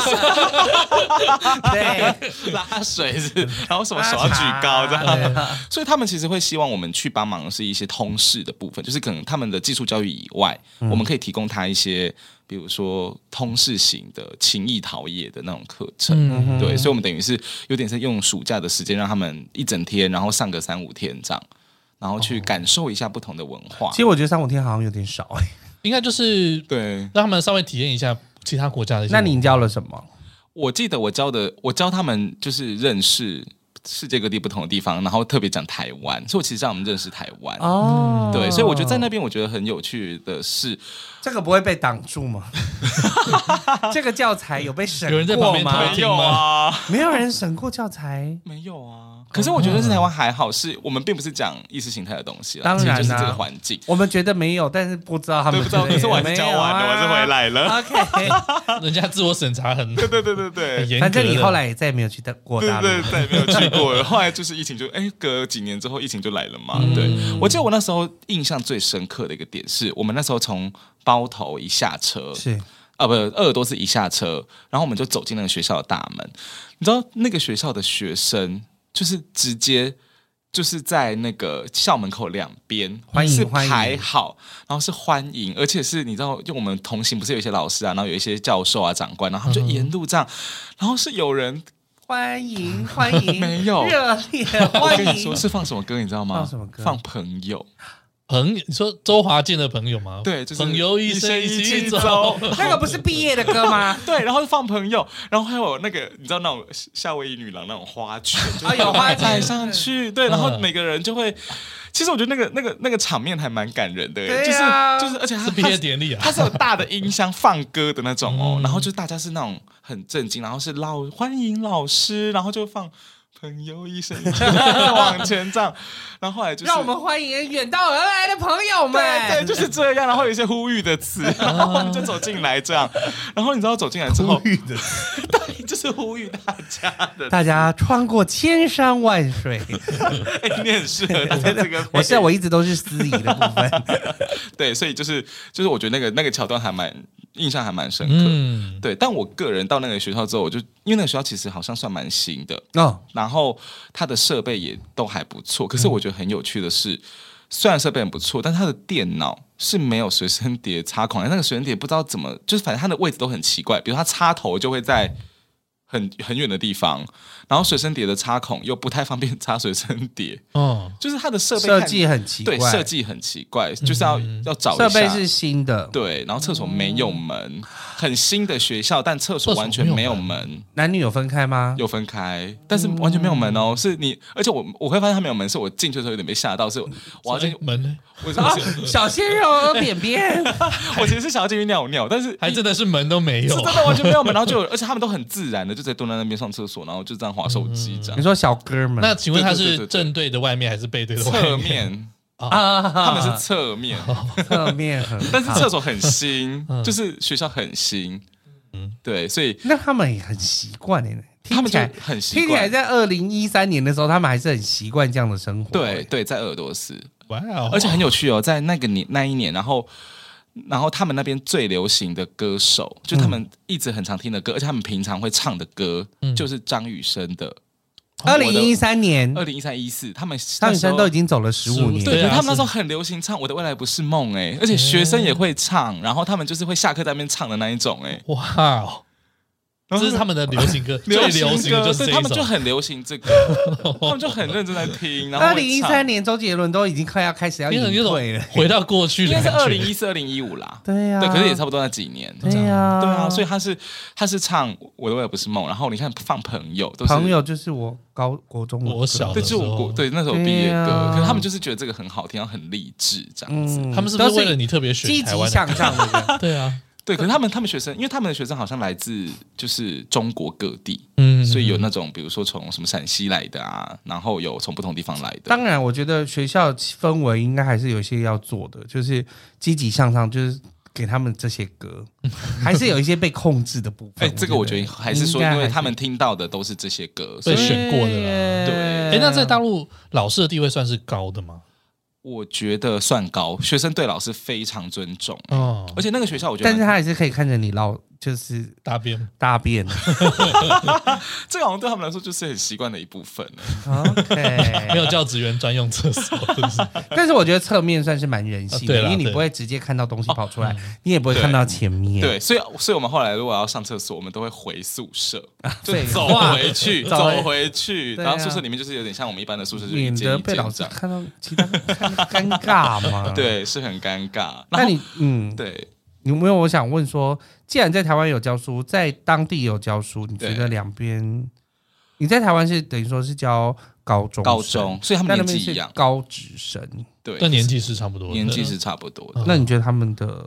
Speaker 2: 对，
Speaker 3: 拉水 是，然后什么手要举高这
Speaker 2: 拉茶啊
Speaker 3: 样。所以他们其实会希望我们去帮忙的是一些通识的部分，就是可能他们的技术教育以外，
Speaker 2: 嗯
Speaker 3: 我们可以提供他一些，比如说通识型的情谊陶冶的那种课程。
Speaker 1: 嗯，
Speaker 3: 对，所以我们等于是有点是用暑假的时间让他们一整天，然后上个三五天这样，然后去感受一下不同的文化。
Speaker 2: 其实我觉得三五天好像有点少哎。
Speaker 1: 应该就是
Speaker 3: 对，
Speaker 1: 让他们稍微体验一下其他国家的一些
Speaker 2: 那
Speaker 1: 文化。
Speaker 2: 你教了什么？
Speaker 3: 我记得我教的，我教他们就是认识世界各地不同的地方，然后特别讲台湾，所以我其实让他们认识台湾。
Speaker 2: 哦
Speaker 3: 嗯对，所以我觉得在那边，我觉得很有趣的是，
Speaker 2: 这个不会被挡住 吗？ 这个教材有被审
Speaker 1: 有人在旁
Speaker 2: 过
Speaker 1: 边
Speaker 2: 吗
Speaker 1: 偷？听吗？
Speaker 3: 啊，
Speaker 2: 没有人审过教材，
Speaker 3: 没有啊。可是我觉得是台湾还好，是我们并不是讲意识形态的东西啦，
Speaker 2: 当然啊
Speaker 3: 其实就是这个环境。
Speaker 2: 我们觉得没有，但是不知道他
Speaker 3: 对，
Speaker 2: 们啊
Speaker 3: 不知道，可是我还是教完了，我还是回
Speaker 2: 来。
Speaker 3: 来了。
Speaker 2: OK，
Speaker 1: 人家自我审查很
Speaker 3: 对对对对
Speaker 1: 很
Speaker 3: 对。
Speaker 1: 严格的。
Speaker 2: 反正你后来也再也没有去过
Speaker 3: 对
Speaker 2: 大陆
Speaker 3: 对。对，没有去 过。后来就是疫情就，哎，隔几年之后疫情就来了嘛。
Speaker 2: 嗯
Speaker 3: 嗯对，
Speaker 1: 嗯
Speaker 3: 我记得我那时候印象最深刻的一个点是，我们那时候从包头一下车，
Speaker 2: 是
Speaker 3: 啊，不，鄂尔多斯一下车，然后我们就走进那个学校的大门。你知道那个学校的学生就是直接就是在那个校门口两边
Speaker 2: 欢迎
Speaker 3: 是
Speaker 2: 欢迎
Speaker 3: 排好，然后是欢迎，而且是你知道，就我们同行不是有一些老师啊，然后有一些教授啊、长官，然后他
Speaker 2: 嗯
Speaker 3: 们就沿路这样，然后是有人
Speaker 2: 欢迎欢 迎，
Speaker 3: 没有
Speaker 2: 热烈
Speaker 3: 哦我
Speaker 2: 嗯欢
Speaker 3: 跟你
Speaker 2: 迎
Speaker 3: 说。是放什么歌，你知道吗？
Speaker 2: 放什么歌
Speaker 3: 放朋友。
Speaker 1: 朋友，你说周华健的朋友吗？
Speaker 3: 对就是
Speaker 1: 朋友一生一起走
Speaker 3: 走。
Speaker 2: 那个不是毕业的歌吗？
Speaker 3: 对，然后就放朋友，然后还有那个你知道那种夏威夷女郎那种花圈，就
Speaker 2: 啊
Speaker 3: 是
Speaker 2: 有花圈
Speaker 3: 带上去，对，然后
Speaker 1: 嗯
Speaker 3: 每个人就会，其实我觉得那个那个那个场面还蛮感人的，欸
Speaker 2: 对啊
Speaker 3: 就是就是，而且它
Speaker 1: 是毕业典礼啊
Speaker 3: 它是它是有大的音箱放歌的那种
Speaker 2: 嗯
Speaker 3: 哦，然后就大家是那种很震惊，然后是老欢迎老师，然后就放。朋友一生一起往前站，然后后来 就是
Speaker 2: 让我们欢迎远道而来的朋友们。
Speaker 3: 对对，就是这样，然后有一些呼吁 的词，然后我们就走进来这样，然后你知道走进来之 后，
Speaker 2: 吁的，
Speaker 3: 对， 就是呼吁大家的。
Speaker 2: 大家穿过千山万 水，，
Speaker 3: 哎、你很适合当这个
Speaker 2: 我现在我一直都是司仪的部分。
Speaker 3: 对，所以就是就是我觉得那个那个桥段还蛮印象还蛮深刻。
Speaker 1: 嗯，
Speaker 3: 对，但我个人到那个学校之后，我就因为那个学校其实好像算蛮新的，
Speaker 2: 哦，
Speaker 3: 然后它的设备也都还不
Speaker 2: 嗯
Speaker 3: 错。可是我觉得很有趣的是，虽然设备很不错，但它的电脑是没有随身碟插孔的。那个随身碟不知道怎么，就是反正它的位置都很奇怪，比如它插头就会在很很远的地方，然后随身碟的插孔又不太方便插随身碟，
Speaker 1: 哦，
Speaker 3: 就是它的设备
Speaker 2: 设
Speaker 3: 看
Speaker 2: 计很奇怪，嗯
Speaker 3: 对设计很奇怪，就是要、要找一
Speaker 2: 设
Speaker 3: 下
Speaker 2: 备是嗯新的，
Speaker 3: 对，然后厕所没有门，很新的学校，但厕所完全没有门，
Speaker 2: 男女有分开吗？
Speaker 3: 有分开，但是完全没有门
Speaker 2: 嗯
Speaker 3: 哦。是你，而且我我会发现它没有门，是我进去的时候有点被吓到，是我我要进
Speaker 1: 哎，门呢？
Speaker 3: 我
Speaker 2: 啊
Speaker 3: 我，
Speaker 2: 小鲜肉扁扁，啊
Speaker 3: 我其实是想要进去尿尿，但是
Speaker 1: 还真的是门都没
Speaker 3: 是
Speaker 1: 有
Speaker 3: 真。的完全没有门，然后就有而且他们都很自然的就直接蹲在那边上厕所，然后就这样划手机这 样
Speaker 2: 你。说小哥们
Speaker 1: 那请问他
Speaker 3: 对对对对
Speaker 1: 是
Speaker 3: 对
Speaker 1: 正对的外面还是背对的外
Speaker 3: 侧面，
Speaker 2: 嗯啊，
Speaker 3: 他们是侧 面，
Speaker 2: 侧面很，
Speaker 3: 但是厕所很新，
Speaker 2: 嗯
Speaker 3: 就是学校很新，对，所以
Speaker 2: 那他们也很习惯的，
Speaker 3: 他
Speaker 2: 听
Speaker 3: 们
Speaker 2: 起
Speaker 3: 就
Speaker 2: 来
Speaker 3: 很习
Speaker 2: 听起来
Speaker 3: 惯。
Speaker 2: 在二零一三年的时候，他们还是很习惯这样的生活。欸
Speaker 3: 对，对，在鄂尔多斯，
Speaker 1: 哇哦！
Speaker 3: 而且很有趣哦，在那个年那一年，然后然后他们那边最流行的歌手，就他
Speaker 2: 嗯
Speaker 3: 们一直很常听的歌，而且他们平常会唱的歌，就是张雨生的。
Speaker 2: 二零一三年，
Speaker 3: 二零一三一四，他们
Speaker 2: 张雨生都已
Speaker 3: 经
Speaker 2: 经走了十五
Speaker 1: 15对
Speaker 2: 年，
Speaker 1: 啊
Speaker 3: 他们那
Speaker 1: 是
Speaker 3: 时候很流行唱《我的未来不是梦》哎，而且
Speaker 2: 嗯
Speaker 3: 学生也会唱，然后他们就是会下课在那边唱的那一种 哎，
Speaker 1: 哇哦，
Speaker 3: 然后
Speaker 1: 这是他们的流行歌，最流行
Speaker 3: 歌
Speaker 1: 的就是
Speaker 3: 对
Speaker 1: 这
Speaker 3: 他
Speaker 1: 一
Speaker 3: 们就
Speaker 1: 首。
Speaker 3: 很流行这个， 他们就很认真在听。然后
Speaker 2: 二
Speaker 3: 会
Speaker 2: 零一
Speaker 3: 唱
Speaker 2: 三，年周杰伦都已经快要开始要
Speaker 1: 因为
Speaker 2: 隐
Speaker 1: 有
Speaker 2: 退
Speaker 1: 种
Speaker 2: 了。
Speaker 1: 回到过去
Speaker 3: 应
Speaker 1: 的
Speaker 3: 该
Speaker 1: 感
Speaker 3: 是
Speaker 1: 觉。
Speaker 3: 二零一四、二零一五啦。
Speaker 2: 对啊呀，
Speaker 3: 对，可是也差不多那几年。这
Speaker 2: 对
Speaker 3: 样
Speaker 2: 呀，
Speaker 3: 对啊，所以他是他是唱《我的未来不是梦》，然后你看放朋友都是
Speaker 2: 朋，友就是我高国中的
Speaker 1: 我
Speaker 2: 歌
Speaker 1: 小
Speaker 3: 对，
Speaker 1: 的
Speaker 3: 就是
Speaker 1: 时
Speaker 3: 我
Speaker 1: 候
Speaker 3: 国，对那首毕业
Speaker 2: 对
Speaker 3: 歌
Speaker 2: 啊，
Speaker 3: 可是他们就是觉得这个很好听，然后很励志这样子。
Speaker 2: 嗯
Speaker 1: 他们是不是
Speaker 2: 都
Speaker 1: 为了你特别
Speaker 2: 积
Speaker 1: 选台
Speaker 2: 极
Speaker 1: 湾的？
Speaker 2: 向上的人。
Speaker 1: 对啊，
Speaker 3: 对，可是他们他们学生，因为他们的学生好像来自就是中国各地，
Speaker 1: 嗯，
Speaker 3: 所以有那种比如说从什么陕西来的啊，然后有从不同地方来的。
Speaker 2: 当然，我觉得学校氛围应该还是有一些要做的，就是积极向上，就是给他们这些 歌，还是有一些被控制的部
Speaker 3: 哎
Speaker 2: 分。，
Speaker 3: 这个我觉得还是说，
Speaker 2: 应该
Speaker 3: 因为他们听到的都是这些歌，所
Speaker 1: 被
Speaker 3: 以
Speaker 1: 选过的啦。
Speaker 3: 对
Speaker 1: 哎，那在大陆老师的地位算是高的吗？
Speaker 3: 我觉得算高。学生对老师非常尊重，
Speaker 1: 哦，
Speaker 3: 而且那个学校我觉得
Speaker 2: 但
Speaker 3: 蛮
Speaker 2: 是他还是可以看着你老就是
Speaker 1: 大便
Speaker 2: 大便。
Speaker 3: 这个好像对他们来说就是很习惯的一部分了。
Speaker 1: 没
Speaker 2: OK，
Speaker 1: 有叫职员专用厕所，是不是？
Speaker 2: 但是我觉得侧面算是蛮人性
Speaker 1: 啊
Speaker 2: 的，
Speaker 1: 对哦嗯啦
Speaker 2: 因为你不会直接看到东西跑出来，你也不会看到前面。
Speaker 3: 对，所以所以我们后来如果要上厕所，我们都会回宿舍，就
Speaker 2: 啊废
Speaker 3: 走
Speaker 2: 话
Speaker 3: 回去，
Speaker 2: 走回
Speaker 3: 走回去，
Speaker 2: 对啊
Speaker 3: 然后宿舍里面就是有点像我们一般的宿舍，就一
Speaker 2: 免
Speaker 3: 间
Speaker 2: 得
Speaker 3: 一
Speaker 2: 被老
Speaker 3: 间
Speaker 2: 师
Speaker 3: 这样，
Speaker 2: 看到其他看尴 尬嘛。，
Speaker 3: 对，是很尴尬。然
Speaker 2: 那
Speaker 3: 后
Speaker 2: 你嗯，
Speaker 3: 对，
Speaker 2: 有没有我想问说，既然在台湾有教书，在当地有教书，你
Speaker 3: 对
Speaker 2: 觉得两边？你在台湾是等于说是教高中生，
Speaker 3: 高中，所以他
Speaker 2: 那
Speaker 3: 们
Speaker 2: 那
Speaker 3: 年
Speaker 2: 边
Speaker 3: 纪
Speaker 2: 是
Speaker 3: 一样，
Speaker 2: 高职生，
Speaker 3: 对，
Speaker 1: 但年嗯纪是差不多的，
Speaker 3: 年纪是差不多的。
Speaker 2: 那你觉得他们的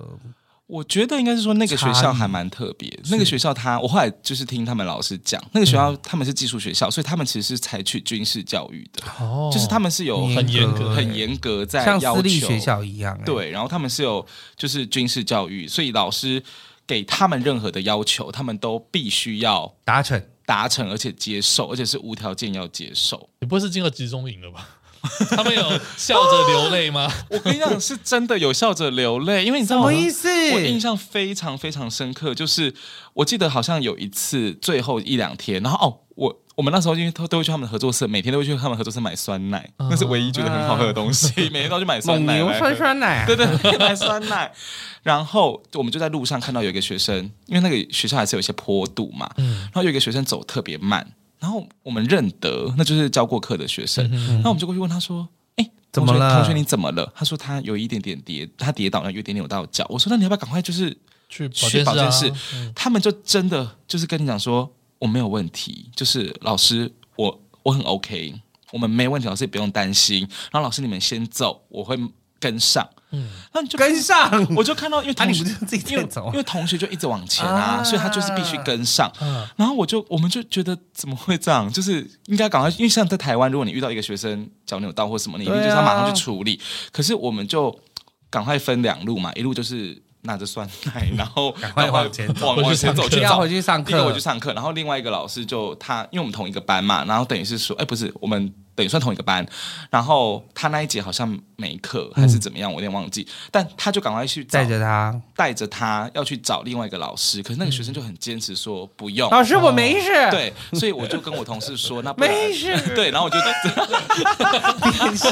Speaker 3: 我觉得应该是说那个学校还蛮特别。
Speaker 2: 嗯
Speaker 3: 那个学校它，我后来就是听他们老师讲，那个学校他们是技术学校，所以他们其实是采取军事教育的，
Speaker 1: 哦，
Speaker 3: 就是他们是有
Speaker 1: 很严格
Speaker 3: 很严格在
Speaker 2: 像
Speaker 3: 要
Speaker 2: 私立
Speaker 3: 求
Speaker 2: 学校一样、欸？，
Speaker 3: 对，然后他们是有就是军事教育，所以老师给他们任何的要求，他们都必须要
Speaker 2: 达成。
Speaker 3: 达成，而且接受，而且是无条件要接受。
Speaker 1: 你不会是进了集中营了吧？ 他们有笑着流泪吗？
Speaker 3: 我跟你 讲，是真的有笑着流泪，因为你知
Speaker 2: 什
Speaker 3: 道
Speaker 2: 么
Speaker 3: 吗？
Speaker 2: 意思？
Speaker 3: 哦我印象非常非常深刻，就是我记得好像有一次最后一两天，然后哦，我我们那时候因为都都会去他们的合作社，每天都会去他们合作社买酸奶，那是唯一觉得很好喝的东西，每天都去买酸
Speaker 2: 蒙
Speaker 3: 奶
Speaker 2: 嗯牛
Speaker 3: 来喝。
Speaker 2: 酸酸奶啊，
Speaker 3: 对对，买酸奶。 然后我们就在路上看到有一个学生，因为那个学校还是有一些坡度嘛，
Speaker 2: 嗯
Speaker 3: 然后有一个学生走特别
Speaker 2: 嗯
Speaker 3: 慢，然后我们认得那就是教过课的学生，然后我们就过去问他说：“哎、
Speaker 2: 怎么
Speaker 3: 同学
Speaker 2: 了？
Speaker 3: 同学，你怎么了？他说他有一点点跌，他跌倒了，有一点扭到脚。我说那你要不要赶快就是
Speaker 1: 去保
Speaker 3: 去保健
Speaker 1: 健
Speaker 3: 室？
Speaker 1: 室啊，
Speaker 2: 嗯
Speaker 3: 他们就真的就是跟你讲说我没有问题，就是老师我我很 OK，我们没问题，老师也不用担心。然后老师你们先走，我会跟上。嗯，那你就
Speaker 2: 跟上！
Speaker 3: 我就看到因为
Speaker 2: 啊，
Speaker 3: 同
Speaker 2: 你
Speaker 3: 学
Speaker 2: 不是自己在
Speaker 3: 因为
Speaker 2: 走
Speaker 3: 因
Speaker 2: 啊？
Speaker 3: 为同学就一直往前啊，
Speaker 2: 啊
Speaker 3: 所以他就是必须跟上。
Speaker 1: 嗯
Speaker 3: 然后我就我们就觉得怎么会这样？就是应该赶快，因为像在台湾，如果你遇到一个学生脚扭到或什么，你一定
Speaker 2: 对
Speaker 3: 就
Speaker 2: 啊
Speaker 3: 是要马上去处理。可是我们就赶快分两路嘛，一路就是拿着酸 奶，然后
Speaker 2: 赶快往前走
Speaker 3: 往往前走
Speaker 1: 回去上课
Speaker 3: 去
Speaker 2: 要
Speaker 3: 找
Speaker 2: 回去上
Speaker 3: 第一个我
Speaker 2: 课
Speaker 3: 去，上课，然后另外一个老师就他，因为我们同一个班嘛，然后等于是说，哎，不是，我们等于算同一个班，然后他那一节好像没课还是怎么样，我有点忘记，但他就赶快去找
Speaker 2: 载着他。
Speaker 3: 带着他要去找另外一个老师，可是那个学生就很坚持说不用。
Speaker 2: 老师，我没 事。，
Speaker 3: 哦对，所以我就跟我同事说，那不然
Speaker 2: 没事。
Speaker 3: 对，然后我就，
Speaker 2: 变笑。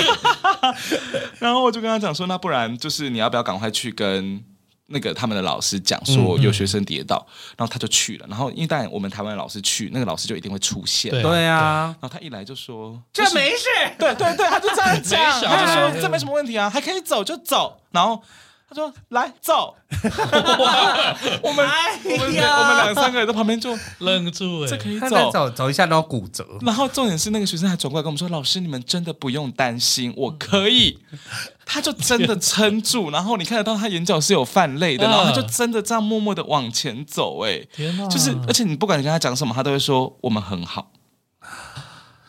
Speaker 3: 然后我就跟他讲说，那不然就是你要不要赶快去跟那个他们的老师讲说有学生跌倒，然后他就去了，然后因为当然我们台湾的老师去，那个老师就一定会出现，
Speaker 1: 对
Speaker 3: 然
Speaker 2: 对啊，
Speaker 3: 后他一来就说
Speaker 2: 这没事。
Speaker 3: 对对对，他就这 样讲，
Speaker 1: 没小
Speaker 3: 他就
Speaker 1: 孩
Speaker 3: 说这没什么问题啊，还可以走就走。然后他说来走， 我们我们
Speaker 2: 哎呀
Speaker 3: 我们两三个人在旁边就
Speaker 1: 愣住哎、
Speaker 3: 这可以
Speaker 2: 他再
Speaker 3: 走。
Speaker 2: 走走一下都要骨折。
Speaker 3: 然后重点是那个学生还转过来跟我们说：“老师，你们真的不用担心，我可以。”
Speaker 1: 嗯
Speaker 3: 他就真的撑住，然后你看得到他眼角是有泛泪的，
Speaker 1: 嗯
Speaker 3: 然后他就真的这样默默的往前走、哎，
Speaker 1: 天哪，
Speaker 3: 就是，而且你不管跟他讲什么，他都会说我们很好。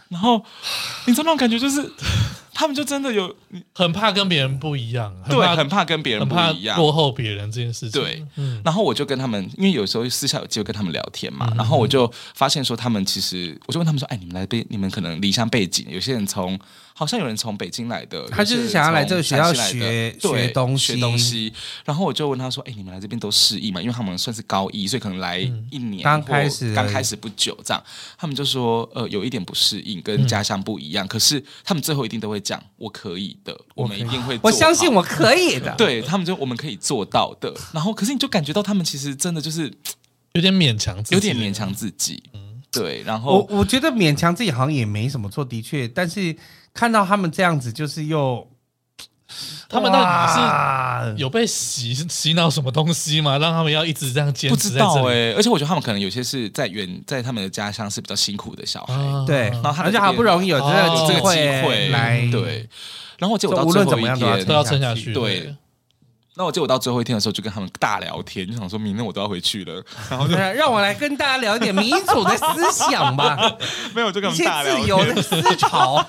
Speaker 3: 然后你知道那种感觉，就是他们就真的有，
Speaker 1: 很怕跟别人不一样，很
Speaker 3: 对，
Speaker 1: 怕
Speaker 3: 很怕跟别人
Speaker 1: 很
Speaker 3: 不
Speaker 1: 怕
Speaker 3: 一样。
Speaker 1: 落后别人这件事情。
Speaker 3: 对，
Speaker 1: 嗯，
Speaker 3: 然后我就跟他们，因为有时候私下有机会跟他们聊天
Speaker 2: 嗯
Speaker 3: 嘛，然后我就发现说，他们其实，我就问他们说，哎，你们来背，你们可能离乡背景，有些人从，好像有人从北京来的，
Speaker 2: 他就是
Speaker 3: 有些人
Speaker 2: 想要来
Speaker 3: 从
Speaker 2: 这个学校
Speaker 3: 山西来的
Speaker 2: 学
Speaker 3: 对
Speaker 2: 学东
Speaker 3: 学
Speaker 2: 西
Speaker 3: 东西。然后我就问他说，哎，你们来这边都适应嘛？因为他们算是高一，所以可能来一年、
Speaker 2: 刚开始而已
Speaker 3: 刚开始不久这样，他们就说，呃，有一点不适应，跟家乡不一样。可是他们最后一定都会讲，我可以的，我们一定会，
Speaker 2: 我相信。我可以的。
Speaker 3: 对他们就我们可以做到的，然后可是你就感觉到他们其实真的就是
Speaker 1: 有点勉强自己，
Speaker 3: 有点勉强自己，
Speaker 2: 嗯
Speaker 3: 对，然
Speaker 2: 我
Speaker 3: 后
Speaker 2: 我觉得勉强自己好像也没什么错，的确，但是看到他们这样子，就是又
Speaker 1: 他们到底是
Speaker 2: 底
Speaker 1: 有被洗洗脑什么东西吗？让他们要一直这样坚
Speaker 3: 不
Speaker 1: 持
Speaker 3: 知
Speaker 1: 在这
Speaker 3: 道
Speaker 1: 里？
Speaker 3: 哎、而且我觉得他们可能有些是在原在他们的家乡是比较辛苦的小孩，
Speaker 1: 啊
Speaker 2: 对，
Speaker 3: 后他
Speaker 2: 而且好不容易有这个
Speaker 1: 哦
Speaker 3: 哦有这个
Speaker 2: 机
Speaker 3: 机会
Speaker 2: 来，
Speaker 3: 对。然后我记得
Speaker 2: 就
Speaker 3: 我到
Speaker 2: 无
Speaker 3: 最
Speaker 2: 论
Speaker 3: 后
Speaker 2: 怎
Speaker 3: 一
Speaker 2: 么样都要
Speaker 1: 都
Speaker 3: 天，
Speaker 1: 要撑下去。
Speaker 3: 对，那我记得我到最后一天的时候就跟他们大聊天，就想说明天我都要回 去了，然后就
Speaker 2: 那让我来跟大家聊一点民主的思想吧，
Speaker 3: 没有就跟
Speaker 2: 一
Speaker 3: 他
Speaker 2: 些
Speaker 3: 们大聊
Speaker 2: 自
Speaker 3: 天
Speaker 2: 由的思潮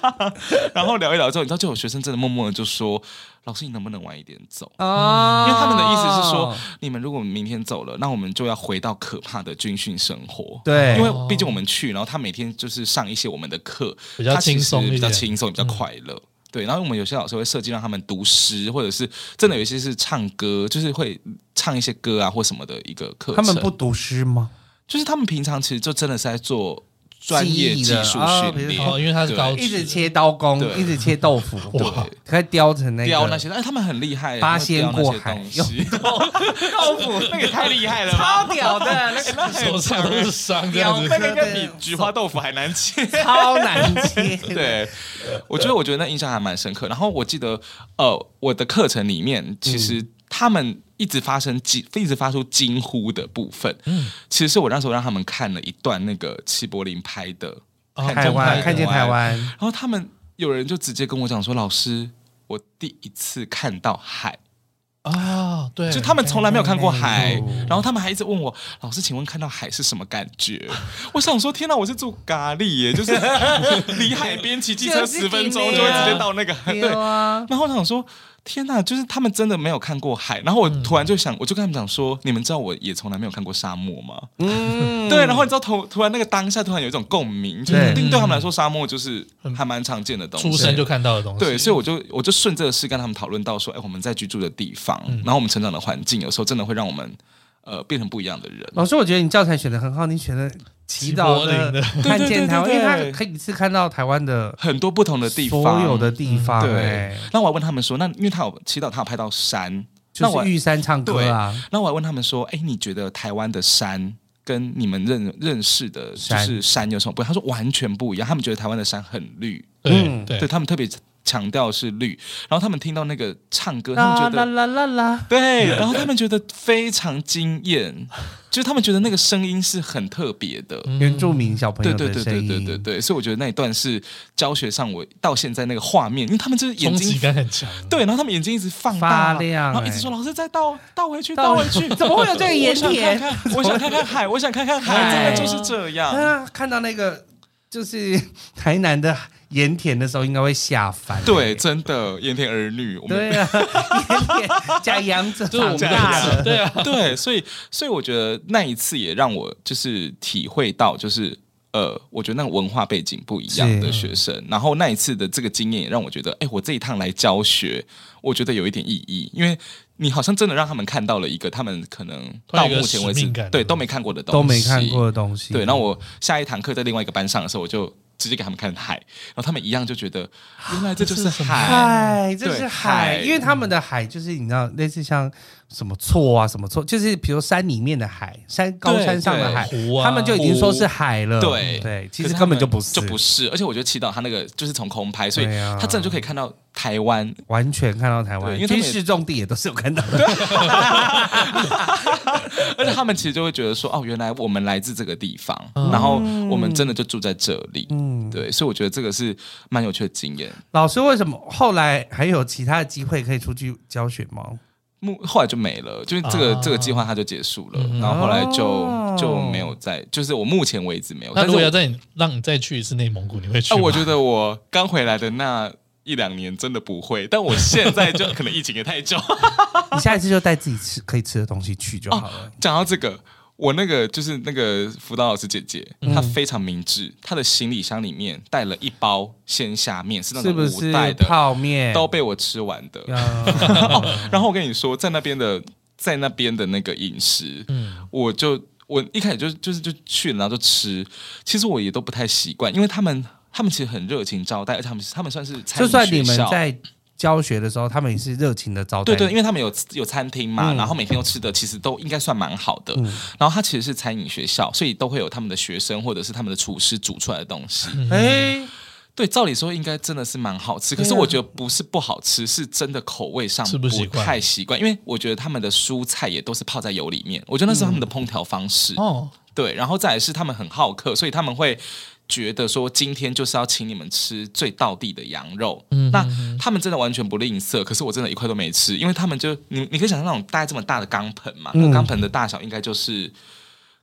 Speaker 3: 然后聊一聊之后，你知道就有学生真的默默的就说：“老师，你能不能晚一点走？”
Speaker 2: 啊
Speaker 3: 因 为他们的意思是
Speaker 2: 哦
Speaker 3: 说，，你们如果明天走了，那我们就要回到可怕的军训生 活。
Speaker 2: 对，
Speaker 3: 因为毕竟我们去，然后他每天就是上一些我们的课，
Speaker 1: 比较
Speaker 3: 他其实
Speaker 1: 轻松一点
Speaker 3: 比较轻松，比较快乐。
Speaker 2: 嗯
Speaker 3: 对，然后我们有些老师会设计让他们读诗，或者是真的有一些是唱歌，就是会唱一些歌啊或什么的一个课程。
Speaker 2: 他们不，读诗吗？
Speaker 3: 就是他们平常其实就真的是在做专业技术
Speaker 2: 啊比
Speaker 3: 训
Speaker 2: 如
Speaker 3: 练，
Speaker 2: 说
Speaker 1: 哦，因为他是高职
Speaker 2: 一直切刀工，
Speaker 3: 对
Speaker 2: 一直切豆腐，
Speaker 3: 哇，
Speaker 2: 可以雕成那个
Speaker 3: 雕那些，哎，他们很厉害，
Speaker 2: 八
Speaker 3: 他们雕
Speaker 2: 仙
Speaker 3: 那
Speaker 2: 过
Speaker 3: 些
Speaker 2: 海
Speaker 3: 东西，
Speaker 2: 豆腐，
Speaker 3: 那个也太厉害了 吧！
Speaker 2: 超屌的，那个
Speaker 1: 手上都是伤这样子
Speaker 2: 两。
Speaker 3: 那个应该比菊花豆腐还难切。
Speaker 2: 超难切，
Speaker 3: 对，我觉得我觉得那印象还蛮深刻。然后我记得，呃，我的课程里面，其实
Speaker 2: 嗯
Speaker 3: 他们一直发生惊，一直发出惊呼的部分，
Speaker 2: 嗯
Speaker 3: 其实是我那时候让他们看了一段那个齐柏林拍的，
Speaker 1: 哦
Speaker 3: 看
Speaker 2: 台
Speaker 3: 中
Speaker 2: 湾
Speaker 3: 拍
Speaker 2: 看见台湾，
Speaker 3: 然后他们有人就直接跟我讲说：“老师，我第一次看到海。”
Speaker 1: 啊，对，
Speaker 3: 就他们从来没有看过海
Speaker 2: 嗯，
Speaker 3: 然后他们还一直问我老师，请问看到海是什么感觉？ 我想说，天哪，我是住咖喱耶，就是离海边骑机车
Speaker 2: 就是
Speaker 3: 十分钟
Speaker 2: 近
Speaker 3: 就
Speaker 2: 的
Speaker 3: 会
Speaker 2: 啊
Speaker 3: 直接到那个对。
Speaker 2: 对啊，
Speaker 3: 然后我想说，天哪，就是他们真的没有看过海。然后我突然就想，我就跟他们讲说，你们知道我也从来没有看过沙漠吗？
Speaker 2: 嗯，
Speaker 3: 对，然后你知道突突然那个当下突然有一种共鸣，就是
Speaker 2: 对
Speaker 3: 一定对他们来说，沙漠就是还蛮常见的东西，
Speaker 1: 出生就看到的东西。
Speaker 3: 对，所以我就我就顺这个事跟他们讨论到说，哎，我们在居住的地方，然后我们成长的环境，有时候真的会让我们呃变成不一样的人。
Speaker 2: 老师，我觉得你教材选的很好，你选的祈祷的
Speaker 1: 齐
Speaker 2: 看见台湾，
Speaker 3: 对对对对对
Speaker 2: 因为他可以一次看到台湾的
Speaker 3: 很多不同的地方，嗯
Speaker 2: 所有的地方，
Speaker 3: 对
Speaker 2: 哎，
Speaker 3: 那我还问他们说，那因为他有祈祷，他有拍到山，那
Speaker 2: 就
Speaker 3: 我
Speaker 2: 是玉山唱歌啊，
Speaker 3: 那我还问他们说，哎，你觉得台湾的山跟你们认认识的就
Speaker 2: 山
Speaker 3: 是山有什么不一样？他说完全不一样，他们觉得台湾的山很绿，
Speaker 1: 对
Speaker 2: 嗯
Speaker 1: 对
Speaker 3: 对他们特别强调是绿，然后他们听到那个唱歌，他们
Speaker 2: 啦啦
Speaker 3: 觉得
Speaker 2: 啦啦啦，
Speaker 3: 对，然后他们觉得非常惊 艳，就是他们觉得那个声音是很特别的。
Speaker 2: 原住
Speaker 1: 嗯
Speaker 2: 民小嗯朋
Speaker 3: 对
Speaker 2: 友
Speaker 3: 对
Speaker 2: 的
Speaker 3: 对
Speaker 2: 声
Speaker 3: 对
Speaker 2: 音，
Speaker 3: 对对对，所以我觉得那一段是教学上我到现在那个画面，因为他们就是眼
Speaker 1: 冲击
Speaker 3: 睛
Speaker 1: 感很强。
Speaker 3: 对，然后他们眼睛一直放大
Speaker 2: 发亮
Speaker 3: 然后一直
Speaker 2: 欸
Speaker 3: 说老师再倒倒回去，
Speaker 2: 倒
Speaker 3: 倒
Speaker 2: 回
Speaker 3: 回去，
Speaker 2: 怎么会有这个哎盐田
Speaker 3: 我想看看，我想看看海，我想看看海，真的就是这样。
Speaker 2: 啊，看到那个就是 台南的盐田的时候，应该会吓翻。哎
Speaker 3: 对，真的盐田儿女，我们
Speaker 2: 对啊， 盐田加羊 子
Speaker 1: 就是我
Speaker 2: 长
Speaker 1: 们的
Speaker 2: 大
Speaker 1: 儿子，
Speaker 2: 了，
Speaker 1: 对啊，
Speaker 3: 对，所以所以我觉得那一次也让我就是体会到，就是呃，我觉得那个文化背景不一样的学生，然后那一次的这个经验也让我觉得，哎，我这一趟来教学，我觉得有一点意义，因为你好像真的让他们看到了一个他们可能
Speaker 1: 突然
Speaker 3: 到
Speaker 1: 有一个
Speaker 3: 目前为
Speaker 1: 使
Speaker 3: 止
Speaker 1: 命感
Speaker 3: 对都没看过的东西，
Speaker 2: 都没看过的东西。
Speaker 3: 对，然后我下一堂课在另外一个班上的时候，我就直接给他们看海，然后他们一样就觉得原来这就是海。
Speaker 2: 海，这是
Speaker 3: 对
Speaker 2: 海，
Speaker 3: 海
Speaker 2: 因为他们的海就是你知道，类似像什么错啊，什么错，就是比如山里面的海，山高山上的海，
Speaker 1: 湖啊，
Speaker 2: 他们就已经说是海了。
Speaker 3: 对
Speaker 2: 对，其
Speaker 3: 可
Speaker 2: 实
Speaker 3: 是他
Speaker 2: 根本
Speaker 3: 们
Speaker 2: 就不是，
Speaker 3: 就不是，而且我觉得祈祷他那个就是从空拍，所以
Speaker 2: 对啊
Speaker 3: 他真的就可以看到台湾。
Speaker 2: 完全看到台湾，
Speaker 3: 对因为他
Speaker 2: 军
Speaker 3: 们也啊
Speaker 2: 事重地也都是有看到的。
Speaker 3: 而且他们其实就会觉得说，哦，原来我们来自这个地方，
Speaker 1: 嗯
Speaker 3: 然后我们真的就住在这里。
Speaker 2: 嗯，
Speaker 3: 对，所以我觉得这个是蛮有趣的经验。
Speaker 2: 老师为什么后来还有其他的机会可以出去教学吗？
Speaker 3: 目后来就没了，就是这个、
Speaker 1: 啊
Speaker 3: 这个计划它就结束了，
Speaker 1: 嗯
Speaker 3: 然后后来就、
Speaker 2: 哦
Speaker 3: 就没有再，就是我目前为止没有。
Speaker 1: 那
Speaker 3: 哦但
Speaker 1: 如
Speaker 3: 是
Speaker 1: 果
Speaker 3: 我
Speaker 1: 要再让你再去一次内蒙古，你会去
Speaker 3: 啊，
Speaker 1: 吗？
Speaker 3: 我觉得我刚回来的那一两年真的不会，但我现在就可能疫情也太久。
Speaker 2: 你下一次就带自己吃可以吃的东西去就好了。
Speaker 3: 讲到这个，我那个就是那个辅导老师姐姐，
Speaker 2: 嗯
Speaker 3: 她非常明智，她的行李箱里面带了一包鲜虾面，是那
Speaker 2: 是
Speaker 3: 种
Speaker 2: 不
Speaker 3: 五
Speaker 2: 是欸
Speaker 3: 袋的，
Speaker 2: 泡面？
Speaker 3: 都被我吃完的。
Speaker 2: 啊
Speaker 3: 然后我跟你说，在那边的在那边的那个饮食，
Speaker 1: 嗯
Speaker 3: 我就我一开始就就是就去了，然后就吃。其实我也都不太习惯，因为他们他们其实很热情招待，而且他们是他们算是餐
Speaker 2: 就
Speaker 3: 饮
Speaker 2: 算你
Speaker 3: 学
Speaker 2: 们
Speaker 3: 校。
Speaker 2: 在教学的时候，他们也是热情的招待
Speaker 3: 对
Speaker 2: 你。
Speaker 3: 对，因为他们有有餐厅嘛，
Speaker 2: 嗯
Speaker 3: 然后每天都吃的其实都应该算蛮好的。
Speaker 2: 嗯
Speaker 3: 然后它其实是餐饮学校，所以都会有他们的学生或者是他们的厨师煮出来的东西。
Speaker 1: 嗯
Speaker 2: 哎、
Speaker 3: 对，照理说应该真的是蛮好吃，可是
Speaker 2: 对啊
Speaker 3: 我觉得不是不好吃，是真的口味上
Speaker 1: 吃不习惯
Speaker 3: 太习惯，因为我觉得他们的蔬菜也都是泡在油里面，我觉得那是他们的烹调方式。
Speaker 1: 嗯哦，
Speaker 3: 对，然后再来是他们很好客，所以他们会觉得说今天就是要请你们吃最道地的羊肉。
Speaker 1: 嗯
Speaker 3: 那
Speaker 1: 嗯
Speaker 3: 他们真的完全不吝啬，可是我真的一块都没吃，因为他们就你你可以想象那种大概这么大的钢盆嘛，那
Speaker 2: 嗯
Speaker 3: 钢盆的大小应该就是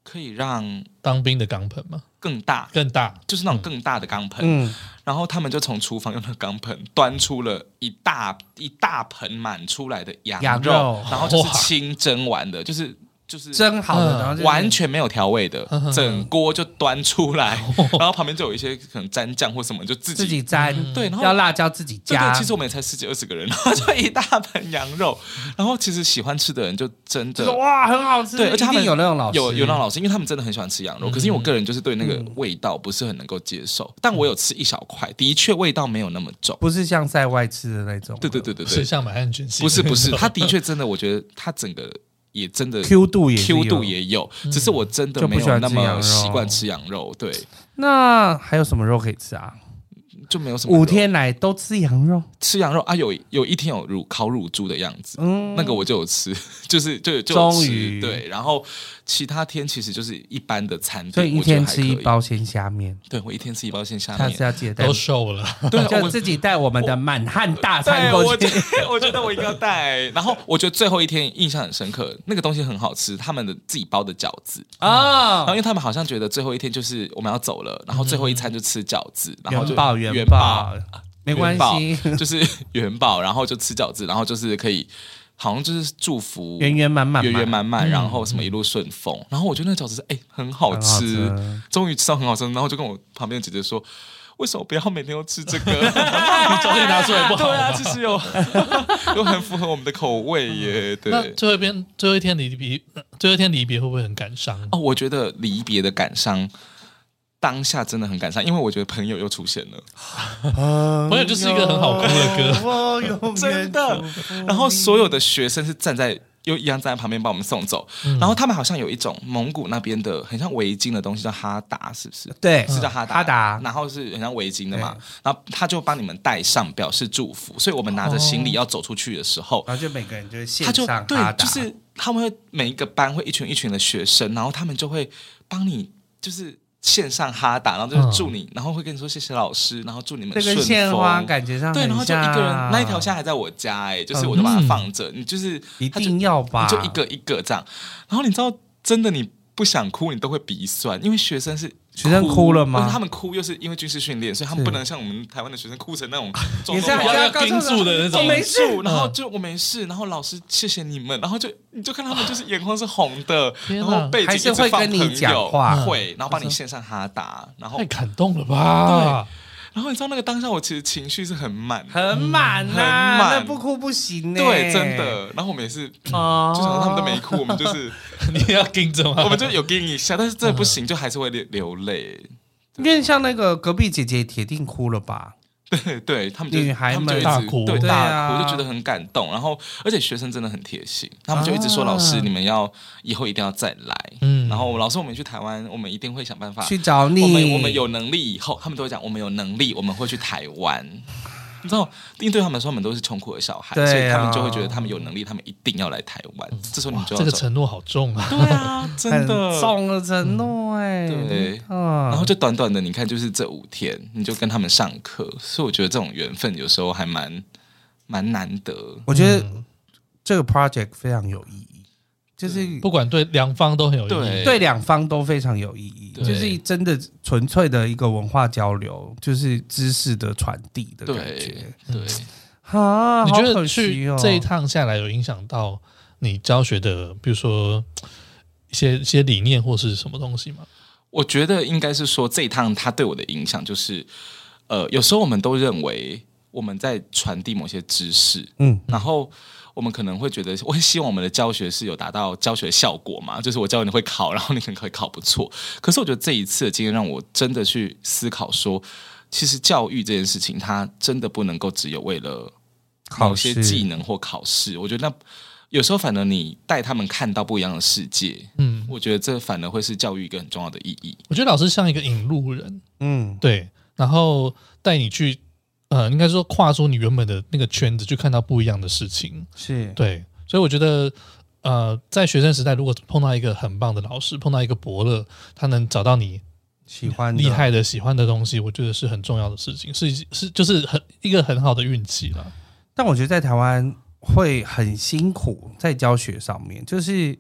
Speaker 3: 可以让
Speaker 1: 当兵的钢盆嘛，
Speaker 3: 更大，
Speaker 1: 更大，
Speaker 3: 就是那种更大的钢盆。
Speaker 2: 嗯，
Speaker 3: 然后他们就从厨房用那个钢盆端出了一大一大盆满出来的羊肉，
Speaker 2: 羊肉
Speaker 3: 然后就是
Speaker 1: 哇
Speaker 3: 清蒸完的，就是就是
Speaker 2: 真好的，
Speaker 1: 嗯
Speaker 2: 然后就是
Speaker 3: 完全没有调味的
Speaker 1: 嗯，
Speaker 3: 整锅就端出来， 然后旁边就有一些可能蘸酱或什么，就自己
Speaker 2: 哦自己沾，
Speaker 3: 对，嗯然后
Speaker 2: 要辣椒自己
Speaker 3: 对
Speaker 2: 加。
Speaker 3: 对，其实我们也才十几二十个人， 然后就一大盆羊肉，然后其实喜欢吃的人就真
Speaker 2: 就是
Speaker 3: 的。
Speaker 2: 哇，很好吃。
Speaker 3: 对，而且
Speaker 2: 一
Speaker 3: 他
Speaker 2: 定
Speaker 3: 们
Speaker 2: 有那种老师，嗯
Speaker 3: 有有那种老师，因为他们真的很喜欢吃羊肉。可是因为我个人就是对那个味道不是很能够接受，但我有吃一小块，的确味道没有那么重。
Speaker 2: 不是像在外吃的那种。
Speaker 3: 对对对对
Speaker 1: 是
Speaker 3: 对，
Speaker 1: 像买汉卷系
Speaker 3: 不是不
Speaker 1: 那
Speaker 3: 是，
Speaker 1: 种
Speaker 3: 它的确真的，我觉得它整个也真的
Speaker 2: ，Q 度也是
Speaker 3: Q 度
Speaker 2: 有嗯
Speaker 3: 也有，只是我真的
Speaker 2: 就不
Speaker 3: 没
Speaker 2: 喜
Speaker 3: 有
Speaker 2: 欢
Speaker 3: 那
Speaker 2: 吃羊
Speaker 3: 么
Speaker 2: 肉
Speaker 3: 习惯吃羊肉，对，
Speaker 2: 那还有什么肉可以吃啊？
Speaker 3: 就没有什么肉
Speaker 2: 五天来都吃羊肉，
Speaker 3: 吃羊肉啊，有有一天有乳烤乳猪的样子，
Speaker 2: 嗯，
Speaker 3: 那个我就有吃， 就是就就有
Speaker 2: 终于
Speaker 3: 吃对，然后其他天其实就是一般的餐
Speaker 2: 所
Speaker 3: 点，
Speaker 2: 以一
Speaker 3: 我觉得
Speaker 2: 天
Speaker 3: 还
Speaker 2: 吃一
Speaker 3: 可以，
Speaker 2: 包鲜虾面，
Speaker 3: 对我一天吃一包线下
Speaker 2: 下
Speaker 3: 面
Speaker 2: 次，要记得带
Speaker 1: 都，瘦了，
Speaker 3: 对，
Speaker 2: 就
Speaker 3: 我
Speaker 2: 自己带我们的满汉大餐
Speaker 3: 对，我
Speaker 2: 过
Speaker 3: 觉
Speaker 2: 去。
Speaker 3: 得我觉得我一定要带。然后 我觉得最后一天印象很深刻，那个东西很好吃，他们的自己包的饺子。然后
Speaker 2: 哦
Speaker 3: 因，为他们好像觉得最后一天就是我们要走了，然后最后一餐就吃饺子，然后就
Speaker 2: 元宝
Speaker 3: 元
Speaker 2: 元宝，没关
Speaker 3: 元宝
Speaker 2: 系，
Speaker 3: 就是元宝，然后就吃饺子，然后就是可以，好像就是祝福
Speaker 2: 圆圆满满，嗯
Speaker 3: 圆圆满满，然后什么一路顺风。然后我觉得那饺子是哎、很好
Speaker 2: 嗯很好
Speaker 3: 吃，
Speaker 2: 吃
Speaker 3: 终于吃到很好吃，然后就跟我旁边的姐姐说。为什么不要每天都吃 这个？你
Speaker 1: 昨天拿出来不好吗
Speaker 3: 对啊，其实 有有很符合我们的口味
Speaker 2: 嗯
Speaker 3: 耶。
Speaker 1: 那
Speaker 3: 对
Speaker 1: 最后一边最后一天离别，最后一天离别会不会很感伤？
Speaker 3: 哦，我觉得离别的感伤，当下真的很感伤，因为我觉得朋友又出现了。
Speaker 1: 朋友
Speaker 3: 哎啊
Speaker 1: 就是一个很好哭的歌
Speaker 2: 歌，
Speaker 3: 真的。然后所有的学生是站在又一样站在旁边把我们送走。
Speaker 2: 嗯
Speaker 3: 然后他们好像有一种蒙古那边的很像围巾的东西，叫哈达，是不是？
Speaker 2: 对，
Speaker 3: 是叫哈
Speaker 2: 嗯
Speaker 3: 达，
Speaker 2: 哈达
Speaker 3: 然后是很像围巾的嘛，然后他就帮你们戴上，表示祝福。所以我们拿着行李要走出去的时候，
Speaker 2: 然后就每个人就是
Speaker 3: 他
Speaker 2: 线
Speaker 3: 就
Speaker 2: 哦上哈
Speaker 3: 对，
Speaker 2: 达，
Speaker 3: 就是他们会每一个班会一群一群的学生，然后他们就会帮你就是线上哈达，然后就是祝你，然后会跟你说谢谢老师，然后祝你们
Speaker 2: 嗯这
Speaker 3: 顺
Speaker 2: 跟献花
Speaker 3: 风。
Speaker 2: 感觉上
Speaker 3: 对，然后
Speaker 2: 很
Speaker 3: 就一个人，
Speaker 2: 像嗯
Speaker 3: 那一条线还在我家哎、就是我就把它放着，你就是
Speaker 2: 一
Speaker 3: 他就
Speaker 2: 定要吧，
Speaker 3: 你就一个一个这样，然后你知道真的你不想哭，你都会鼻酸，因为学生是。
Speaker 2: 学生哭了吗
Speaker 3: 而且他们哭又是因为军事训练，所以他们
Speaker 2: 是
Speaker 3: 不能像我们台湾的学生哭成那种
Speaker 2: 也啊是啊
Speaker 1: 要
Speaker 2: 这
Speaker 1: 要
Speaker 2: 样告诉
Speaker 1: 盯住的那
Speaker 3: 我
Speaker 1: 种，
Speaker 3: 没事，然后
Speaker 1: 嗯
Speaker 3: 就我没事，然后老师谢谢你们，然后就你就看他们就是眼眶是红 的，
Speaker 1: 天
Speaker 3: 然
Speaker 1: 哪
Speaker 3: 后背景
Speaker 2: 还
Speaker 3: 一
Speaker 2: 是
Speaker 3: 直
Speaker 2: 会
Speaker 3: 放
Speaker 2: 跟你
Speaker 3: 朋
Speaker 2: 讲
Speaker 3: 友
Speaker 2: 话嗯
Speaker 3: 会，然后帮你线上哈达，然后
Speaker 1: 太感动了吧？
Speaker 3: 然后你知道那个当下我其实情绪是很满的，
Speaker 2: 很满
Speaker 3: 很
Speaker 2: 呐，那
Speaker 3: 满
Speaker 2: 不哭不行呢，
Speaker 3: 对，真的，然后我们 也是，就
Speaker 2: 哦，
Speaker 3: 想到他们都没哭，我们就是
Speaker 1: 你也要盯着吗？
Speaker 3: 我们就有给你一下，但是真的不行，就还是会流流泪。
Speaker 2: 因为像那个隔壁姐姐铁定哭了吧？
Speaker 3: 对对，他们就
Speaker 2: 女孩
Speaker 3: 他们就
Speaker 2: 们
Speaker 3: 一直
Speaker 1: 大哭
Speaker 3: 对
Speaker 2: 对
Speaker 3: 大
Speaker 2: 啊
Speaker 3: 哭，就觉得很感动。然后，而且学生真的很贴心，他们就一直说：“老
Speaker 2: 啊
Speaker 3: 师，你们要以后一定要再来。”
Speaker 1: 嗯
Speaker 3: 然后老师，我们去台湾，我们一定会想办法。
Speaker 2: 去找你，
Speaker 3: 啊我们我们有能力以后，他们都会讲我们有能力，我们会去台 湾。你知道，因为对他们来说，我们都是穷苦的小孩，
Speaker 2: 对啊
Speaker 3: 所以他们就会觉得他们有能力，他们一定要来台湾。这时候你
Speaker 1: 哇，
Speaker 3: 们就
Speaker 1: 这
Speaker 3: 要
Speaker 1: 个
Speaker 3: 走，
Speaker 1: 承诺好重啊！
Speaker 3: 对啊，真
Speaker 2: 很
Speaker 3: 的。
Speaker 2: 重的承诺哎，
Speaker 3: 对
Speaker 2: 嗯，
Speaker 3: 然后就短短的，你看就是这五天，你就跟他们上课，所以我觉得这种缘分有时候还蛮蛮难得。
Speaker 2: 我
Speaker 1: 嗯
Speaker 2: 觉得这个 project 非常有意义，就是
Speaker 1: 不管对两方都很有意义
Speaker 3: 对。
Speaker 2: 对两方都非常有意义，
Speaker 3: 对
Speaker 2: 就是真的纯粹的一个文化交流，就是知识的传递的感觉
Speaker 3: 对。对，
Speaker 2: 啊，
Speaker 1: 你觉
Speaker 2: 好
Speaker 1: 得
Speaker 2: 可惜
Speaker 1: 去
Speaker 2: 哦
Speaker 1: 这一趟下来，有影响到你教学的，比如说一些一些理念或是什么东西吗？
Speaker 3: 我觉得应该是说这一趟他对我的影响就是，呃，有时候我们都认为我们在传递某些知识，
Speaker 2: 嗯，
Speaker 3: 然后我们可能会觉得，我很希望我们的教学是有达到教学效果嘛，就是我教你会考，然后你可能可以考不错。可是我觉得这一次的经验让我真的去思考说，其实教育这件事情，它真的不能够只有为了
Speaker 2: 考
Speaker 3: 某些
Speaker 2: 试
Speaker 3: 技能或考试。我觉得那有时候反而你带他们看到不一样的世界，
Speaker 1: 嗯，
Speaker 3: 我觉得这反而会是教育一个很重要的意义。
Speaker 1: 我觉得老师像一个引路人，
Speaker 2: 嗯，
Speaker 1: 对，然后带你去，呃，应该说跨出你原本的那个圈子，去看到不一样的事情。
Speaker 2: 是
Speaker 1: 对，所以我觉得，呃，在学生时代，如果碰到一个很棒的老师，碰到一个伯乐，他能找到你
Speaker 2: 喜欢的
Speaker 1: 厉，害的、喜欢的东西，我觉得是很重要的事情，是是就是很一个很好的运气了。
Speaker 2: 但我觉得在台湾会很辛苦，在教学上面，就是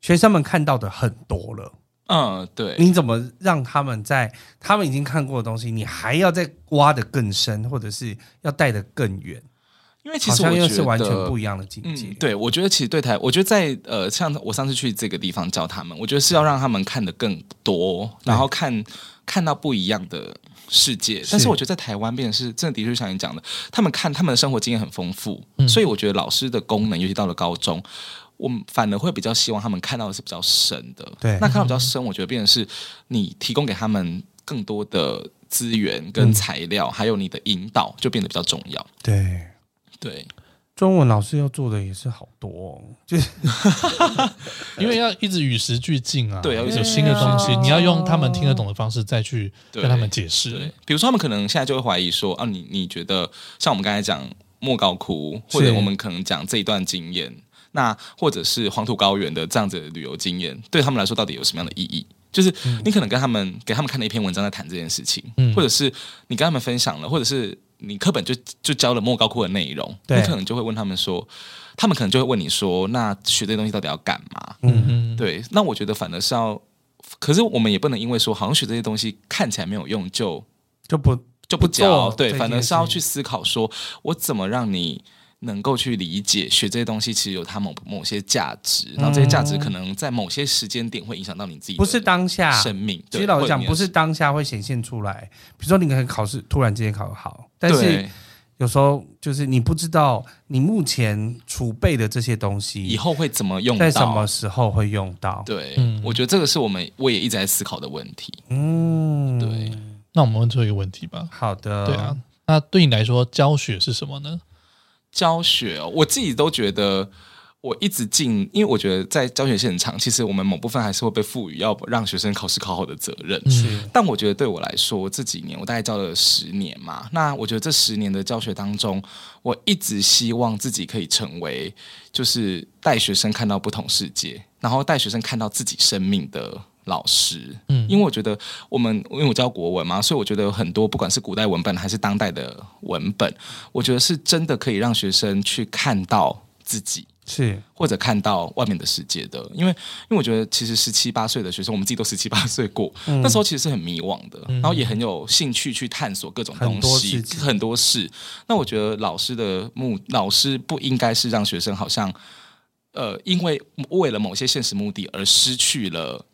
Speaker 2: 学生们看到的很多了，
Speaker 3: 嗯，对，
Speaker 2: 你怎么让他们在他们已经看过的东西，你还要再挖的更深，或者是要带的更远？
Speaker 3: 因为其
Speaker 2: 好
Speaker 3: 实我
Speaker 2: 像
Speaker 3: 觉
Speaker 2: 又
Speaker 3: 得
Speaker 2: 是完全不一样的境界。
Speaker 3: 嗯，对，我觉得其实对台，我觉得在呃，像我上次去这个地方教他们，我觉得是要让他们看得更多，然后看看到不一样的世界。但
Speaker 2: 是
Speaker 3: 是我觉得在台湾，变成是真的，的确像你讲的，他们看他们的生活经验很丰富，
Speaker 1: 嗯
Speaker 3: 所以我觉得老师的功能，尤其到了高中。我们反而会比较希望他们看到的是比较深的，
Speaker 2: 对
Speaker 3: 那看到比较深，我觉得变成是你提供给他们更多的资源
Speaker 2: 嗯
Speaker 3: 跟材料，还有你的引导，就变得比较重要。
Speaker 2: 对，
Speaker 3: 对，
Speaker 2: 中文老师要做的也是好多、哦，就是
Speaker 1: 因为要一直与时俱进啊，
Speaker 3: 对要与时
Speaker 1: 有
Speaker 3: 俱
Speaker 1: 新的东西，
Speaker 2: 进
Speaker 1: 你要用他们听得懂的方式再去
Speaker 3: 对
Speaker 1: 跟他们解
Speaker 3: 对
Speaker 1: 释。，
Speaker 3: 比如说他们可能现在就会怀疑说，啊，你你觉得像我们刚才讲莫高窟，或者
Speaker 2: 是
Speaker 3: 我们可能讲这一段经验，那或者是黄土高原的这样子的旅游经验，对他们来说到底有什么样的意义？就是
Speaker 2: 嗯
Speaker 3: 你可能跟他们给他们看了一篇文章在谈这件事情，
Speaker 1: 嗯
Speaker 3: 或者是你跟他们分享了，或者是你课本就就教了莫高窟的内容，
Speaker 2: 对
Speaker 3: 你可能就会问他们说，他们可能就会问你说，那学这些东西到底要干嘛？
Speaker 2: 嗯，
Speaker 1: 嗯，
Speaker 3: 对，那我觉得反而是要，可是我们也不能因为说好像学这些东西看起来没有用就
Speaker 2: 就不
Speaker 3: 就不教，
Speaker 2: 做
Speaker 3: 对，
Speaker 2: 这
Speaker 3: 反
Speaker 2: 件
Speaker 3: 而是要
Speaker 2: 事
Speaker 3: 去思考说，我怎么让你能够去理解学这些东西，其实有它某某些价值，然后这些价值可能在某些时间点会影响到你自己，
Speaker 2: 嗯不是当下。
Speaker 3: 生命。
Speaker 2: 其
Speaker 3: 对
Speaker 2: 实老实讲，
Speaker 3: 或者你的
Speaker 2: 不是当下会显现出来。比如说，你可能考试突然之间考得好，但是
Speaker 3: 对
Speaker 2: 有时候就是你不知道你目前储备的这些东
Speaker 3: 以
Speaker 2: 西
Speaker 3: 后会怎么用到
Speaker 2: 在什么？时候会用到。
Speaker 3: 对，
Speaker 1: 嗯
Speaker 3: 我觉得这个是我们我也一直在思考的问题。
Speaker 2: 嗯，
Speaker 3: 对，
Speaker 1: 那我们问最后一个问题吧。
Speaker 2: 好
Speaker 3: 呃
Speaker 2: 的，
Speaker 1: 对啊，，那对你来说，教学是什么呢？
Speaker 3: 教学、哦，我自己都觉得，我一直进，因为我觉得在教学现场，其实我们某部分还是会被赋予要让学生考试考好的责任。
Speaker 2: 是
Speaker 3: 但我觉得对我来说，这几年我大概教了十年嘛，那我觉得这十年的教学当中，我一直希望自己可以成为，就是带学生看到不同世界，然后带学生看到自己生命的。老师，嗯，因为我觉得我们，因为我教国文嘛，所以我觉得有很多不管是古代文本还是当代的文本，我觉得是真的可以让学生去看到自己，
Speaker 2: 是，
Speaker 3: 或者看到外面的世界的，因为因为我觉得其实十七八岁的学生，我们自己都十七八岁过，
Speaker 2: 嗯
Speaker 3: 那时候其实是很迷惘的，然后也很有兴趣去探索各种东西，
Speaker 2: 很
Speaker 3: 很
Speaker 2: 多事
Speaker 3: 多事。那我觉得老师的目，老师不应该是让学生好像。呃，因为为了某些现实目的而失去了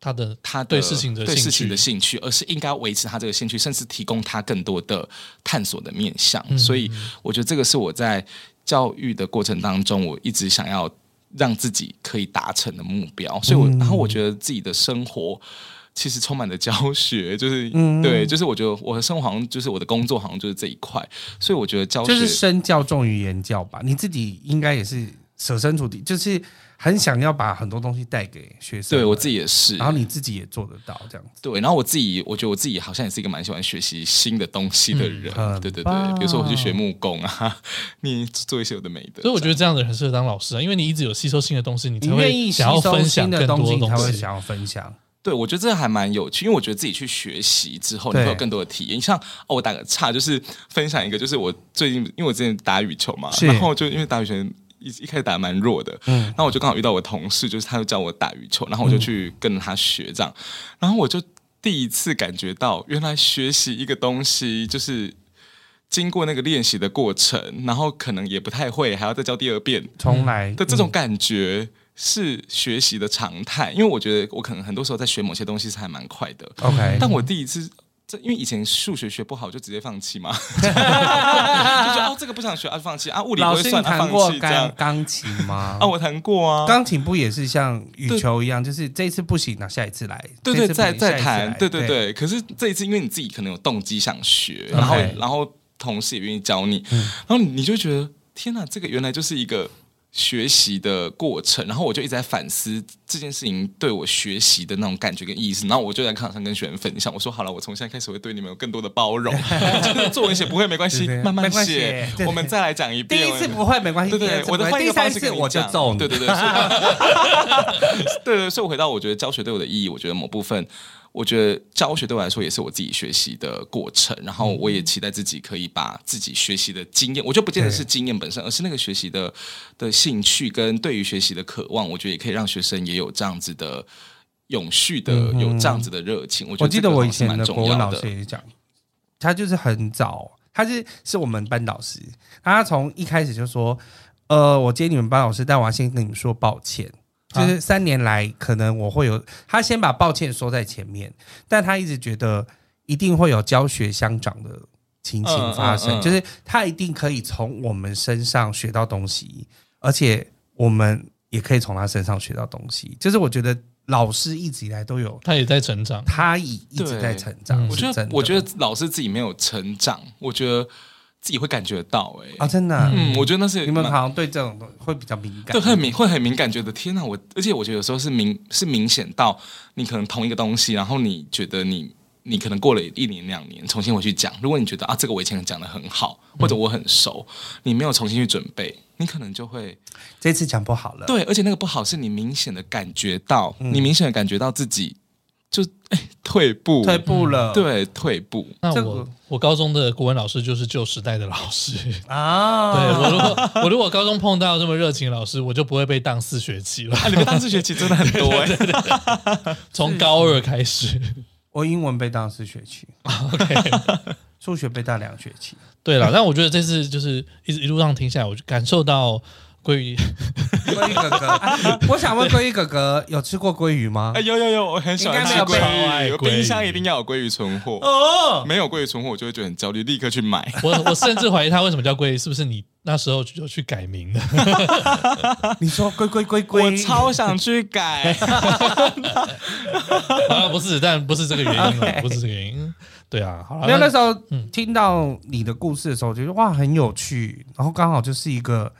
Speaker 1: 他的
Speaker 3: 他的
Speaker 1: 对事情的
Speaker 3: 对
Speaker 1: 兴
Speaker 3: 事情
Speaker 1: 趣
Speaker 3: 的兴趣，而是应该维持他这个兴趣，甚至提供他更多的探索的面向。
Speaker 1: 嗯
Speaker 3: 所以，我觉得这个是我在教育的过程当中，我一直想要让自己可以达成的目标。所以我，
Speaker 1: 嗯
Speaker 3: 然后我觉得自己的生活。其实充满了教学，就是、
Speaker 1: 嗯
Speaker 3: 对，就是我觉得我的生活好像就是我的工作好像就是这一块，所以我觉得教学
Speaker 2: 就是身教重于言教吧。你自己应该也是设身处地，就是很想要把很多东西带给学生。
Speaker 3: 对我自己也是，
Speaker 2: 然后你自己也做得到这样子。
Speaker 3: 对，然后我自己，我觉得我自己好像也是一个蛮喜欢学习新的东西的人，
Speaker 2: 嗯很
Speaker 3: 对对
Speaker 2: 棒
Speaker 3: 对，比如说我去学木工啊， 你做一些有的没的，
Speaker 1: 所以我觉得这样的人很适合当老师啊，因为你一直有吸收新的东西，你
Speaker 2: 你
Speaker 1: 才
Speaker 2: 愿
Speaker 1: 会
Speaker 2: 意吸
Speaker 1: 想要
Speaker 2: 收
Speaker 1: 分享
Speaker 2: 新
Speaker 1: 更
Speaker 2: 的
Speaker 1: 多
Speaker 2: 东西，你
Speaker 1: 东
Speaker 2: 才会
Speaker 1: 西。
Speaker 2: 想要分享。
Speaker 3: 对，我觉得这还蛮有趣，因为我觉得自己去学习之后，你
Speaker 2: 对
Speaker 3: 会有更多的体验。像哦，我打个岔，就是分享一个，就是我最近因为我之前打羽球嘛，
Speaker 2: 是
Speaker 3: 然后就因为打羽球一一开始打得蛮弱的，嗯，然后我就刚好遇到我同事，就是他就教我打羽球，然后我就
Speaker 2: 嗯
Speaker 3: 去跟着他学这样，然后我就第一次感觉到，原来学习一个东西就是。经过那个练习的过程，然后可能也不太会，还要再教第二遍，
Speaker 2: 重来
Speaker 3: 嗯
Speaker 2: 嗯
Speaker 3: 的这种感觉是学习的常态，因为我觉得我可能很多时候在学某些东西是还蛮快的，
Speaker 2: 嗯 OK，
Speaker 3: 但我第一次。这因为以前数学学不好就直接放 弃嘛， 就觉得哦这个不想学啊就放弃啊，物理不
Speaker 2: 老
Speaker 3: 会
Speaker 2: 师
Speaker 3: 算
Speaker 2: 你
Speaker 3: 啊
Speaker 2: 弹
Speaker 3: 放
Speaker 2: 过
Speaker 3: 弃这样
Speaker 2: 钢钢琴吗
Speaker 3: 啊？我弹过啊，
Speaker 2: 钢琴不也是像羽球一样，就是这一次不行，那下一次来，
Speaker 3: 对
Speaker 2: 这
Speaker 3: 对
Speaker 2: 一次不
Speaker 3: 再
Speaker 2: 行下一
Speaker 3: 再
Speaker 2: 次
Speaker 3: 弹
Speaker 2: 来，
Speaker 3: 对对，对。可是这一次因为你自己可能有动机想学，
Speaker 2: OK 嗯
Speaker 3: 然后然后同事也愿意教你，然后你就觉得天哪，这个原来就是一个。学习的过程，然后我就一直在反思这件事情对我学习的那种感觉跟意思，然后我就在课堂上跟学员分享，我说好了，我从现在开始会对你们有更多的包容， 就是作文写不会没关系
Speaker 2: 对对，
Speaker 3: 慢慢
Speaker 2: 没关系
Speaker 3: 写
Speaker 2: 对，对
Speaker 3: 我们再来讲一
Speaker 2: 第
Speaker 3: 遍。
Speaker 2: 一次不会没关系，
Speaker 3: 对
Speaker 2: 第
Speaker 3: 对
Speaker 2: 二，次
Speaker 3: 我
Speaker 2: 不
Speaker 3: 再
Speaker 2: 会哎
Speaker 3: 换一
Speaker 2: 第
Speaker 3: 个
Speaker 2: 三
Speaker 3: 方式
Speaker 2: 次
Speaker 3: 跟你
Speaker 2: 我就
Speaker 3: 讲
Speaker 2: 揍你，
Speaker 3: 对对对，所以对对，所以回 到我觉得教学对我的意义，我觉得某部分，我觉得教学对我来说也是我自己学习的过程，然后我
Speaker 2: 嗯
Speaker 3: 也期待自己可以把自己学习的经验，我觉得不见得是经验本身，而是那个学习的的兴趣跟对于学习的渴望，我觉得也可以让学生也有这样子的。永续的有这样子的热情，我
Speaker 2: 嗯
Speaker 3: 觉
Speaker 2: 我
Speaker 3: 得
Speaker 2: 记
Speaker 3: 这
Speaker 2: 得
Speaker 3: 个
Speaker 2: 我
Speaker 3: 好
Speaker 2: 以
Speaker 3: 像是
Speaker 2: 前
Speaker 3: 蛮
Speaker 2: 的国
Speaker 3: 重
Speaker 2: 文
Speaker 3: 要
Speaker 2: 老
Speaker 3: 的
Speaker 2: 师。也讲，他就是很早，他是是我们班导师，他从一开始就说，呃，我接你们班老师，但我要先跟你们说抱歉。
Speaker 3: 啊
Speaker 2: 就是三年来，可能我会有他先把抱歉说在前面，但他一直觉得一定会有教学相长的情形发生，
Speaker 3: 嗯嗯嗯
Speaker 2: 就是他一定可以从我们身上学到东西，而且我们也可以从他身上学到东西。就是我觉得老师一直以来都有
Speaker 1: 他也在成长，
Speaker 2: 他一一直在成长，
Speaker 1: 对
Speaker 3: 我
Speaker 2: 是
Speaker 3: 觉
Speaker 2: 真
Speaker 3: 得
Speaker 2: 的，
Speaker 3: 我觉得老师自己没有成长，我觉得自己会感觉到、欸，
Speaker 2: 啊，真的啊、
Speaker 3: 嗯，我觉得那是
Speaker 2: 你们
Speaker 3: 蛮
Speaker 2: 好像对这种东西会比较敏感，
Speaker 3: 对，很敏会很敏感，觉得天哪！我而且我觉得有时候是明是明显到你可能同一个东西，然后你觉得你你可能过了一年两年重新回去讲，如果你觉得啊这个我以前讲的很好，或者我很熟，你没有重新去准备，你可能就会
Speaker 2: 这次讲不好了，
Speaker 3: 对，而嗯且那个不好是你明显的感觉到，你明显的感觉到自己就哎退步，
Speaker 2: 退步了，
Speaker 3: 嗯对退步，
Speaker 1: 那
Speaker 2: 这
Speaker 1: 我
Speaker 2: 个
Speaker 1: 我高中的国文老师就是旧时代的老师，
Speaker 2: 啊，
Speaker 1: 对我如果我如果高中碰到这么热情的老师，我就不会被当四学期了。
Speaker 3: 啊！你们当时学期真的很多哎、
Speaker 1: 从高二开 始，
Speaker 2: 我英文被当四学期数学被当两学期，
Speaker 1: 对了，但我觉得这次就是一直一路上听下来，我就感受到关于
Speaker 2: 鲑鱼哥哥， 啊我想问鲑鱼哥哥有吃过鲑鱼吗
Speaker 3: 哎、？有有有，我很喜欢吃
Speaker 2: 应该没有被
Speaker 1: 超爱
Speaker 3: 鲑鱼，
Speaker 1: 鲑鱼
Speaker 3: 冰箱一定要有鲑鱼存货。
Speaker 2: 哦，
Speaker 3: 没有鲑鱼存货，我就会觉得很焦虑，立刻去买。
Speaker 1: 我，我甚至怀疑他为什么叫龟，是不是你那时候就去改名的？
Speaker 2: 你说龟龟龟
Speaker 3: 我
Speaker 2: 龟，
Speaker 3: 超想去 改，
Speaker 1: 啊，不是，但不是这个原因了，不是这个原因。对啊，好了，
Speaker 2: 没有，那
Speaker 1: 那
Speaker 2: 时候听到你的故事的时候，觉得哇很有趣，然后刚好就是一个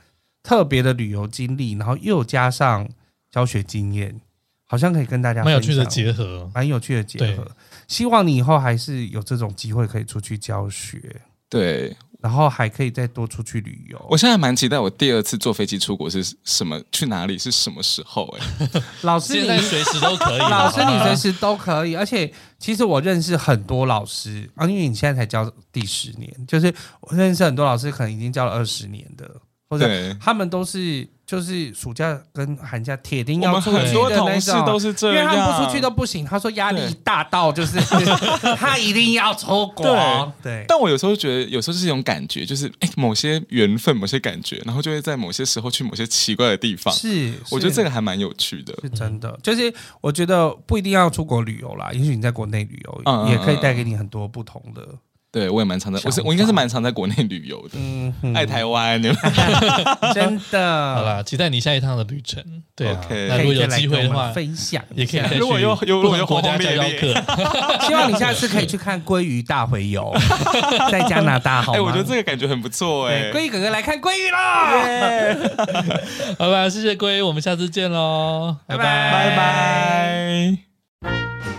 Speaker 2: 特别的旅游经历，然后又加上教学经验，好像可以跟大家
Speaker 1: 蛮有趣的
Speaker 2: 分享
Speaker 1: 结合。
Speaker 2: 蛮有趣的结合
Speaker 1: 对。
Speaker 2: 希望你以后还是有这种机会可以出去教学，
Speaker 3: 对
Speaker 2: 然后还可以再多出去旅游。
Speaker 3: 我现在还蛮期待我第二次坐飞机出国是什么，去哪里是什么时候、欸？哎，
Speaker 2: 老师
Speaker 1: 现
Speaker 2: 你，
Speaker 1: 在随时都可以了，
Speaker 2: 老师
Speaker 1: 好
Speaker 2: 你
Speaker 3: 啊
Speaker 1: 吗
Speaker 2: 随时都可以，而且其实我认识很多老师啊，因为你现在才教第十年，就是我认识很多老师可能已经教了二十年的，或者
Speaker 3: 对，
Speaker 2: 他们都是就是暑假跟寒假铁定
Speaker 3: 我
Speaker 2: 要
Speaker 3: 们
Speaker 2: 出去的
Speaker 3: 很多
Speaker 2: 那
Speaker 3: 同事都
Speaker 2: 种。
Speaker 3: 是这
Speaker 2: 因为
Speaker 3: 样，
Speaker 2: 他们不出去都不行，他说压力
Speaker 3: 对
Speaker 2: 一大到就是 他一定要出国，对，
Speaker 3: 但我有时候觉得，有时候就是一种感觉，就是哎、诶某些缘分，某些感觉，然后就会在某些时候去某些奇怪的地方。
Speaker 2: 是，
Speaker 3: 我觉得
Speaker 2: 是
Speaker 3: 这个还蛮有趣的。
Speaker 2: 是
Speaker 1: 嗯
Speaker 2: 真的，就是我觉得不一定要出国旅游啦，也许你在国内旅游、
Speaker 3: 嗯嗯
Speaker 2: 也可以带给你很多不同的。
Speaker 3: 对，我也蛮常在，我是
Speaker 2: 想法
Speaker 3: 我应该是蛮常在国内旅游的，
Speaker 2: 嗯，
Speaker 3: 爱台湾。
Speaker 2: 真
Speaker 1: 好
Speaker 2: 的。
Speaker 1: 啦，期待你下一趟的旅程。对啊，
Speaker 3: OK
Speaker 1: 那如果有机会的话，
Speaker 2: 可以再来跟我们分享一
Speaker 1: 也可以
Speaker 2: 下
Speaker 1: 再去
Speaker 3: 如果有有如果有
Speaker 1: 不同国家
Speaker 3: 轰轰
Speaker 1: 教
Speaker 3: 烈
Speaker 1: 教
Speaker 3: 烈
Speaker 1: 课，
Speaker 2: 希望你下次可以去看鲑鱼大回 游，在加拿大好
Speaker 3: 哎、
Speaker 2: 吗？
Speaker 3: 我觉得这个感觉很不错哎、
Speaker 2: 对鲑鱼哥哥来看鲑鱼啦，
Speaker 1: 好吧，谢谢各位，我们下次见喽，拜
Speaker 2: 拜拜
Speaker 3: 拜拜。